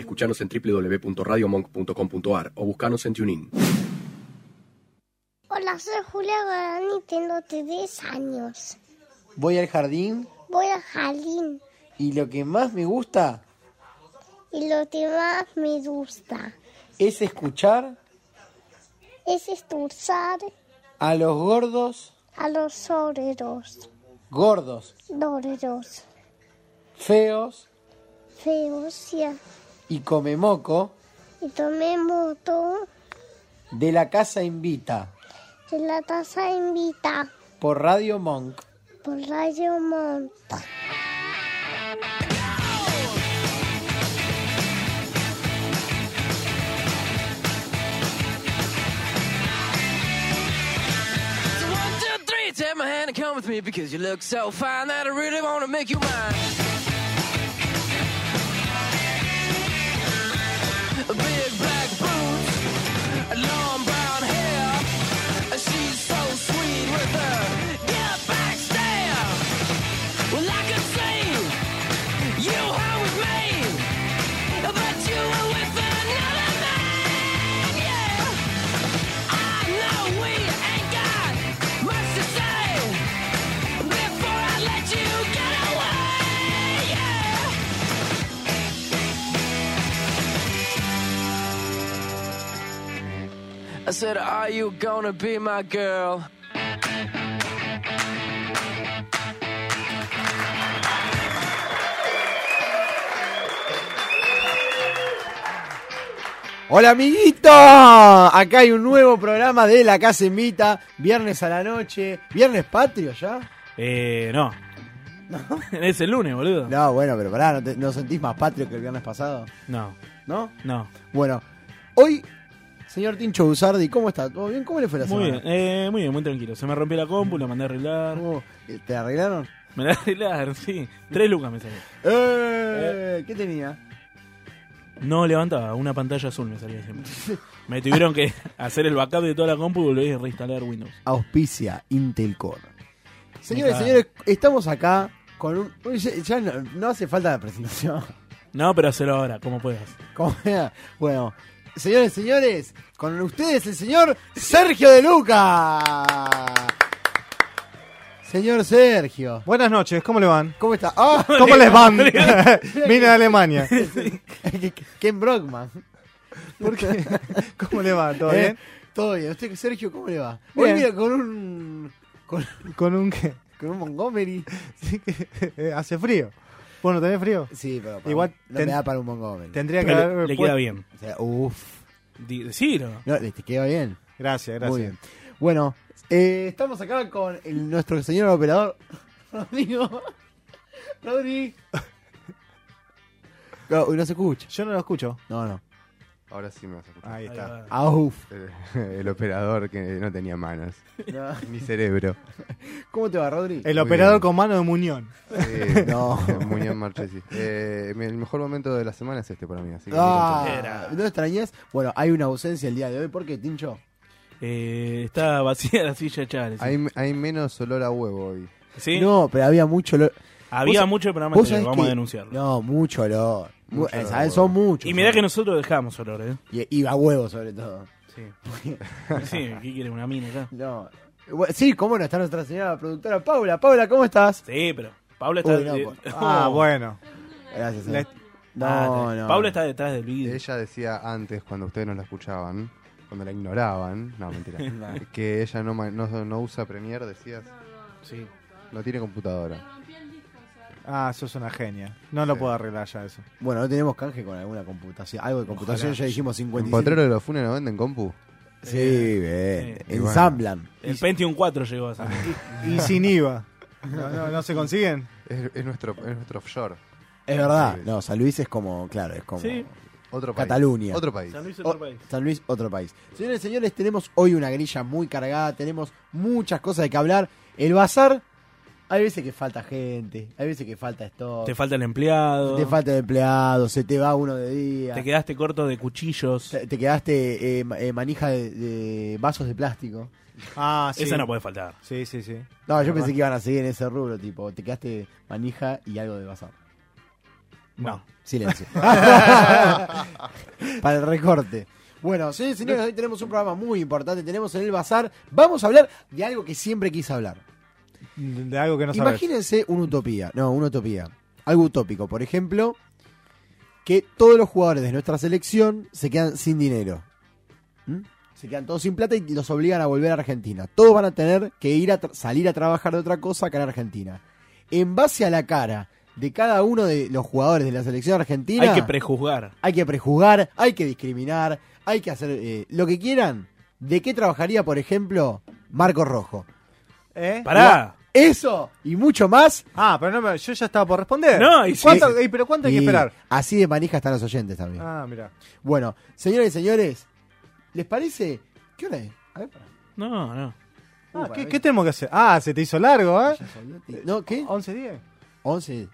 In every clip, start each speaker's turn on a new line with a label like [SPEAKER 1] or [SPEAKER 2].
[SPEAKER 1] Escuchanos en www.radiomonk.com.ar o buscanos en TuneIn.
[SPEAKER 2] Hola, soy Julia Guarani, tengo 3 años.
[SPEAKER 3] Voy al jardín
[SPEAKER 2] Voy a Jalín
[SPEAKER 3] y lo que más me gusta
[SPEAKER 2] y lo que más me gusta
[SPEAKER 3] es escuchar
[SPEAKER 2] es expulsar
[SPEAKER 3] a los gordos,
[SPEAKER 2] a los obreros,
[SPEAKER 3] gordos,
[SPEAKER 2] obreros,
[SPEAKER 3] feos
[SPEAKER 2] feos y a-
[SPEAKER 3] y comemoco
[SPEAKER 2] y tomé moto
[SPEAKER 3] de la casa invita
[SPEAKER 2] de la taza invita
[SPEAKER 3] por Radio Monk.
[SPEAKER 2] por Radio Monta.
[SPEAKER 4] So one, two, three, take my hand and come with me because you look so fine that I really want to make you mine. Big black boots, long brown hair. She's so sweet with her get back stare. Well, I could see you were with me, but you were with another man. Yeah. I know we ain't got much to say before I let you get away. Yeah. I said, Are you gonna be my girl?
[SPEAKER 3] Hola amiguito, acá hay un nuevo programa de La Casa Invita, viernes a la noche, viernes patrio ya.
[SPEAKER 5] Eh, no. es el lunes, boludo.
[SPEAKER 3] No, bueno, pero pará, ¿no, te- no sentís más patrio que el viernes pasado?
[SPEAKER 5] No,
[SPEAKER 3] ¿No?
[SPEAKER 5] no.
[SPEAKER 3] Bueno, hoy, señor Tincho Busardi, ¿cómo está? ¿Todo bien? ¿Cómo le fue la
[SPEAKER 5] Muy bien,
[SPEAKER 3] semana?
[SPEAKER 5] eh, muy bien, muy tranquilo. Se me rompió la compu, la mandé a arreglar.
[SPEAKER 3] Oh, ¿Te arreglaron?
[SPEAKER 5] Me la arreglaron, sí. Tres lucas me salió.
[SPEAKER 3] ¡Eh! ¿Qué tenía?
[SPEAKER 5] No levantaba, una pantalla azul me salía siempre. Me tuvieron que hacer el backup de toda la compu y volver a reinstalar Windows.
[SPEAKER 3] Auspicia Intel Core. Señores,
[SPEAKER 5] Ahí está.
[SPEAKER 3] señores, estamos acá con un... uy, Ya, ya no, no hace falta la presentación.
[SPEAKER 5] No, pero hacelo ahora, como puedas.
[SPEAKER 3] Como era. Bueno, señores, señores, con ustedes el señor Sergio de Luca. Señor Sergio.
[SPEAKER 6] Buenas noches, ¿cómo le van?
[SPEAKER 3] ¿Cómo está? ¡Ah!
[SPEAKER 6] ¿Cómo les van? Vine de Alemania.
[SPEAKER 3] Ken Brockman.
[SPEAKER 6] ¿Por qué? ¿Cómo le van? ¿Todo
[SPEAKER 3] ¿Eh?
[SPEAKER 6] bien?
[SPEAKER 3] Todo bien. ¿Usted, Sergio, cómo le va? Hoy
[SPEAKER 6] Bien.
[SPEAKER 3] mira con un. con,
[SPEAKER 6] ¿Con un qué?
[SPEAKER 3] con un Montgomery.
[SPEAKER 6] Sí, que- eh, hace frío. Bueno, ¿tenés frío?
[SPEAKER 3] Sí, pero. para
[SPEAKER 6] Igual
[SPEAKER 3] un- no
[SPEAKER 6] ten-
[SPEAKER 3] me da para un Montgomery.
[SPEAKER 6] Tendría que
[SPEAKER 5] Pero le,
[SPEAKER 6] haber.
[SPEAKER 5] le
[SPEAKER 6] puesto-
[SPEAKER 5] queda bien.
[SPEAKER 3] O sea, uff.
[SPEAKER 5] Di- Decilo.
[SPEAKER 3] No, le te queda bien. Muy
[SPEAKER 6] Gracias, gracias.
[SPEAKER 3] bien. Bueno, eh, estamos acá con el- nuestro señor operador, Rodrigo. Rodri. No, uy, no se escucha.
[SPEAKER 6] Yo no lo escucho.
[SPEAKER 3] No, Ah, no.
[SPEAKER 7] Ahora sí me vas a escuchar.
[SPEAKER 6] Ahí está.
[SPEAKER 5] Ahí va.
[SPEAKER 3] Auf.
[SPEAKER 7] El, el operador que no tenía manos,
[SPEAKER 3] No. Eh,
[SPEAKER 7] ni cerebro.
[SPEAKER 3] ¿Cómo te va, Rodri?
[SPEAKER 6] El
[SPEAKER 7] Muy
[SPEAKER 6] operador
[SPEAKER 7] bien.
[SPEAKER 6] con mano de Muñón.
[SPEAKER 7] Eh,
[SPEAKER 3] No.
[SPEAKER 7] Muñoz Marchesi. Eh, mi- el mejor momento de la semana es este para mí. Así que muy contento.
[SPEAKER 3] Ah,
[SPEAKER 5] Era.
[SPEAKER 3] ¿No extrañas? Bueno, hay una ausencia el día de hoy. ¿Por qué, Tincho?
[SPEAKER 5] Eh, está vacía la silla de Charles.
[SPEAKER 7] hay, hay menos olor a huevo hoy.
[SPEAKER 5] ¿Sí?
[SPEAKER 3] No, pero había mucho olor.
[SPEAKER 5] Había
[SPEAKER 3] vos-
[SPEAKER 5] mucho programa
[SPEAKER 3] ¿Vos
[SPEAKER 5] anterior,
[SPEAKER 3] sabés
[SPEAKER 5] vamos
[SPEAKER 3] que-
[SPEAKER 5] a denunciarlo.
[SPEAKER 3] No, mucho olor. Mu-
[SPEAKER 7] Mucho
[SPEAKER 3] eh,
[SPEAKER 7] olor,
[SPEAKER 3] ¿sabes?
[SPEAKER 7] huevo.
[SPEAKER 3] Son muchos.
[SPEAKER 5] y mirá que
[SPEAKER 3] olores.
[SPEAKER 5] nosotros dejamos olor, ¿eh?
[SPEAKER 3] Y, y a huevo, sobre todo.
[SPEAKER 5] Sí. sí, ¿qué quiere una mina acá?
[SPEAKER 3] No. Bueno, Sí, cómo no está nuestra señora productora Paula. Paula, ¿cómo estás?
[SPEAKER 5] Sí, pero Paula está.
[SPEAKER 3] Uy, no,
[SPEAKER 5] de-
[SPEAKER 3] por-
[SPEAKER 6] Ah,
[SPEAKER 5] Oh.
[SPEAKER 6] bueno.
[SPEAKER 3] Gracias.
[SPEAKER 6] La-
[SPEAKER 3] eh. No,
[SPEAKER 5] Ah, está-
[SPEAKER 3] no.
[SPEAKER 5] Paula está detrás del vídeo.
[SPEAKER 7] Ella decía antes, cuando ustedes no la escuchaban, cuando la ignoraban, no, mentira, que ella no, ma- no, no usa Premiere, decías,
[SPEAKER 5] Sí.
[SPEAKER 7] no tiene computadora.
[SPEAKER 6] Ah, sos una genia. No lo
[SPEAKER 7] Sí.
[SPEAKER 6] puedo arreglar ya eso.
[SPEAKER 3] Bueno, no tenemos canje con alguna computación. Algo de computación ya dijimos
[SPEAKER 7] ¿En
[SPEAKER 3] 55.
[SPEAKER 7] Potrero de los Funes no venden compu?
[SPEAKER 3] Sí, bien.
[SPEAKER 5] Sí.
[SPEAKER 3] Ensamblan.
[SPEAKER 5] El Pentium 4 llegó a
[SPEAKER 3] Ah.
[SPEAKER 5] salir.
[SPEAKER 6] Y sin IVA. No, no, no se consiguen.
[SPEAKER 7] Es, es nuestro, es nuestro offshore.
[SPEAKER 3] Es verdad.
[SPEAKER 7] Sí.
[SPEAKER 3] No, San Luis es como, claro, es como.
[SPEAKER 5] Sí.
[SPEAKER 7] Otro país.
[SPEAKER 3] Cataluña.
[SPEAKER 7] Otro país.
[SPEAKER 3] O- San Luis, otro país. Señores y señores, tenemos hoy una grilla muy cargada, tenemos muchas cosas de que hablar. El bazar, hay veces que falta gente, hay veces que falta esto,
[SPEAKER 5] Te
[SPEAKER 3] te,
[SPEAKER 5] falta el empleado. Te,
[SPEAKER 3] falta de empleado, se te va uno de día, te,
[SPEAKER 5] quedaste corto de cuchillos.
[SPEAKER 3] te quedaste eh, ma- eh, manija de, de vasos de plástico.
[SPEAKER 6] Ah, sí.
[SPEAKER 5] Esa no puede faltar.
[SPEAKER 6] Sí, sí, sí.
[SPEAKER 3] No, yo
[SPEAKER 6] Capaz.
[SPEAKER 3] pensé que iban a seguir en ese rubro, tipo, te quedaste manija y algo de bazar.
[SPEAKER 5] No.
[SPEAKER 3] Silencio. Para el recorte. Bueno, sí, señores, hoy tenemos un programa muy importante. Tenemos en el bazar. Vamos a hablar de algo que siempre quise hablar.
[SPEAKER 6] De algo que no sabes.
[SPEAKER 3] Imagínense una utopía. No, una utopía. Algo utópico. Por ejemplo, que todos los jugadores de nuestra selección se quedan sin dinero. ¿Mm? Se quedan todos sin plata y los obligan a volver a Argentina. Todos van a tener que ir a tra- salir a trabajar de otra cosa acá en Argentina. En base a la cara de cada uno de los jugadores de la selección argentina,
[SPEAKER 5] Hay que prejuzgar.
[SPEAKER 3] hay que prejuzgar, hay que discriminar, hay que hacer eh, lo que quieran. ¿De qué trabajaría, por ejemplo, Marco Rojo?
[SPEAKER 6] ¿Eh?
[SPEAKER 5] Pará.
[SPEAKER 3] Eso y mucho más
[SPEAKER 6] Ah, pero no, me- yo ya estaba por responder.
[SPEAKER 5] No, y sí.
[SPEAKER 6] ¿Cuánto- y ¿Pero cuánto hay que
[SPEAKER 3] Y
[SPEAKER 6] esperar?
[SPEAKER 3] Así de manija están los oyentes también.
[SPEAKER 6] Ah, mira.
[SPEAKER 3] Bueno, señoras y señores, ¿les parece? ¿Qué hora es? A ver, pará.
[SPEAKER 5] No, no.
[SPEAKER 6] Ah,
[SPEAKER 3] para
[SPEAKER 6] ¿qué,
[SPEAKER 3] mí.
[SPEAKER 6] qué tenemos que hacer? Ah, se te hizo largo, ¿eh?
[SPEAKER 3] Ya salió, tío. No, ¿qué?
[SPEAKER 6] 11 días.
[SPEAKER 3] 11.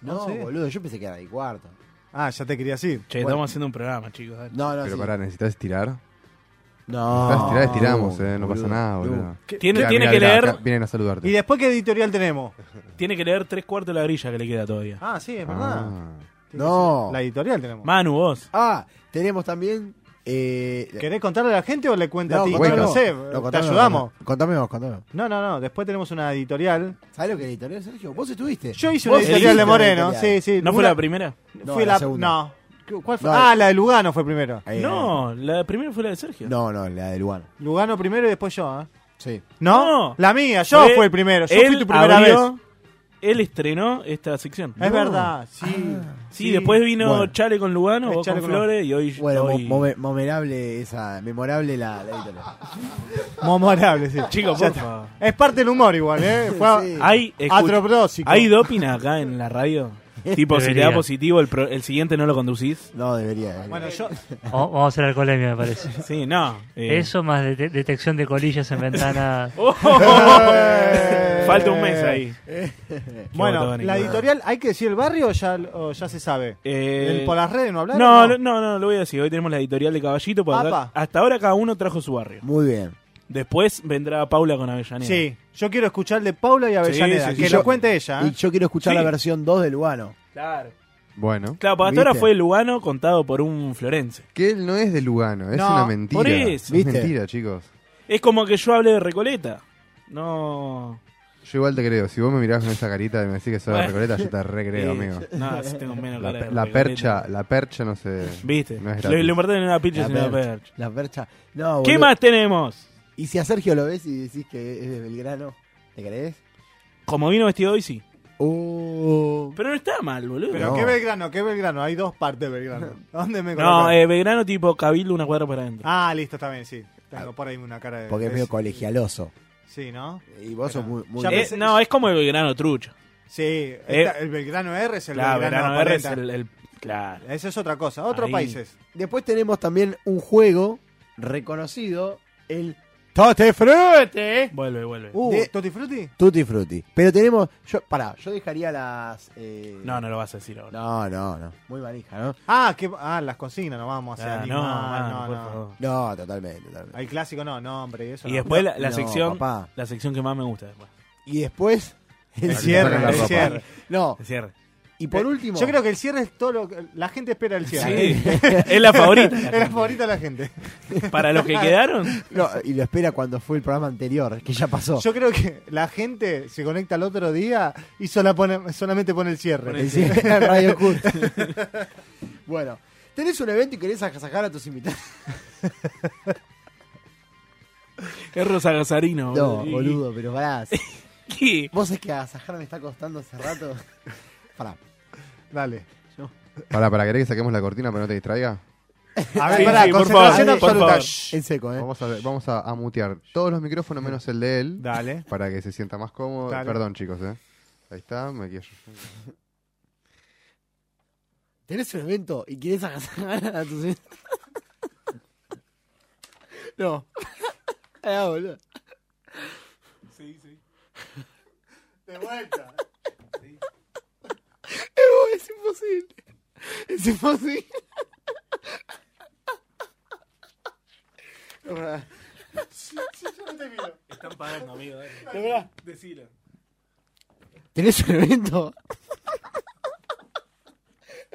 [SPEAKER 3] No,
[SPEAKER 6] Once.
[SPEAKER 3] boludo, yo pensé que era de cuarto.
[SPEAKER 6] Ah, ya te quería decir.
[SPEAKER 5] Che, estamos haciendo un programa, chicos. dale.
[SPEAKER 3] No, no,
[SPEAKER 7] Pero
[SPEAKER 3] sí.
[SPEAKER 7] pará, necesitas estirar.
[SPEAKER 3] No.
[SPEAKER 7] Necesitas estirar, estiramos, eh. No
[SPEAKER 3] Ah, boludo,
[SPEAKER 7] pasa nada,
[SPEAKER 3] boludo.
[SPEAKER 7] boludo.
[SPEAKER 5] Tiene,
[SPEAKER 7] Mirá,
[SPEAKER 5] tiene
[SPEAKER 7] mirá,
[SPEAKER 5] que
[SPEAKER 7] mirá,
[SPEAKER 5] leer,
[SPEAKER 7] acá Vienen a saludarte.
[SPEAKER 6] ¿Y después qué editorial tenemos?
[SPEAKER 5] tiene que leer tres cuartos de la grilla que le queda todavía.
[SPEAKER 6] Ah, sí, es verdad.
[SPEAKER 7] Ah.
[SPEAKER 6] Tiene que
[SPEAKER 3] No.
[SPEAKER 6] ser- La editorial tenemos.
[SPEAKER 5] Manu, vos.
[SPEAKER 3] Ah, tenemos también. Eh,
[SPEAKER 6] ¿Querés contarle a la gente o le cuenta a ti?
[SPEAKER 3] contame
[SPEAKER 6] Yo no
[SPEAKER 3] vos.
[SPEAKER 6] sé,
[SPEAKER 3] No,
[SPEAKER 6] te
[SPEAKER 3] contame vos,
[SPEAKER 6] ayudamos.
[SPEAKER 3] Contame vos, contame vos.
[SPEAKER 6] No, no, no, después tenemos una editorial.
[SPEAKER 3] ¿Sabés lo que editorial, Sergio? Vos estuviste.
[SPEAKER 6] Yo hice
[SPEAKER 3] Vos
[SPEAKER 6] una editorial de
[SPEAKER 3] hiciste una
[SPEAKER 6] Moreno, sí,
[SPEAKER 3] editorial.
[SPEAKER 6] sí.
[SPEAKER 5] ¿No fue
[SPEAKER 6] Una-
[SPEAKER 5] la primera?
[SPEAKER 3] No,
[SPEAKER 6] fui
[SPEAKER 3] la
[SPEAKER 6] la-
[SPEAKER 3] segunda.
[SPEAKER 6] No. ¿Cuál fue?
[SPEAKER 3] No,
[SPEAKER 6] ah, la de Lugano fue primero.
[SPEAKER 3] Eh,
[SPEAKER 5] No, la primera fue la de Sergio.
[SPEAKER 3] No, no, la de Lugano.
[SPEAKER 6] Lugano primero y después yo, ¿eh?
[SPEAKER 3] Sí.
[SPEAKER 6] ¿No?
[SPEAKER 5] No.
[SPEAKER 6] La mía, yo
[SPEAKER 5] Fue-
[SPEAKER 6] fui el primero. Yo
[SPEAKER 5] él
[SPEAKER 6] fui tu primera
[SPEAKER 5] abrió-
[SPEAKER 6] vez.
[SPEAKER 5] Él estrenó esta sección.
[SPEAKER 6] Es verdad, sí.
[SPEAKER 5] Sí, después vino
[SPEAKER 3] Bueno.
[SPEAKER 5] Chale con Lugano,
[SPEAKER 6] Es
[SPEAKER 5] vos
[SPEAKER 6] Chale
[SPEAKER 5] con
[SPEAKER 6] con-
[SPEAKER 5] Flores y hoy...
[SPEAKER 3] Bueno,
[SPEAKER 5] hoy-
[SPEAKER 3] mo- mome- memorable esa. Memorable la, la editorial.
[SPEAKER 6] Memorable, sí.
[SPEAKER 5] Chicos,
[SPEAKER 6] Ya
[SPEAKER 5] por
[SPEAKER 6] está.
[SPEAKER 5] favor.
[SPEAKER 6] Es parte del humor igual, ¿eh? Fue
[SPEAKER 3] Sí.
[SPEAKER 5] Hay, escu-
[SPEAKER 6] atroprósico.
[SPEAKER 5] ¿Hay doping acá en la radio? tipo, si te da
[SPEAKER 8] Debería.
[SPEAKER 5] positivo, el, pro- el siguiente no lo conducís.
[SPEAKER 3] No, debería. debería.
[SPEAKER 6] Bueno, yo...
[SPEAKER 8] O- Vamos a hacer alcoholemia, me parece.
[SPEAKER 5] Sí, no. eh.
[SPEAKER 8] Eso más dete- detección de colillas en ventanas.
[SPEAKER 5] Oh, Falta un mes ahí.
[SPEAKER 6] Bueno,
[SPEAKER 5] botánico.
[SPEAKER 6] la editorial, ¿hay que decir el barrio o ya, o ya se sabe?
[SPEAKER 5] Eh,
[SPEAKER 6] ¿El- ¿Por las redes no hablaron?
[SPEAKER 5] No, no, no, no, lo voy a decir. Hoy tenemos la editorial de Caballito. porque
[SPEAKER 6] Apa.
[SPEAKER 5] acá- hasta ahora cada uno trajo su barrio.
[SPEAKER 3] Muy bien.
[SPEAKER 5] Después vendrá Paula con Avellaneda.
[SPEAKER 6] Sí, yo quiero escuchar el de Paula y Avellaneda,
[SPEAKER 5] Sí, sí, sí.
[SPEAKER 6] que
[SPEAKER 5] Yo-
[SPEAKER 6] lo cuente ella. ¿eh?
[SPEAKER 3] Y yo quiero escuchar
[SPEAKER 5] Sí.
[SPEAKER 3] la versión 2 de Lugano.
[SPEAKER 5] Claro.
[SPEAKER 7] Bueno.
[SPEAKER 5] Claro, porque hasta ahora
[SPEAKER 3] ¿Viste?
[SPEAKER 5] fue Lugano contado por un Florense.
[SPEAKER 7] Que él no es de Lugano, es
[SPEAKER 6] No,
[SPEAKER 7] una mentira.
[SPEAKER 5] por eso.
[SPEAKER 7] Es
[SPEAKER 3] ¿Viste?
[SPEAKER 7] mentira, chicos.
[SPEAKER 5] Es como que yo hable de Recoleta. No.
[SPEAKER 7] Yo igual te creo. Si vos me mirás con esa carita y me decís que soy de Recoleta, yo te recreo,
[SPEAKER 5] Eh,
[SPEAKER 7] amigo.
[SPEAKER 5] No, así tengo menos
[SPEAKER 7] La,
[SPEAKER 5] cara
[SPEAKER 7] pe-
[SPEAKER 5] de
[SPEAKER 7] la
[SPEAKER 5] Recoleta.
[SPEAKER 7] percha, la percha no se.
[SPEAKER 5] ¿Viste?
[SPEAKER 7] No es
[SPEAKER 5] lo,
[SPEAKER 7] gratis.
[SPEAKER 5] lo importante no es la pincha,
[SPEAKER 3] La
[SPEAKER 5] sino la
[SPEAKER 3] percha.
[SPEAKER 6] Ah,
[SPEAKER 5] percha.
[SPEAKER 3] La percha. No,
[SPEAKER 5] ¿Qué
[SPEAKER 3] boludo.
[SPEAKER 5] más tenemos?
[SPEAKER 3] Y si a Sergio lo ves y decís que es de Belgrano, ¿te crees?
[SPEAKER 5] Como vino vestido hoy, sí.
[SPEAKER 3] Uh,
[SPEAKER 5] Pero no está mal, boludo.
[SPEAKER 6] Pero
[SPEAKER 3] No.
[SPEAKER 6] qué Belgrano, qué Belgrano, hay dos partes de Belgrano. ¿Dónde me
[SPEAKER 5] no,
[SPEAKER 6] colocan?
[SPEAKER 5] eh, Belgrano tipo Cabildo, una cuadra para adentro.
[SPEAKER 6] Ah, listo, está bien, sí.
[SPEAKER 5] Ah,
[SPEAKER 6] Tengo por ahí una cara de...
[SPEAKER 3] porque es medio colegialoso.
[SPEAKER 6] Sí, ¿no?
[SPEAKER 3] Y vos sos muy... muy-
[SPEAKER 6] Ya
[SPEAKER 5] Eh,
[SPEAKER 6] pensé-
[SPEAKER 5] no, es como el Belgrano trucho.
[SPEAKER 6] Sí,
[SPEAKER 5] Eh,
[SPEAKER 6] esta- el Belgrano R es el
[SPEAKER 5] Claro,
[SPEAKER 6] Belgrano,
[SPEAKER 5] Belgrano R es
[SPEAKER 6] 40.
[SPEAKER 5] el, el- Claro.
[SPEAKER 6] Esa es otra cosa, otros
[SPEAKER 5] Ahí.
[SPEAKER 6] países.
[SPEAKER 3] Después tenemos también un juego reconocido, el Tote Frutti.
[SPEAKER 5] Vuelve, vuelve.
[SPEAKER 6] Uh,
[SPEAKER 3] De-
[SPEAKER 6] ¿Tutti Frutti?
[SPEAKER 3] Tutti Frutti. Pero tenemos... Yo, pará, yo dejaría las... eh,
[SPEAKER 5] No, no lo vas a decir ahora.
[SPEAKER 3] No, no, no. Muy manija, ¿no?
[SPEAKER 6] Ah, que, ah, las consignas, no vamos a hacer
[SPEAKER 5] Ah, no,
[SPEAKER 6] animal,
[SPEAKER 5] mano,
[SPEAKER 6] no,
[SPEAKER 5] por
[SPEAKER 6] no.
[SPEAKER 5] favor.
[SPEAKER 3] No, totalmente, totalmente.
[SPEAKER 6] El clásico no, nombre y eso.
[SPEAKER 5] Y
[SPEAKER 6] no.
[SPEAKER 5] después la, la
[SPEAKER 3] No,
[SPEAKER 5] sección
[SPEAKER 3] papá.
[SPEAKER 5] la sección que más me gusta después.
[SPEAKER 3] Y después...
[SPEAKER 6] El
[SPEAKER 7] saca
[SPEAKER 6] cierre,
[SPEAKER 7] la
[SPEAKER 6] el
[SPEAKER 7] ropa.
[SPEAKER 6] cierre.
[SPEAKER 3] No,
[SPEAKER 5] El cierre.
[SPEAKER 3] y por último...
[SPEAKER 6] Yo creo que el cierre es todo lo que... La gente espera el cierre.
[SPEAKER 5] Sí. es la favorita.
[SPEAKER 6] Es la favorita de la gente.
[SPEAKER 5] Para los que quedaron,
[SPEAKER 3] No, y lo espera cuando fue el programa anterior, que ya pasó.
[SPEAKER 6] Yo creo que la gente se conecta al otro día y sola pone- solamente pone el cierre.
[SPEAKER 3] El cierre de Radio Cult. bueno, tenés un evento y querés agasajar a tus invitados.
[SPEAKER 5] es Rosa Gasarino.
[SPEAKER 3] No, boludo, pero pará.
[SPEAKER 5] ¿Qué?
[SPEAKER 3] Vos es que agasajar me está costando hace rato. Pará.
[SPEAKER 6] Dale.
[SPEAKER 7] Para, para, ¿querés que saquemos la cortina para que no te distraiga?
[SPEAKER 6] A ver,
[SPEAKER 5] Sí,
[SPEAKER 6] pará,
[SPEAKER 5] sí, por
[SPEAKER 6] concentración
[SPEAKER 5] favor, por
[SPEAKER 6] absoluta.
[SPEAKER 5] favor.
[SPEAKER 6] Shh.
[SPEAKER 3] En seco, ¿eh?
[SPEAKER 7] Vamos a, ver- vamos a, a mutear todos los micrófonos menos el de él.
[SPEAKER 6] Dale.
[SPEAKER 7] Para que se sienta más cómodo.
[SPEAKER 6] Dale.
[SPEAKER 7] Perdón, chicos, eh. Ahí está, me quiero.
[SPEAKER 3] Tenés un evento y querés agasajar a tus invitados. no. Ah, boludo.
[SPEAKER 6] De vuelta.
[SPEAKER 3] Es imposible. Es imposible. No, pará.
[SPEAKER 5] Están pagando, amigo. Decilo.
[SPEAKER 3] ¿Tenés un evento?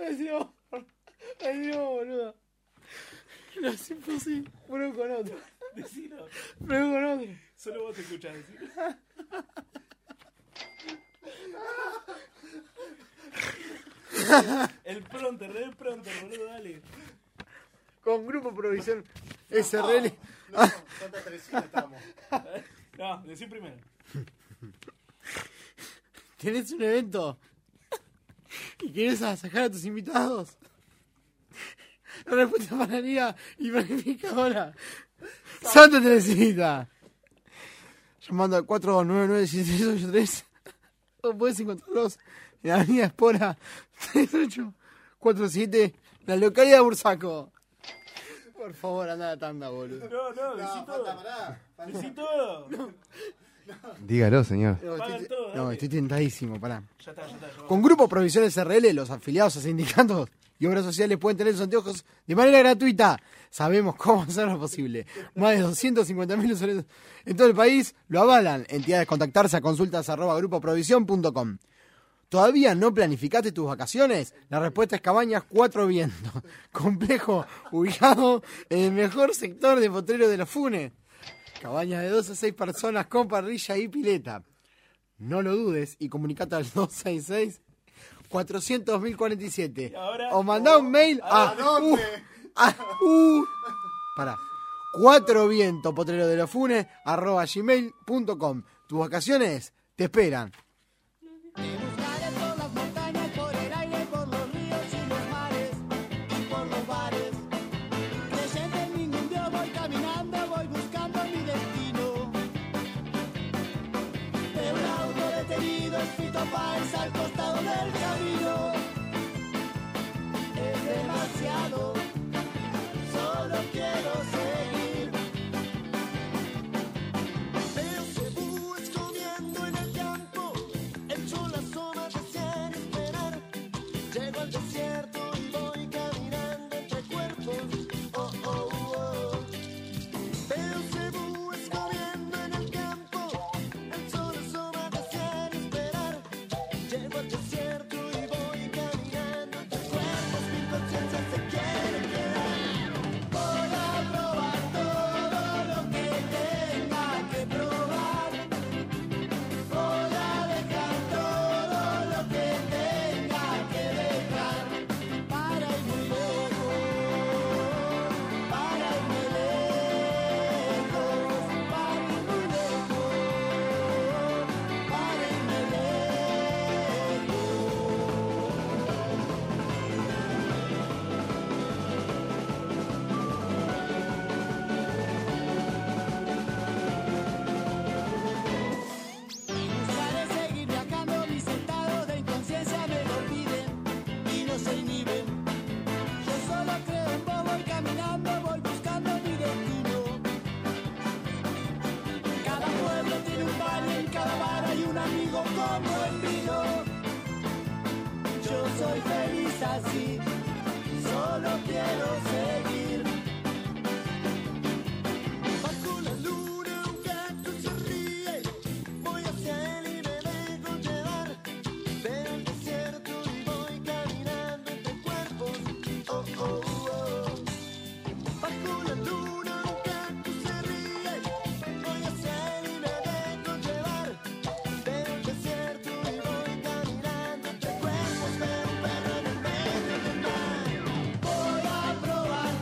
[SPEAKER 3] Ay, Dios. Ay, Dios, boludo. No, es imposible. Uno con otro.
[SPEAKER 5] Decilo.
[SPEAKER 3] Uno con otro.
[SPEAKER 5] Solo vos te escuchás decir. El pronter, el pronter, boludo, dale.
[SPEAKER 3] Con grupo provisión. SRL.
[SPEAKER 9] ¿Cuántas traiciones estamos?
[SPEAKER 5] No, decí primero.
[SPEAKER 3] ¿Tenés un evento? ¿Y querés agasajar a tus invitados? La respuesta para Lía y planificadora. Santa Teresita. Llamando al 499-6683. O podés encontrarlos en la avenida Espora 3847, la localidad de Bursaco. Por favor, anda a la tanda, boludo.
[SPEAKER 5] No, no, decí todo. Decí todo.
[SPEAKER 7] Dígalo, señor.
[SPEAKER 3] No,
[SPEAKER 5] Pagan
[SPEAKER 3] estoy,
[SPEAKER 5] todo,
[SPEAKER 3] no,
[SPEAKER 5] dale.
[SPEAKER 3] estoy tentadísimo, pará.
[SPEAKER 5] Ya está, ya está. ya va.
[SPEAKER 3] Con Grupo Provisiones RL, los afiliados a sindicatos y obras sociales pueden tener sus anteojos de manera gratuita. Sabemos cómo hacerlo posible. Más de 250.000 usuarios en todo el país lo avalan. Entidades contactarse a consultas arroba grupoprovision.com. ¿Todavía no planificaste tus vacaciones? La respuesta es Cabañas Cuatro Vientos. Complejo ubicado en el mejor sector de Potrero de los Funes. Cabañas de 2 a 6 personas con parrilla y pileta. No lo dudes y comunicate al 266 400.047
[SPEAKER 5] ahora-
[SPEAKER 3] o mandá un mail a, u, a u, pará, cuatro viento potrero de los funes arroba gmail.com tus vacaciones te esperan
[SPEAKER 6] Te buscaré por las montañas, por el aire, por los ríos y los mares y por los bares. Presente en mi mundo voy caminando, voy buscando mi destino. De un auto detenido, escrito país al costado del camino. Es demasiado, solo quiero seguir. Percebú escondiendo en el campo, hecho la sombra de sin esperar. Llego al desierto y voy caminando entre cuerpos. Oh, oh, oh. Percebú escondiendo en el campo, hecho la sombra de sin esperar. Llego al desierto y voy caminando entre cuerpos. Mi conciencia se quiere quedar. Voy a probar todo lo que tenga que probar. Voy a dejar todo lo que tenga que dejar para irme lejos, para irme lejos, para irme lejos, para irme lejos. Buscaré seguir viajando, mis sentados de inconsciencia me lo piden y no se inhiben. Yo solo creo en vos, voy caminando, voy buscando mi destino. Cada pueblo tiene un baño, en cada bar hay un amigo como el vino. Yo soy feliz así, solo quiero seguir. Bajo la luna un gato se ríe, voy hacia él y me dejo llevar. Veo el desierto y voy caminando entre cuerpos. Oh, oh, oh. Bajo la luna un gato se ríe, voy hacia él y me dejo llevar. Veo el desierto y voy caminando entre cuerpos. Veo un perro en el medio del mar. Voy a probar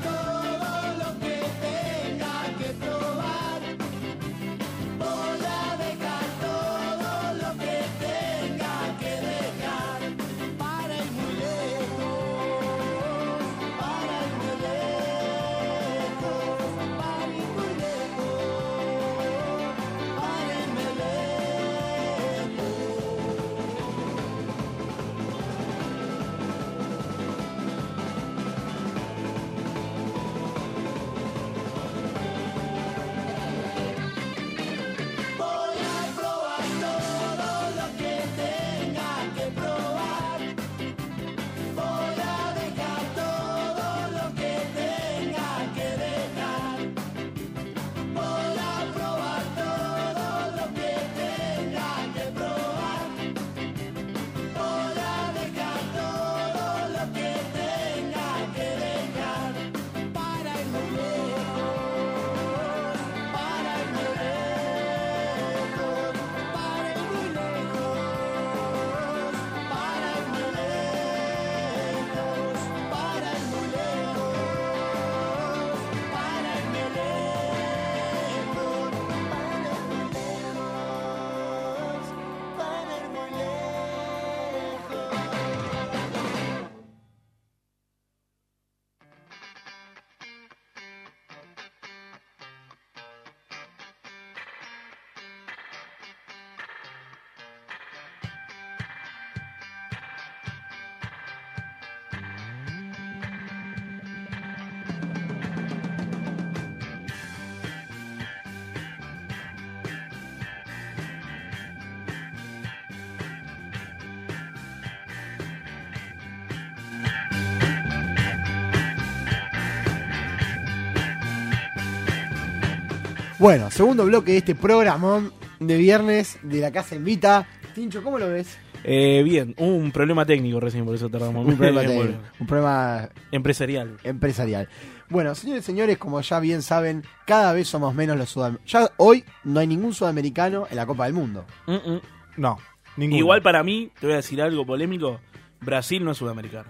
[SPEAKER 3] Bueno, segundo bloque de este programón de viernes de la Casa Invita. Tincho, ¿cómo lo ves?
[SPEAKER 5] Eh, bien, un problema técnico recién, por eso tardamos.
[SPEAKER 3] Un problema,
[SPEAKER 5] Bueno,
[SPEAKER 3] técnico, un problema
[SPEAKER 5] Empresarial.
[SPEAKER 3] empresarial. Bueno, señores y señores, como ya bien saben, cada vez somos menos los sudamericanos. Ya hoy no hay ningún sudamericano en la Copa del Mundo.
[SPEAKER 5] Mm, mm.
[SPEAKER 6] No, ninguno.
[SPEAKER 5] Igual para mí, te voy a decir algo polémico, Brasil no es sudamericano.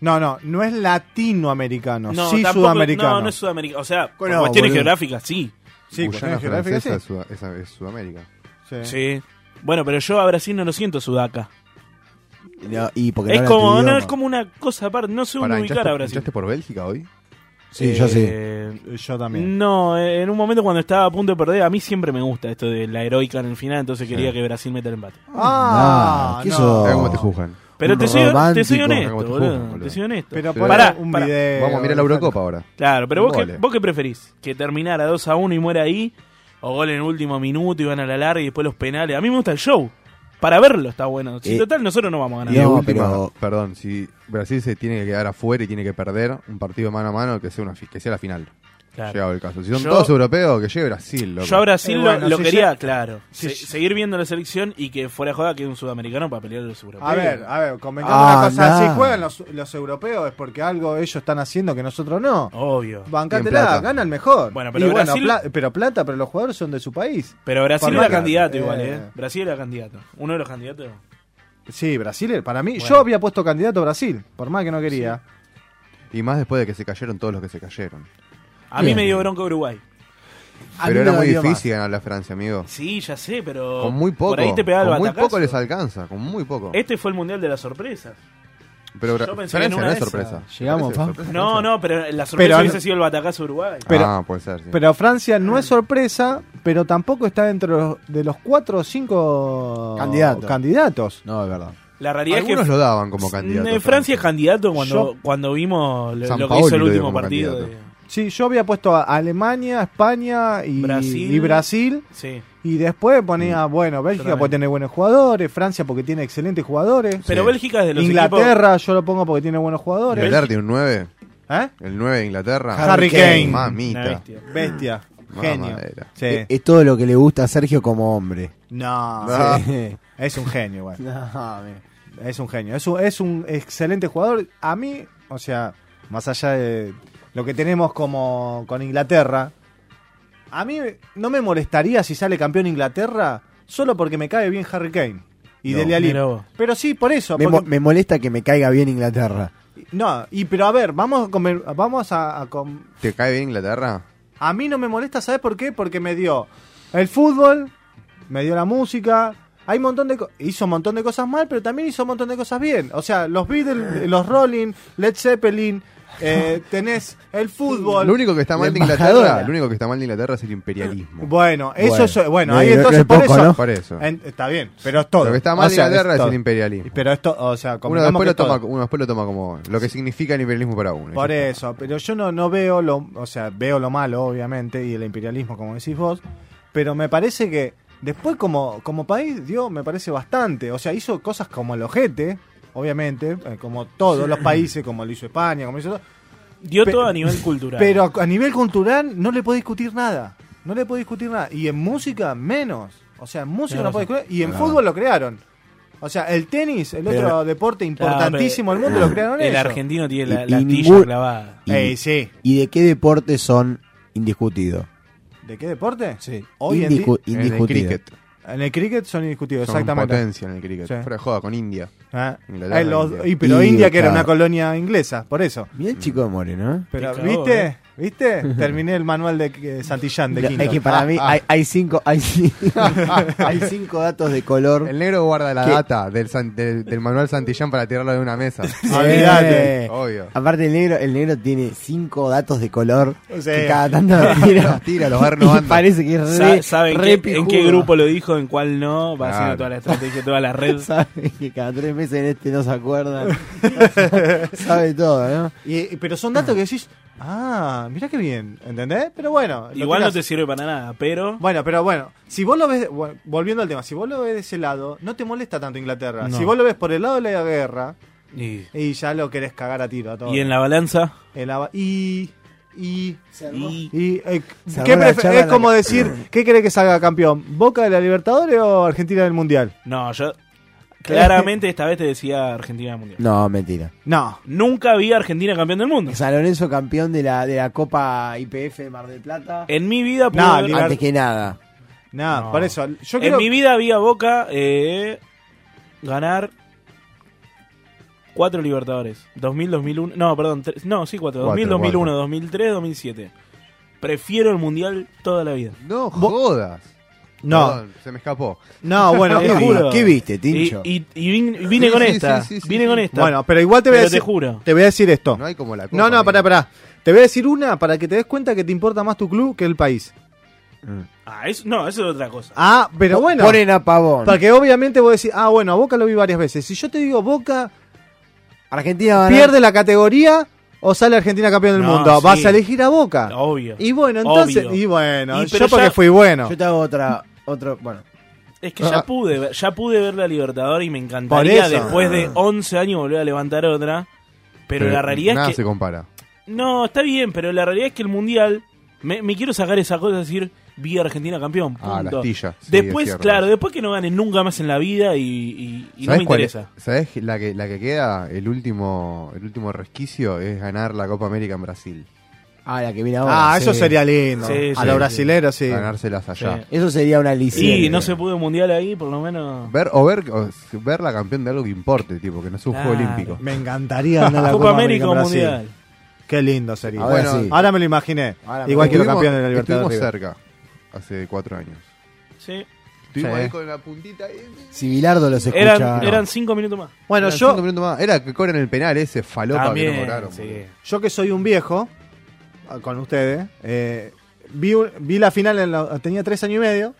[SPEAKER 6] No, no, no es latinoamericano,
[SPEAKER 5] No,
[SPEAKER 6] sí
[SPEAKER 5] tampoco-
[SPEAKER 6] sudamericano.
[SPEAKER 5] No, no es sudamericano. O sea, por
[SPEAKER 6] Bueno,
[SPEAKER 5] cuestiones
[SPEAKER 6] boludo.
[SPEAKER 5] geográficas, sí.
[SPEAKER 6] Sí,
[SPEAKER 7] Guyana
[SPEAKER 6] cuestiones geográficas,
[SPEAKER 7] francesa es,
[SPEAKER 6] sí.
[SPEAKER 7] Sud- esa- es Sudamérica.
[SPEAKER 6] Sí.
[SPEAKER 5] Sí. Bueno, pero yo a Brasil no lo siento sudaca.
[SPEAKER 3] No, y porque
[SPEAKER 5] Es
[SPEAKER 3] no hablan tu
[SPEAKER 5] como, no,
[SPEAKER 3] idioma.
[SPEAKER 5] es como una cosa aparte, no sé
[SPEAKER 7] Pará,
[SPEAKER 5] ubicar
[SPEAKER 7] ¿hinchaste,
[SPEAKER 5] a Brasil.
[SPEAKER 7] hinchaste por Bélgica hoy?
[SPEAKER 3] Sí, yo sí.
[SPEAKER 5] Eh,
[SPEAKER 6] Yo también.
[SPEAKER 5] No, eh, en un momento cuando estaba a punto de perder, a mí siempre me gusta esto de la heroica en el final, entonces quería que Brasil meta el empate.
[SPEAKER 3] Ah, ¿qué hizo?
[SPEAKER 7] Mirá cómo te juzgan.
[SPEAKER 5] Pero
[SPEAKER 3] Un
[SPEAKER 5] te soy, te soy
[SPEAKER 3] romántico.
[SPEAKER 5] honesto,
[SPEAKER 7] Como te
[SPEAKER 5] boludo,
[SPEAKER 7] juzgan, boludo.
[SPEAKER 5] te soy honesto.
[SPEAKER 6] Pero
[SPEAKER 7] Sí.
[SPEAKER 6] pon
[SPEAKER 5] Pará,
[SPEAKER 6] un
[SPEAKER 5] pará.
[SPEAKER 6] video.
[SPEAKER 7] Vamos a mirar la Eurocopa ahora.
[SPEAKER 5] Claro, pero vos, qué,
[SPEAKER 7] Goles.
[SPEAKER 5] vos qué preferís, que terminara 2 a 1 y muera ahí, o gol en el último minuto y van a la larga y después los penales. A mí me gusta el show, para verlo está bueno. Si
[SPEAKER 3] Eh,
[SPEAKER 5] total nosotros no vamos a
[SPEAKER 7] Y
[SPEAKER 5] ganar.
[SPEAKER 7] de
[SPEAKER 3] No,
[SPEAKER 7] última,
[SPEAKER 3] pero-
[SPEAKER 7] perdón, si Brasil se tiene que quedar afuera y tiene que perder un partido mano a mano, que sea, una, fi- que sea la final.
[SPEAKER 5] Claro.
[SPEAKER 7] Llegado el caso. Si son
[SPEAKER 5] Yo-
[SPEAKER 7] todos europeos, que llegue Brasil. loco.
[SPEAKER 5] Yo a Brasil
[SPEAKER 6] Eh,
[SPEAKER 5] lo-
[SPEAKER 6] bueno,
[SPEAKER 5] lo,
[SPEAKER 6] si
[SPEAKER 5] quería,
[SPEAKER 6] ya-
[SPEAKER 5] claro,
[SPEAKER 6] si
[SPEAKER 5] se-
[SPEAKER 6] ya-
[SPEAKER 5] seguir viendo la selección y que fuera joda que un sudamericano para pelear los europeos.
[SPEAKER 6] A ver, a ver, convengamos
[SPEAKER 3] Ah,
[SPEAKER 6] una cosa.
[SPEAKER 3] nah.
[SPEAKER 6] Si juegan los, los europeos es porque algo ellos están haciendo que nosotros no.
[SPEAKER 5] Obvio.
[SPEAKER 7] Bien, plata.
[SPEAKER 6] Bancátela, gana el mejor.
[SPEAKER 5] Bueno, pero
[SPEAKER 6] Y
[SPEAKER 5] Brasil-
[SPEAKER 6] pla- pero plata, pero los jugadores son de su país.
[SPEAKER 5] Pero Brasil
[SPEAKER 6] Por
[SPEAKER 5] era
[SPEAKER 6] más-
[SPEAKER 5] candidato
[SPEAKER 6] eh.
[SPEAKER 5] igual, ¿eh? Brasil era candidato. Uno de los candidatos.
[SPEAKER 6] Sí, Brasil, para mí,
[SPEAKER 5] Bueno.
[SPEAKER 6] yo había puesto candidato a Brasil, por más que no quería.
[SPEAKER 7] Y más después de que se cayeron todos los que se cayeron.
[SPEAKER 5] A mí
[SPEAKER 3] Bien.
[SPEAKER 5] me dio bronca Uruguay.
[SPEAKER 3] A mí
[SPEAKER 7] Pero
[SPEAKER 3] me
[SPEAKER 7] era muy
[SPEAKER 3] dolió más.
[SPEAKER 7] difícil ganar la Francia, amigo.
[SPEAKER 5] Sí, ya sé, pero.
[SPEAKER 7] Con muy poco.
[SPEAKER 5] Por ahí te pegaba el
[SPEAKER 7] con muy
[SPEAKER 5] batacazo.
[SPEAKER 7] poco les alcanza, con muy poco.
[SPEAKER 5] Este fue el mundial de las sorpresas.
[SPEAKER 7] Pero
[SPEAKER 5] yo
[SPEAKER 7] Bra-
[SPEAKER 5] pensé en
[SPEAKER 7] Francia
[SPEAKER 5] una
[SPEAKER 7] no
[SPEAKER 5] de
[SPEAKER 7] es
[SPEAKER 5] esas.
[SPEAKER 7] sorpresa.
[SPEAKER 3] Llegamos,
[SPEAKER 7] Parece
[SPEAKER 3] pa.
[SPEAKER 7] sorpresa,
[SPEAKER 5] No,
[SPEAKER 7] Francia.
[SPEAKER 5] no, pero la sorpresa
[SPEAKER 6] Pero-
[SPEAKER 5] hubiese sido el batacazo de Uruguay.
[SPEAKER 6] Pero-
[SPEAKER 7] ah, puede ser. sí.
[SPEAKER 6] Pero Francia no es sorpresa, pero tampoco está dentro de los- de los cuatro o cinco
[SPEAKER 3] Candidatos.
[SPEAKER 6] candidatos.
[SPEAKER 3] No, es verdad.
[SPEAKER 5] La realidad
[SPEAKER 7] Algunos
[SPEAKER 5] es que.
[SPEAKER 7] lo daban como candidato.
[SPEAKER 5] Eh, Francia es candidato cuando, cuando vimos lo,
[SPEAKER 7] San
[SPEAKER 5] lo que
[SPEAKER 7] Paoli
[SPEAKER 5] hizo el
[SPEAKER 7] lo dio
[SPEAKER 5] último
[SPEAKER 7] como
[SPEAKER 5] partido.
[SPEAKER 7] candidato.
[SPEAKER 5] de-
[SPEAKER 6] Sí, yo había puesto a Alemania, España y
[SPEAKER 5] Brasil.
[SPEAKER 6] y Brasil.
[SPEAKER 5] sí.
[SPEAKER 6] Y después ponía, bueno, Bélgica
[SPEAKER 5] Tremendo.
[SPEAKER 6] porque tiene buenos jugadores, Francia porque tiene excelentes jugadores,
[SPEAKER 5] Pero
[SPEAKER 7] Sí.
[SPEAKER 5] Bélgica es de los equipos.
[SPEAKER 6] Inglaterra yo lo pongo porque tiene buenos jugadores.
[SPEAKER 7] Inglaterra tiene un 9.
[SPEAKER 6] ¿Eh?
[SPEAKER 7] El 9 de Inglaterra.
[SPEAKER 6] Harry Kane.
[SPEAKER 5] Una
[SPEAKER 7] Mamita.
[SPEAKER 5] bestia.
[SPEAKER 6] Bestia, genio.
[SPEAKER 7] Mamadera.
[SPEAKER 6] Sí.
[SPEAKER 3] Es todo lo que le gusta a Sergio como hombre.
[SPEAKER 6] No,
[SPEAKER 3] Sí.
[SPEAKER 6] es un genio, güey.
[SPEAKER 3] No, me-
[SPEAKER 6] Es un genio. Es un, es un excelente jugador. A mí, o sea, más allá de lo que tenemos como con Inglaterra, a mí no me molestaría si sale campeón Inglaterra solo porque me cae bien Harry Kane y
[SPEAKER 3] No.
[SPEAKER 6] Dele Alli.
[SPEAKER 5] Mira vos.
[SPEAKER 6] Pero sí, por eso.
[SPEAKER 3] me,
[SPEAKER 6] porque-
[SPEAKER 3] mo- me molesta que me caiga bien Inglaterra.
[SPEAKER 6] No, y pero a ver, vamos a comer- vamos a, a com-
[SPEAKER 7] ¿Te cae bien Inglaterra?
[SPEAKER 6] a mí no me molesta, ¿sabes por qué? Porque me dio el fútbol, me dio la música, hay un montón de co- hizo un montón de cosas mal, pero también hizo un montón de cosas bien. O sea, los Beatles, los Rolling, Led Zeppelin, eh, tenés el fútbol.
[SPEAKER 7] Lo único que está mal de
[SPEAKER 3] La embajadora.
[SPEAKER 7] Inglaterra, lo único que está mal de Inglaterra es el imperialismo.
[SPEAKER 6] Bueno, eso
[SPEAKER 3] Bueno.
[SPEAKER 6] es bueno,
[SPEAKER 3] No,
[SPEAKER 6] ahí
[SPEAKER 3] no- no
[SPEAKER 6] entonces
[SPEAKER 3] es
[SPEAKER 6] por
[SPEAKER 3] poco,
[SPEAKER 6] eso,
[SPEAKER 3] ¿no?
[SPEAKER 7] Por eso.
[SPEAKER 6] En- está bien, pero es todo.
[SPEAKER 7] Lo que está
[SPEAKER 6] O
[SPEAKER 7] mal de
[SPEAKER 6] sea,
[SPEAKER 7] Inglaterra es
[SPEAKER 6] todo.
[SPEAKER 7] el imperialismo.
[SPEAKER 6] Pero esto, o sea,
[SPEAKER 7] Uno
[SPEAKER 6] convengamos
[SPEAKER 7] después,
[SPEAKER 6] que
[SPEAKER 7] lo
[SPEAKER 6] es todo.
[SPEAKER 7] toma, uno después lo toma como lo que significa el imperialismo para uno.
[SPEAKER 6] Por
[SPEAKER 7] Y ya está.
[SPEAKER 6] eso, pero yo no, no veo lo, o sea, veo lo malo, obviamente, y el imperialismo, como decís vos, pero me parece que después como, como país dio, me parece bastante, o sea, hizo cosas como el ojete, obviamente, eh, como todos los países, como lo hizo España, como hizo todo,
[SPEAKER 5] Dio
[SPEAKER 6] Pe-
[SPEAKER 5] todo a nivel cultural.
[SPEAKER 6] pero a, a nivel cultural no le puedo discutir nada, no le puedo discutir nada, y en música menos, o sea, en música
[SPEAKER 5] Tenés
[SPEAKER 6] no puedo
[SPEAKER 5] razón.
[SPEAKER 6] discutir, y en fútbol lo crearon. O sea, el tenis, el
[SPEAKER 3] Pero-
[SPEAKER 6] otro deporte importantísimo del mundo, lo crearon
[SPEAKER 5] El
[SPEAKER 6] ellos.
[SPEAKER 5] argentino tiene la,
[SPEAKER 3] Y-
[SPEAKER 5] la
[SPEAKER 3] y
[SPEAKER 5] astilla
[SPEAKER 3] ningún-
[SPEAKER 5] clavada.
[SPEAKER 3] Y,
[SPEAKER 6] Eh, sí.
[SPEAKER 3] ¿Y de qué deporte son indiscutidos?
[SPEAKER 6] ¿De qué deporte?
[SPEAKER 3] Sí.
[SPEAKER 6] Hoy en
[SPEAKER 3] Indiscu-
[SPEAKER 7] En el
[SPEAKER 3] indiscutido.
[SPEAKER 7] cricket.
[SPEAKER 6] En el cricket son indiscutidos,
[SPEAKER 7] Son
[SPEAKER 6] exactamente.
[SPEAKER 7] potencia en el cricket.
[SPEAKER 6] Sí.
[SPEAKER 7] Fuera de joda con India.
[SPEAKER 6] Ah,
[SPEAKER 7] Inglaterra,
[SPEAKER 6] eh, los-
[SPEAKER 7] India.
[SPEAKER 6] y pero
[SPEAKER 3] Y
[SPEAKER 6] India, que era
[SPEAKER 3] está-
[SPEAKER 6] una colonia inglesa, por eso.
[SPEAKER 3] Mirá el chico de Moreno, ¿eh?
[SPEAKER 6] Pero,
[SPEAKER 5] Te cagó,
[SPEAKER 6] ¿viste?
[SPEAKER 5] eh.
[SPEAKER 6] ¿Viste? Terminé el manual de eh, Santillán de
[SPEAKER 3] Lo-
[SPEAKER 6] Quinto. Ah,
[SPEAKER 3] Es que para mí hay, hay cinco hay, cin- hay cinco datos de color.
[SPEAKER 7] El negro guarda la
[SPEAKER 3] ¿Qué?
[SPEAKER 7] data del, san- del- del manual Santillán para tirarlo de una mesa. Ah,
[SPEAKER 6] Olvídate.
[SPEAKER 7] Obvio.
[SPEAKER 3] Aparte el negro, el negro tiene cinco datos de color
[SPEAKER 6] O sea,
[SPEAKER 3] que cada tanto los tira,
[SPEAKER 7] Los tira, los va renovando.
[SPEAKER 3] Y Parece que es
[SPEAKER 5] Sa-
[SPEAKER 3] re,
[SPEAKER 5] saben
[SPEAKER 3] re
[SPEAKER 5] qué- en
[SPEAKER 3] pijudo.
[SPEAKER 5] qué grupo lo dijo, en cuál no, va
[SPEAKER 7] Claro.
[SPEAKER 5] haciendo toda la estrategia, toda la red.
[SPEAKER 3] Sabe que cada tres meses en este no se acuerdan. Sabe todo, ¿no?
[SPEAKER 6] Y- y- pero son datos que decís, ah, mirá qué bien, ¿entendés? Pero bueno. lo
[SPEAKER 5] Igual no te
[SPEAKER 6] tirás.
[SPEAKER 5] sirve para nada, pero
[SPEAKER 6] Bueno, pero bueno, si vos lo ves, bueno, volviendo al tema, si vos lo ves de ese lado, no te molesta tanto Inglaterra.
[SPEAKER 5] No.
[SPEAKER 6] Si vos lo ves por el lado de la guerra,
[SPEAKER 5] y,
[SPEAKER 6] y ya lo querés cagar a tiro a todo.
[SPEAKER 5] y en la balanza
[SPEAKER 6] El ava- y Y.
[SPEAKER 5] Y
[SPEAKER 6] y, eh,
[SPEAKER 3] Se
[SPEAKER 6] ¿qué
[SPEAKER 3] armó la
[SPEAKER 6] prefe-
[SPEAKER 3] charla
[SPEAKER 6] es
[SPEAKER 3] de-
[SPEAKER 6] como decir, ¿qué cree que salga campeón? ¿Boca de la Libertadores o Argentina del Mundial?
[SPEAKER 5] no, yo claramente esta vez te decía Argentina Mundial.
[SPEAKER 3] No, mentira.
[SPEAKER 6] No.
[SPEAKER 5] Nunca vi a Argentina campeón del mundo.
[SPEAKER 3] San Lorenzo campeón de la, de la Copa IPF de Mar del
[SPEAKER 6] Eh,
[SPEAKER 3] Plata.
[SPEAKER 5] En mi vida pude
[SPEAKER 6] No,
[SPEAKER 5] ver-
[SPEAKER 6] Liber-
[SPEAKER 3] Antes que nada.
[SPEAKER 6] Nada,
[SPEAKER 5] No.
[SPEAKER 6] por eso. Yo
[SPEAKER 5] en
[SPEAKER 6] creo
[SPEAKER 5] mi vida vi a Boca eh, ganar cuatro Libertadores. 2000, 2001, no, perdón, tres- no, sí, cuatro. 2000,
[SPEAKER 7] Cuatro,
[SPEAKER 5] 2001,
[SPEAKER 7] cuatro.
[SPEAKER 5] 2003, 2007. Prefiero el Mundial toda la vida.
[SPEAKER 7] No jodas.
[SPEAKER 6] No.
[SPEAKER 7] Perdón, se me escapó.
[SPEAKER 6] No, Ah, bueno,
[SPEAKER 5] Te
[SPEAKER 6] es
[SPEAKER 5] juro.
[SPEAKER 3] ¿Qué viste,
[SPEAKER 5] Y,
[SPEAKER 3] Tincho?
[SPEAKER 5] y- y vin- y vine
[SPEAKER 7] Sí,
[SPEAKER 5] con
[SPEAKER 7] sí,
[SPEAKER 5] esta.
[SPEAKER 7] sí, sí, sí,
[SPEAKER 5] vine
[SPEAKER 7] sí.
[SPEAKER 5] con esta.
[SPEAKER 6] Bueno, pero igual te voy a
[SPEAKER 5] pero te
[SPEAKER 6] decir.
[SPEAKER 5] juro.
[SPEAKER 6] Te voy a decir esto.
[SPEAKER 7] No hay como la copa.
[SPEAKER 6] No, no, pará,
[SPEAKER 7] amigo.
[SPEAKER 6] pará. Te voy a decir una para que te des cuenta que te importa más tu club que el país.
[SPEAKER 5] Ah, eso, no, eso es otra cosa.
[SPEAKER 6] Ah, pero bueno.
[SPEAKER 3] Ponen a Pavón.
[SPEAKER 6] Porque obviamente vos decís, ah, bueno, a Boca lo vi varias veces. Si yo te digo Boca
[SPEAKER 3] Argentina va a ganar.
[SPEAKER 6] pierde la categoría o sale Argentina campeón del
[SPEAKER 5] No,
[SPEAKER 6] mundo,
[SPEAKER 5] sí.
[SPEAKER 6] vas a elegir a Boca.
[SPEAKER 7] Ah.
[SPEAKER 5] Obvio.
[SPEAKER 6] Y bueno, entonces.
[SPEAKER 5] Obvio.
[SPEAKER 6] Y bueno,
[SPEAKER 5] Y pero
[SPEAKER 6] yo porque
[SPEAKER 5] ya-
[SPEAKER 6] fui bueno.
[SPEAKER 3] Yo te hago otra. Otro, bueno,
[SPEAKER 5] Es que
[SPEAKER 7] Ah.
[SPEAKER 5] ya pude, ver- ya pude ver la Libertadores y me
[SPEAKER 6] Por
[SPEAKER 5] encantaría
[SPEAKER 6] eso.
[SPEAKER 5] después
[SPEAKER 7] Ah.
[SPEAKER 5] de 11 años volver a levantar otra. Pero, la realidad
[SPEAKER 7] nada
[SPEAKER 5] es que
[SPEAKER 7] se compara.
[SPEAKER 5] No, está bien, pero la realidad es que el Mundial. Me, me quiero sacar esa cosa de decir, vi a Argentina campeón.
[SPEAKER 7] Ah, la
[SPEAKER 5] punto.
[SPEAKER 7] astilla. Sí, es
[SPEAKER 5] Después,
[SPEAKER 7] cierto.
[SPEAKER 5] claro, después que no gane nunca más en la vida y, y- y no
[SPEAKER 7] ¿Sabés
[SPEAKER 5] me
[SPEAKER 7] cuál
[SPEAKER 5] interesa.
[SPEAKER 7] es- ¿Sabés la que, la que queda? El último, el último resquicio es ganar la Copa América en Brasil.
[SPEAKER 3] ah, la que viene ahora.
[SPEAKER 6] Ah,
[SPEAKER 3] sí.
[SPEAKER 6] eso sería lindo.
[SPEAKER 5] Sí,
[SPEAKER 6] a
[SPEAKER 5] sí,
[SPEAKER 6] los
[SPEAKER 5] sí.
[SPEAKER 6] brasileros, sí.
[SPEAKER 7] Ganárselas allá.
[SPEAKER 5] Sí.
[SPEAKER 3] Eso sería una licencia.
[SPEAKER 5] Sí, no se pudo Mundial ahí, por lo menos.
[SPEAKER 7] Ver, o ver o s- verla campeón de algo que importe, tipo, que no es un
[SPEAKER 5] Claro.
[SPEAKER 7] juego olímpico.
[SPEAKER 6] Me encantaría ganar la
[SPEAKER 5] Copa, América o
[SPEAKER 6] en Brasil.
[SPEAKER 5] Mundial.
[SPEAKER 6] Qué lindo sería.
[SPEAKER 3] Ahora
[SPEAKER 6] Bueno,
[SPEAKER 3] sí.
[SPEAKER 6] ahora me lo imaginé.
[SPEAKER 3] Ahora me
[SPEAKER 6] Igual que los
[SPEAKER 7] Estuvimos-
[SPEAKER 6] campeones de la Libertadores.
[SPEAKER 7] Estuvimos cerca, hace cuatro años.
[SPEAKER 5] Sí.
[SPEAKER 7] Estuvimos
[SPEAKER 6] Sí.
[SPEAKER 7] ahí con la puntita. eh,
[SPEAKER 3] Si Bilardo los escucha.
[SPEAKER 5] Eran, eran cinco minutos más.
[SPEAKER 6] Bueno,
[SPEAKER 7] eran
[SPEAKER 6] yo,
[SPEAKER 7] cinco minutos más. Era que cobran el penal ese falopa que no
[SPEAKER 5] También.
[SPEAKER 7] cobraron.
[SPEAKER 5] sí.
[SPEAKER 7] boludo.
[SPEAKER 6] yo que soy un viejo, ah, con ustedes, eh, vi, un- vi la final, en la- tenía tres años y medio,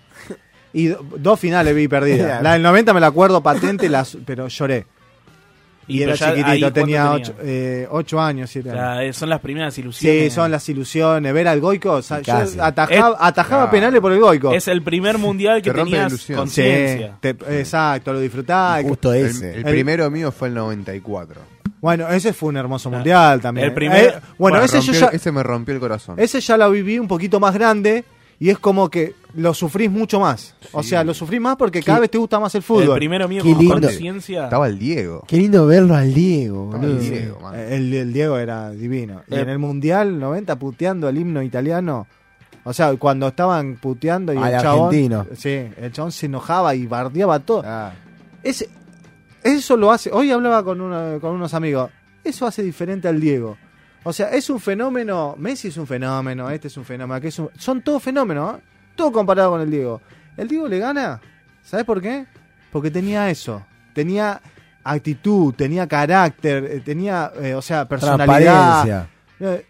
[SPEAKER 6] y do- dos finales vi perdidas. la del 90 me la acuerdo patente, la su- pero lloré. Y,
[SPEAKER 5] pero
[SPEAKER 6] era
[SPEAKER 5] ya ahí,
[SPEAKER 6] chiquitito,
[SPEAKER 5] ¿cuánto
[SPEAKER 6] tenía ocho, eh, ocho años, siete
[SPEAKER 5] O
[SPEAKER 6] años.
[SPEAKER 5] sea, eh, son las primeras ilusiones.
[SPEAKER 6] Sí, son las ilusiones. Ver al Goico, o sea, yo
[SPEAKER 3] Casi.
[SPEAKER 6] atajaba,
[SPEAKER 5] Es-
[SPEAKER 6] atajaba
[SPEAKER 7] Claro.
[SPEAKER 6] penales por el Goico.
[SPEAKER 5] Es el primer Mundial que
[SPEAKER 7] Te rompe la
[SPEAKER 5] tenías
[SPEAKER 7] ilusión.
[SPEAKER 6] Sí,
[SPEAKER 5] conciencia.
[SPEAKER 6] te- exacto, lo disfrutaba.
[SPEAKER 3] Justo
[SPEAKER 7] El,
[SPEAKER 3] ese.
[SPEAKER 7] el
[SPEAKER 6] El-
[SPEAKER 7] primero mío fue el 94.
[SPEAKER 6] Bueno, ese fue un hermoso mundial también.
[SPEAKER 5] El primero-
[SPEAKER 6] Eh, bueno,
[SPEAKER 7] Me
[SPEAKER 6] ese yo
[SPEAKER 7] rompió-
[SPEAKER 6] ya,
[SPEAKER 7] ese me rompió el corazón.
[SPEAKER 6] ese ya lo viví un poquito más grande y es como que lo sufrís mucho más. O sea, lo sufrís más porque cada vez te gusta más el
[SPEAKER 5] El
[SPEAKER 6] fútbol.
[SPEAKER 5] primero mío
[SPEAKER 3] Qué
[SPEAKER 5] con
[SPEAKER 3] lindo.
[SPEAKER 5] conciencia.
[SPEAKER 7] Estaba el Diego.
[SPEAKER 3] Qué lindo verlo al Diego,
[SPEAKER 7] Estaba
[SPEAKER 3] boludo.
[SPEAKER 7] el Diego, man.
[SPEAKER 6] Eh, El, el Diego era divino. Y
[SPEAKER 5] Eh.
[SPEAKER 6] en el mundial 90 puteando al himno italiano. O sea, cuando estaban puteando y
[SPEAKER 3] Al
[SPEAKER 6] el chabón,
[SPEAKER 3] argentino.
[SPEAKER 6] sí, el chabón se enojaba y bardeaba todo.
[SPEAKER 3] Ah.
[SPEAKER 6] Ese- eso lo hace. Hoy hablaba con, una- con unos amigos. Eso hace diferente al Diego. O sea, es un fenómeno. Messi es un fenómeno. Este es un fenómeno. que es un- son todos fenómenos. ¿eh? Todo comparado con el Diego. El Diego le gana. ¿Sabes por qué? Porque tenía eso. Tenía actitud, tenía carácter, eh, tenía, eh, o sea, personalidad.
[SPEAKER 3] Transparencia.
[SPEAKER 6] Eh,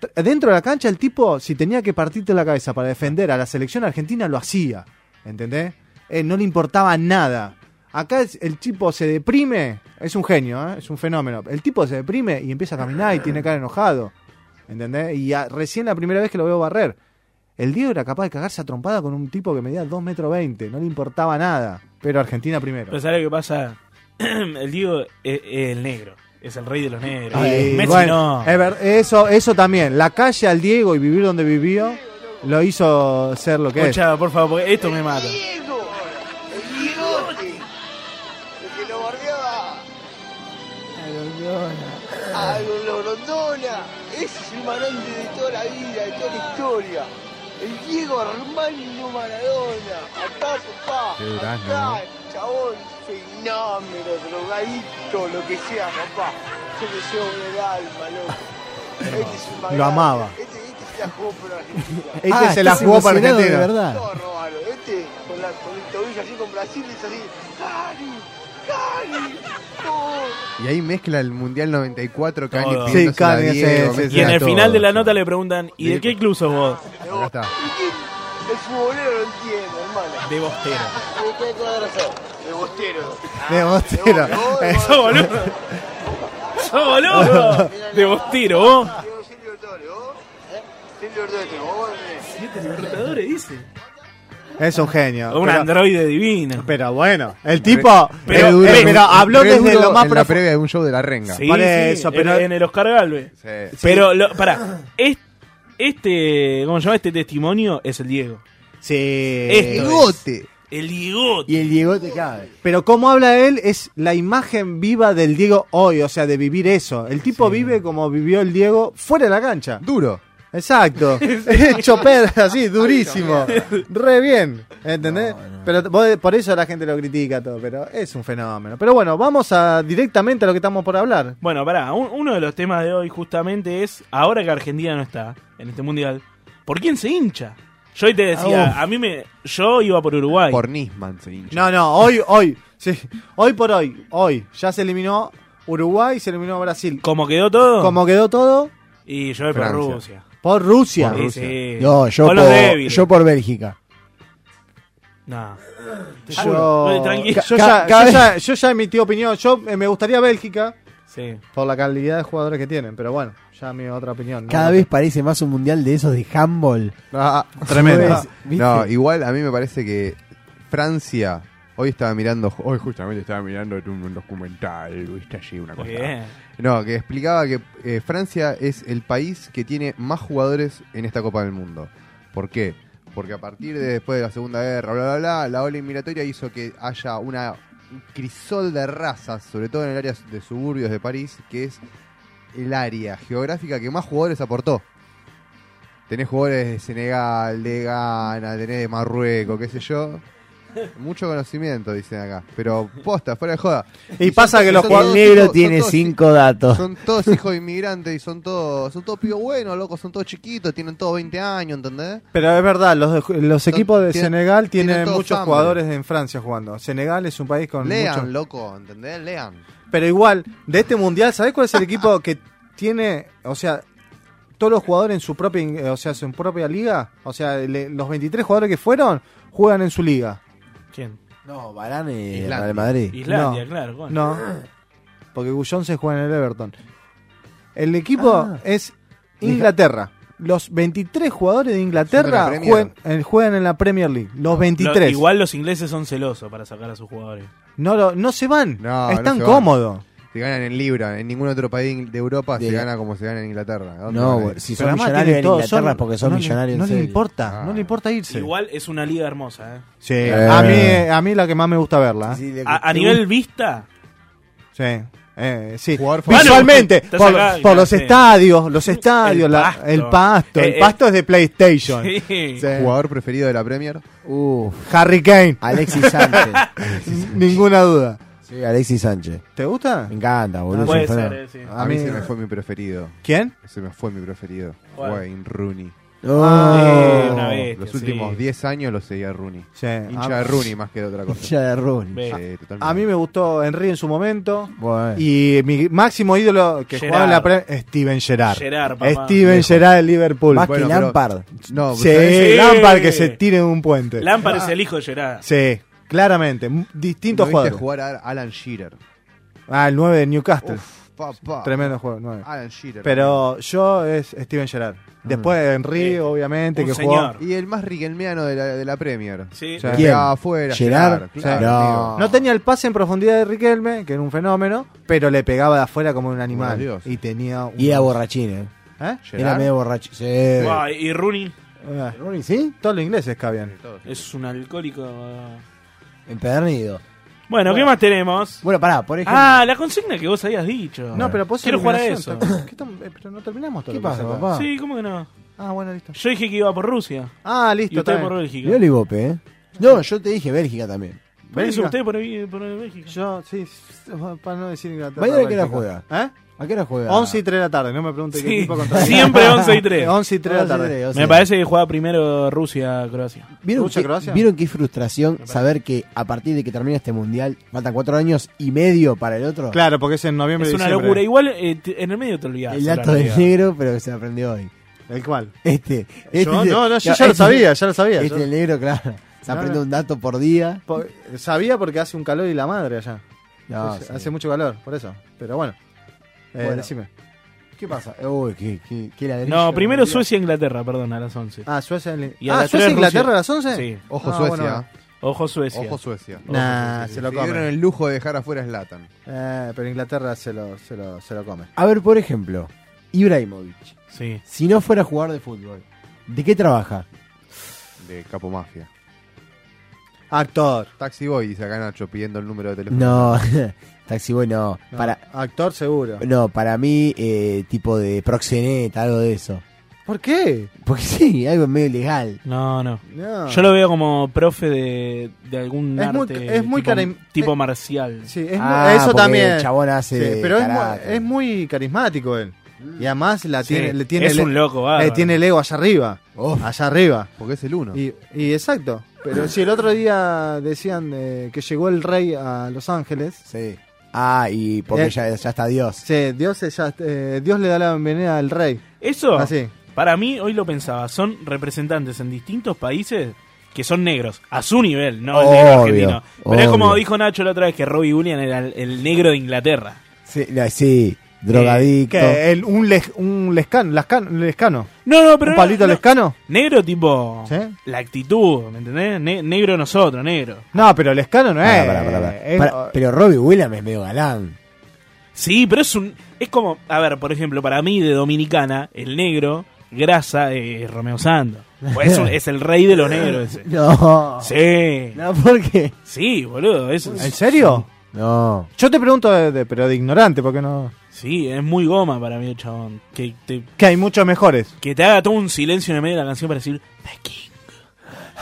[SPEAKER 6] tr- Dentro de la cancha, el tipo, si tenía que partirte la cabeza para defender a la selección argentina, lo hacía. ¿Entendés? Eh, no le importaba nada. Acá es- el tipo se deprime, es un genio, ¿eh? es un fenómeno. El tipo se deprime y empieza a caminar y tiene cara enojado. ¿Entendés? Y a- recién la primera vez que lo veo barrer. El Diego era capaz de cagarse a trompada con un tipo que medía 2 metros 20, no le importaba nada. Pero Argentina primero.
[SPEAKER 5] Pero ¿sabes lo que pasa? el Diego es, es el negro. Es el rey de los negros.
[SPEAKER 6] Y
[SPEAKER 5] Messi
[SPEAKER 6] bueno,
[SPEAKER 5] no.
[SPEAKER 6] es ver- eso, eso también. La calle al Diego y vivir donde vivió lo hizo ser lo que es.
[SPEAKER 5] Concha, por favor, porque esto me mata.
[SPEAKER 7] Qué durazno, ¿no?
[SPEAKER 6] Este Lo amaba. Este
[SPEAKER 3] Ah,
[SPEAKER 6] se la
[SPEAKER 3] estás
[SPEAKER 6] jugó para
[SPEAKER 3] emocionado de
[SPEAKER 6] Argentina.
[SPEAKER 3] verdad.
[SPEAKER 6] Este,
[SPEAKER 7] Y ahí mezcla el Mundial 94, Cani
[SPEAKER 5] Todo.
[SPEAKER 7] pidiéndose
[SPEAKER 6] Sí, Cani,
[SPEAKER 7] la
[SPEAKER 6] sí,
[SPEAKER 7] Diego,
[SPEAKER 6] sí,
[SPEAKER 7] mezcla
[SPEAKER 5] Y en el
[SPEAKER 7] todo.
[SPEAKER 5] final de la nota le preguntan, ¿y de qué incluso vos?
[SPEAKER 7] Acá está.
[SPEAKER 5] De Bostero.
[SPEAKER 6] De Bostero.
[SPEAKER 5] ¡Sos boludo! ¡Sos boludo! De Bostero, vos. Siete Libertadores, dice.
[SPEAKER 6] Es un genio.
[SPEAKER 5] Un
[SPEAKER 6] Pero-
[SPEAKER 5] androide divino.
[SPEAKER 6] Pero bueno, el tipo.
[SPEAKER 5] Pero-
[SPEAKER 6] eh,
[SPEAKER 5] duro,
[SPEAKER 6] eh,
[SPEAKER 5] re-
[SPEAKER 6] pero habló
[SPEAKER 7] Re
[SPEAKER 6] desde
[SPEAKER 7] duro
[SPEAKER 6] lo más
[SPEAKER 7] en la
[SPEAKER 6] profundo.
[SPEAKER 7] previa de un show de la renga.
[SPEAKER 5] Sí,
[SPEAKER 6] Por
[SPEAKER 5] sí,
[SPEAKER 6] eso,
[SPEAKER 5] en-
[SPEAKER 6] pero-
[SPEAKER 5] en el Oscar Galvez.
[SPEAKER 7] Sí.
[SPEAKER 5] Pero, lo, pará, es este, ¿cómo se llama? Este testimonio es el Diego.
[SPEAKER 6] Sí.
[SPEAKER 5] Esto
[SPEAKER 7] Bigote.
[SPEAKER 5] El Diego.
[SPEAKER 3] Y el Diego te cabe.
[SPEAKER 6] Pero como habla él, es la imagen viva del Diego hoy, o sea, de vivir eso. El tipo vive como vivió el Diego fuera de la cancha.
[SPEAKER 7] Duro.
[SPEAKER 6] Exacto. Hecho pedra, así, durísimo. Re bien. ¿Entendés? Pero vos- por eso la gente lo critica todo, pero es un fenómeno. Pero bueno, vamos a directamente a lo que estamos por hablar.
[SPEAKER 5] Bueno, pará, un- uno de los temas de hoy justamente es, ahora que Argentina no está en este mundial, ¿por quién se hincha? Yo hoy te decía, a mí me. Yo iba por Uruguay.
[SPEAKER 7] Por Nisman se hincha.
[SPEAKER 6] No, no, hoy, hoy, sí, hoy por hoy, hoy. Ya se eliminó Uruguay, se eliminó Brasil.
[SPEAKER 5] ¿Cómo quedó todo?
[SPEAKER 6] Como quedó todo,
[SPEAKER 5] Y yo voy por
[SPEAKER 7] Francia.
[SPEAKER 5] Rusia.
[SPEAKER 6] por Rusia.
[SPEAKER 5] Sí,
[SPEAKER 7] Rusia.
[SPEAKER 5] sí.
[SPEAKER 3] No, yo
[SPEAKER 5] Con los
[SPEAKER 3] por,
[SPEAKER 5] débiles.
[SPEAKER 3] yo por Bélgica.
[SPEAKER 5] No. Te
[SPEAKER 6] Yo,
[SPEAKER 5] juro. No, tranquilo.
[SPEAKER 6] yo,
[SPEAKER 3] Ca-
[SPEAKER 6] ya,
[SPEAKER 3] ca-
[SPEAKER 6] yo ya- yo ya emití opinión. Yo eh, me gustaría Bélgica
[SPEAKER 5] Sí.
[SPEAKER 6] por la calidad de jugadores que tienen, pero bueno, ya mi otra opinión. ¿no?
[SPEAKER 3] Cada vez parece más un mundial de esos de handball.
[SPEAKER 7] Ah,
[SPEAKER 3] tremendo.
[SPEAKER 7] No,
[SPEAKER 3] ¿Viste?
[SPEAKER 7] No, igual a mí me parece que Francia. Hoy estaba mirando, hoy justamente estaba mirando un, un documental, viste allí una cosa.
[SPEAKER 5] Bien.
[SPEAKER 7] No, que explicaba que eh, Francia es el país que tiene más jugadores en esta Copa del Mundo. ¿Por qué? Porque a partir de después de la Segunda Guerra, bla, bla, bla, la ola inmigratoria hizo que haya una un crisol de razas, sobre todo en el área de suburbios de París, que es el área geográfica que más jugadores aportó. Tenés jugadores de Senegal, de Ghana, tenés de Marruecos, qué sé yo. Mucho conocimiento, dicen acá. Pero posta, fuera de joda.
[SPEAKER 6] Y pasa que los
[SPEAKER 7] son
[SPEAKER 6] jugadores-
[SPEAKER 7] todos
[SPEAKER 3] Negro
[SPEAKER 7] hijos- son
[SPEAKER 3] tiene
[SPEAKER 7] todos
[SPEAKER 3] cinco datos.
[SPEAKER 7] son todos hijos de inmigrantes y son todos son todos pibos buenos, locos, son todos chiquitos, tienen todos 20 años, ¿entendés?
[SPEAKER 6] Pero es verdad, los, los equipos de
[SPEAKER 7] tienen-
[SPEAKER 6] Senegal
[SPEAKER 7] tienen
[SPEAKER 6] tienen,
[SPEAKER 7] todos
[SPEAKER 6] muchos
[SPEAKER 7] hambre.
[SPEAKER 6] jugadores en Francia jugando. Senegal es un país con
[SPEAKER 7] Lean,
[SPEAKER 6] muchos.
[SPEAKER 7] loco, ¿entendés? Lean.
[SPEAKER 6] Pero igual, de este mundial, ¿sabés cuál es el equipo que tiene, o sea, todos los jugadores en su propia, eh, o sea, su propia liga? O sea, le- los 23 jugadores que fueron juegan en su liga.
[SPEAKER 5] ¿Quién?
[SPEAKER 3] No, Barán es
[SPEAKER 7] Islandia.
[SPEAKER 3] Real Madrid.
[SPEAKER 5] Islandia,
[SPEAKER 6] No.
[SPEAKER 5] claro. bueno.
[SPEAKER 6] No, porque Gullón se juega en el Everton. El equipo
[SPEAKER 3] Ah.
[SPEAKER 6] es Inglaterra. Los 23 jugadores de Inglaterra
[SPEAKER 7] Son de la
[SPEAKER 6] juegan, eh, juegan en la Premier League. Los
[SPEAKER 5] Lo-
[SPEAKER 6] 23.
[SPEAKER 5] igual los ingleses son celosos para sacar a sus jugadores.
[SPEAKER 6] No, lo- no se van.
[SPEAKER 7] No,
[SPEAKER 6] Están
[SPEAKER 7] no se van.
[SPEAKER 6] cómodos.
[SPEAKER 7] Se ganan en Libra, en ningún otro país de Europa
[SPEAKER 3] De-
[SPEAKER 7] se gana como se gana en Inglaterra. ¿A dónde
[SPEAKER 3] No,
[SPEAKER 7] van a ir?
[SPEAKER 3] güey, si
[SPEAKER 6] Pero
[SPEAKER 3] son
[SPEAKER 6] además
[SPEAKER 3] millonarios
[SPEAKER 6] tienen
[SPEAKER 3] en
[SPEAKER 6] todo-
[SPEAKER 3] Inglaterra es porque son
[SPEAKER 6] no le-
[SPEAKER 3] millonarios
[SPEAKER 6] No
[SPEAKER 3] en
[SPEAKER 6] le
[SPEAKER 3] serio.
[SPEAKER 6] importa,
[SPEAKER 7] Ah.
[SPEAKER 6] no le importa irse.
[SPEAKER 5] Igual es una liga hermosa. ¿eh?
[SPEAKER 6] Sí,
[SPEAKER 3] Eh.
[SPEAKER 6] a, mí, a mí la que más me gusta verla. ¿eh? Sí,
[SPEAKER 3] Sí, de-
[SPEAKER 5] A, a nivel vista,
[SPEAKER 6] eh, sí.
[SPEAKER 7] Jugar fútbol.
[SPEAKER 6] Visualmente,
[SPEAKER 5] Bueno,
[SPEAKER 6] por,
[SPEAKER 5] estás acá,
[SPEAKER 6] por los
[SPEAKER 5] sí.
[SPEAKER 6] estadios, los estadios,
[SPEAKER 5] El
[SPEAKER 6] la-
[SPEAKER 5] pasto.
[SPEAKER 6] el pasto.
[SPEAKER 5] Eh,
[SPEAKER 6] el
[SPEAKER 5] eh.
[SPEAKER 6] pasto es de PlayStation.
[SPEAKER 5] sí.
[SPEAKER 6] Sí.
[SPEAKER 7] Jugador preferido de la Premier.
[SPEAKER 3] Uf,
[SPEAKER 6] Harry Kane,
[SPEAKER 7] Ah,
[SPEAKER 3] Alexis Sánchez.
[SPEAKER 6] ninguna duda.
[SPEAKER 3] Sí, Alexis Sánchez.
[SPEAKER 6] ¿Te gusta?
[SPEAKER 3] Me encanta, boludo.
[SPEAKER 5] puede
[SPEAKER 3] es un
[SPEAKER 5] ser.
[SPEAKER 3] fenómeno.
[SPEAKER 5] eh, sí.
[SPEAKER 7] A, mí, se me fue mi preferido.
[SPEAKER 6] ¿Quién?
[SPEAKER 7] Se me fue mi preferido.
[SPEAKER 5] ¿Cuál?
[SPEAKER 7] Wayne Rooney.
[SPEAKER 3] No.
[SPEAKER 5] Sí,
[SPEAKER 6] Oh.
[SPEAKER 5] una bestia,
[SPEAKER 7] Los
[SPEAKER 5] sí.
[SPEAKER 7] últimos 10 años los seguía Rooney.
[SPEAKER 6] Sí,
[SPEAKER 7] Hincha
[SPEAKER 6] a,
[SPEAKER 7] de Rooney más que de otra cosa.
[SPEAKER 3] Ya de Rooney.
[SPEAKER 5] Ve.
[SPEAKER 7] Sí, totalmente.
[SPEAKER 6] Eh, ah, a mí me gustó Henry en su momento.
[SPEAKER 3] Bueno.
[SPEAKER 6] Y mi máximo ídolo que jugaba en la
[SPEAKER 5] Gerrard.
[SPEAKER 6] pre- Steven Gerrard.
[SPEAKER 5] Gerrard, papá.
[SPEAKER 6] Steven Gerrard de Liverpool.
[SPEAKER 3] Más
[SPEAKER 7] Bueno,
[SPEAKER 3] que
[SPEAKER 7] pero-
[SPEAKER 3] Lampard.
[SPEAKER 7] No,
[SPEAKER 6] Sí,
[SPEAKER 7] ¿sabés?
[SPEAKER 5] Sí.
[SPEAKER 6] Lampard que se tire en un puente.
[SPEAKER 5] Lampard es el hijo de Gerard.
[SPEAKER 6] Ah. Sí, claramente. M- Distintos
[SPEAKER 7] ¿No viste
[SPEAKER 6] jugadores.
[SPEAKER 7] jugar a Alan Shearer.
[SPEAKER 6] Ah, el 9 de Newcastle.
[SPEAKER 7] Uf,
[SPEAKER 3] ah,
[SPEAKER 7] papá.
[SPEAKER 6] Tremendo juego, el 9.
[SPEAKER 7] Alan Shearer.
[SPEAKER 6] Pero yo es Steven Gerrard.
[SPEAKER 3] Ah.
[SPEAKER 6] Después Henry,
[SPEAKER 5] Eh,
[SPEAKER 6] obviamente,
[SPEAKER 5] un
[SPEAKER 6] que
[SPEAKER 5] señor.
[SPEAKER 6] jugó.
[SPEAKER 7] Y el más riquelmeano de la, de la Premier.
[SPEAKER 5] Sí.
[SPEAKER 7] Se
[SPEAKER 6] ¿Quién?
[SPEAKER 7] quedaba afuera.
[SPEAKER 3] ¿Gerard?
[SPEAKER 7] claro,
[SPEAKER 3] No.
[SPEAKER 6] No tenía el pase en profundidad de Riquelme, que era un fenómeno, pero le pegaba de afuera como un animal.
[SPEAKER 7] Bueno, Dios.
[SPEAKER 6] y tenía un...
[SPEAKER 3] Y era borrachín, eh.
[SPEAKER 6] ¿Eh?
[SPEAKER 7] tío.
[SPEAKER 3] Era
[SPEAKER 7] ¿Gerard?
[SPEAKER 3] medio borrachín. Sí.
[SPEAKER 5] Guau, y Rooney
[SPEAKER 6] Ah,
[SPEAKER 3] Rooney, ¿sí?
[SPEAKER 6] Todos los ingleses cabían.
[SPEAKER 5] es un alcohólico. Bueno,
[SPEAKER 3] Empedernido.
[SPEAKER 5] ¿qué más tenemos?
[SPEAKER 3] Bueno, pará, por ejemplo.
[SPEAKER 5] Ah, la consigna que vos habías dicho.
[SPEAKER 6] No, pero pos
[SPEAKER 5] Quiero jugar a
[SPEAKER 6] eliminación,
[SPEAKER 5] eso.
[SPEAKER 6] tam- ¿qué tam- eh, Pero no terminamos todo
[SPEAKER 3] ¿Qué
[SPEAKER 6] lo que
[SPEAKER 3] pasa,
[SPEAKER 6] pasa acá.
[SPEAKER 3] papá?
[SPEAKER 5] Sí, ¿cómo que no?
[SPEAKER 6] Ah, bueno, listo.
[SPEAKER 5] Yo dije que iba por Rusia.
[SPEAKER 6] Ah,
[SPEAKER 5] Y
[SPEAKER 6] listo. está
[SPEAKER 5] usted
[SPEAKER 6] bien.
[SPEAKER 5] por Bélgica.
[SPEAKER 3] Yo le bope, eh. No, yo te dije Bélgica también.
[SPEAKER 5] Por eso
[SPEAKER 6] Bélgica.
[SPEAKER 5] usted por, ahí- por Bélgica.
[SPEAKER 6] Yo, sí, s- para no decir Inglaterra.
[SPEAKER 3] Mañana que la
[SPEAKER 6] Bélgica. ¿Eh?
[SPEAKER 3] ¿A qué hora juega?
[SPEAKER 6] 11 y 3 de la tarde, no me pregunte qué
[SPEAKER 5] Sí,
[SPEAKER 6] equipo contra quién.
[SPEAKER 5] siempre 11 y 3.
[SPEAKER 6] 11 y 3 de la tarde.
[SPEAKER 5] Me parece que jugaba primero Rusia-Croacia.
[SPEAKER 3] ¿Vieron
[SPEAKER 6] ¿Rusia,
[SPEAKER 3] qué,
[SPEAKER 6] Croacia?
[SPEAKER 3] ¿Vieron qué frustración saber que a partir de que termina este mundial faltan cuatro años y medio para el otro?
[SPEAKER 6] Claro, porque es en noviembre
[SPEAKER 5] Es una
[SPEAKER 6] diciembre.
[SPEAKER 5] locura. Igual eh, te- en el medio te olvidás.
[SPEAKER 3] el dato
[SPEAKER 5] la
[SPEAKER 3] del
[SPEAKER 5] realidad.
[SPEAKER 3] negro, pero que se aprendió hoy.
[SPEAKER 6] ¿El cual?
[SPEAKER 3] Este. este
[SPEAKER 6] Yo, no, no, yo ya
[SPEAKER 3] este-
[SPEAKER 6] lo sabía, ya lo sabía.
[SPEAKER 3] Este
[SPEAKER 6] yo-
[SPEAKER 3] el negro, claro. Se
[SPEAKER 6] No,
[SPEAKER 3] aprende
[SPEAKER 6] no.
[SPEAKER 3] un dato por día.
[SPEAKER 6] po- sabía porque hace un calor y la madre allá.
[SPEAKER 3] No,
[SPEAKER 6] hace,
[SPEAKER 3] sí.
[SPEAKER 6] hace mucho calor, por eso. Pero bueno. Eh,
[SPEAKER 3] Bueno.
[SPEAKER 6] Decime.
[SPEAKER 3] ¿Qué pasa? Uy, qué, qué, qué ladrillo.
[SPEAKER 5] No, primero Suecia-Inglaterra, perdón, a las 11.
[SPEAKER 6] Ah, Suecia. en-
[SPEAKER 5] Y a
[SPEAKER 6] ah,
[SPEAKER 5] las
[SPEAKER 6] Suecia
[SPEAKER 5] tres,
[SPEAKER 6] Inglaterra
[SPEAKER 5] Rusia.
[SPEAKER 6] a las 11?
[SPEAKER 5] Sí.
[SPEAKER 7] Ojo
[SPEAKER 6] Ah,
[SPEAKER 7] Suecia.
[SPEAKER 6] bueno.
[SPEAKER 5] Ojo Suecia.
[SPEAKER 7] Ojo Suecia.
[SPEAKER 6] Nah, se lo
[SPEAKER 7] Se dieron
[SPEAKER 6] come.
[SPEAKER 7] el lujo de dejar afuera a Zlatan.
[SPEAKER 6] Eh, pero Inglaterra se lo, se lo, se lo come.
[SPEAKER 3] A ver, por ejemplo, Ibrahimovic,
[SPEAKER 5] Sí.
[SPEAKER 3] si no fuera a jugar de fútbol, ¿de qué trabaja?
[SPEAKER 7] de Capo Mafia.
[SPEAKER 6] Actor.
[SPEAKER 7] Taxi Boy, dice acá Nacho, pidiendo el número de teléfono.
[SPEAKER 3] No, Taxi Boy no.
[SPEAKER 6] No,
[SPEAKER 3] Para,
[SPEAKER 6] Actor seguro.
[SPEAKER 3] no, para mí, eh, tipo de proxeneta, algo de eso.
[SPEAKER 6] ¿Por qué?
[SPEAKER 3] Porque sí, algo medio ilegal.
[SPEAKER 5] No, no.
[SPEAKER 6] No.
[SPEAKER 5] Yo lo veo como profe de, de algún
[SPEAKER 6] Es muy-
[SPEAKER 5] arte
[SPEAKER 6] es muy
[SPEAKER 5] tipo,
[SPEAKER 6] cara-
[SPEAKER 5] tipo
[SPEAKER 6] eh,
[SPEAKER 5] marcial.
[SPEAKER 6] Sí, es
[SPEAKER 3] Ah,
[SPEAKER 6] muy- eso
[SPEAKER 3] porque
[SPEAKER 6] también.
[SPEAKER 3] El chabón hace.
[SPEAKER 6] Sí, Mm.
[SPEAKER 3] de
[SPEAKER 6] pero es muy,
[SPEAKER 3] karate.
[SPEAKER 6] es muy carismático él. Y además la
[SPEAKER 5] Sí.
[SPEAKER 6] tiene, le tiene,
[SPEAKER 5] es
[SPEAKER 6] el-
[SPEAKER 5] un loco,
[SPEAKER 6] le
[SPEAKER 5] bárbaro.
[SPEAKER 6] tiene el ego allá arriba.
[SPEAKER 3] Uf.
[SPEAKER 6] Allá arriba.
[SPEAKER 7] Porque es el uno.
[SPEAKER 6] Y, y exacto. Pero si el otro día decían eh, que llegó el rey a Los Ángeles,
[SPEAKER 3] Sí. Ah, y porque
[SPEAKER 6] Eh.
[SPEAKER 3] ya, ya está Dios.
[SPEAKER 6] sí, Dios, es ya- eh, Dios le da la bienvenida al rey.
[SPEAKER 5] Eso,
[SPEAKER 6] Así.
[SPEAKER 5] para mí, hoy lo pensaba, son representantes en distintos países que son negros, a su nivel, no el negro
[SPEAKER 3] Obvio,
[SPEAKER 5] argentino. Pero es como
[SPEAKER 3] obvio.
[SPEAKER 5] dijo Nacho la otra vez que Robbie Williams era el, el negro de Inglaterra.
[SPEAKER 3] Sí, no, sí, drogadicto.
[SPEAKER 6] Eh, Que el- un, les, un lescan- lascan- lescano.
[SPEAKER 5] No, no, pero. no,
[SPEAKER 6] ¿Un palito
[SPEAKER 5] no.
[SPEAKER 6] lescano?
[SPEAKER 5] Negro, tipo.
[SPEAKER 6] ¿Sí?
[SPEAKER 5] La actitud, ¿me entendés? Ne- negro nosotros, negro.
[SPEAKER 6] No, pero lescano no es.
[SPEAKER 3] Pará, pará, pará, pará.
[SPEAKER 6] Eh, es-
[SPEAKER 3] Pará, pero Robbie Williams es medio galán.
[SPEAKER 5] Sí, pero es un. Es como. A ver, por ejemplo, para mí de Dominicana, el negro, grasa, eh, es Romeo Santos. Pues es, un- es el rey de los negros ese.
[SPEAKER 3] No.
[SPEAKER 5] Sí.
[SPEAKER 3] No, ¿por qué?
[SPEAKER 5] Sí, boludo. Es,
[SPEAKER 6] ¿En serio?
[SPEAKER 3] No.
[SPEAKER 6] Yo te pregunto, de- de- pero de ignorante, porque no.
[SPEAKER 5] sí, es muy goma para mí el chabón. Que te,
[SPEAKER 6] Que hay muchos mejores.
[SPEAKER 5] que te haga todo un silencio en el medio de la canción para decir. "The King".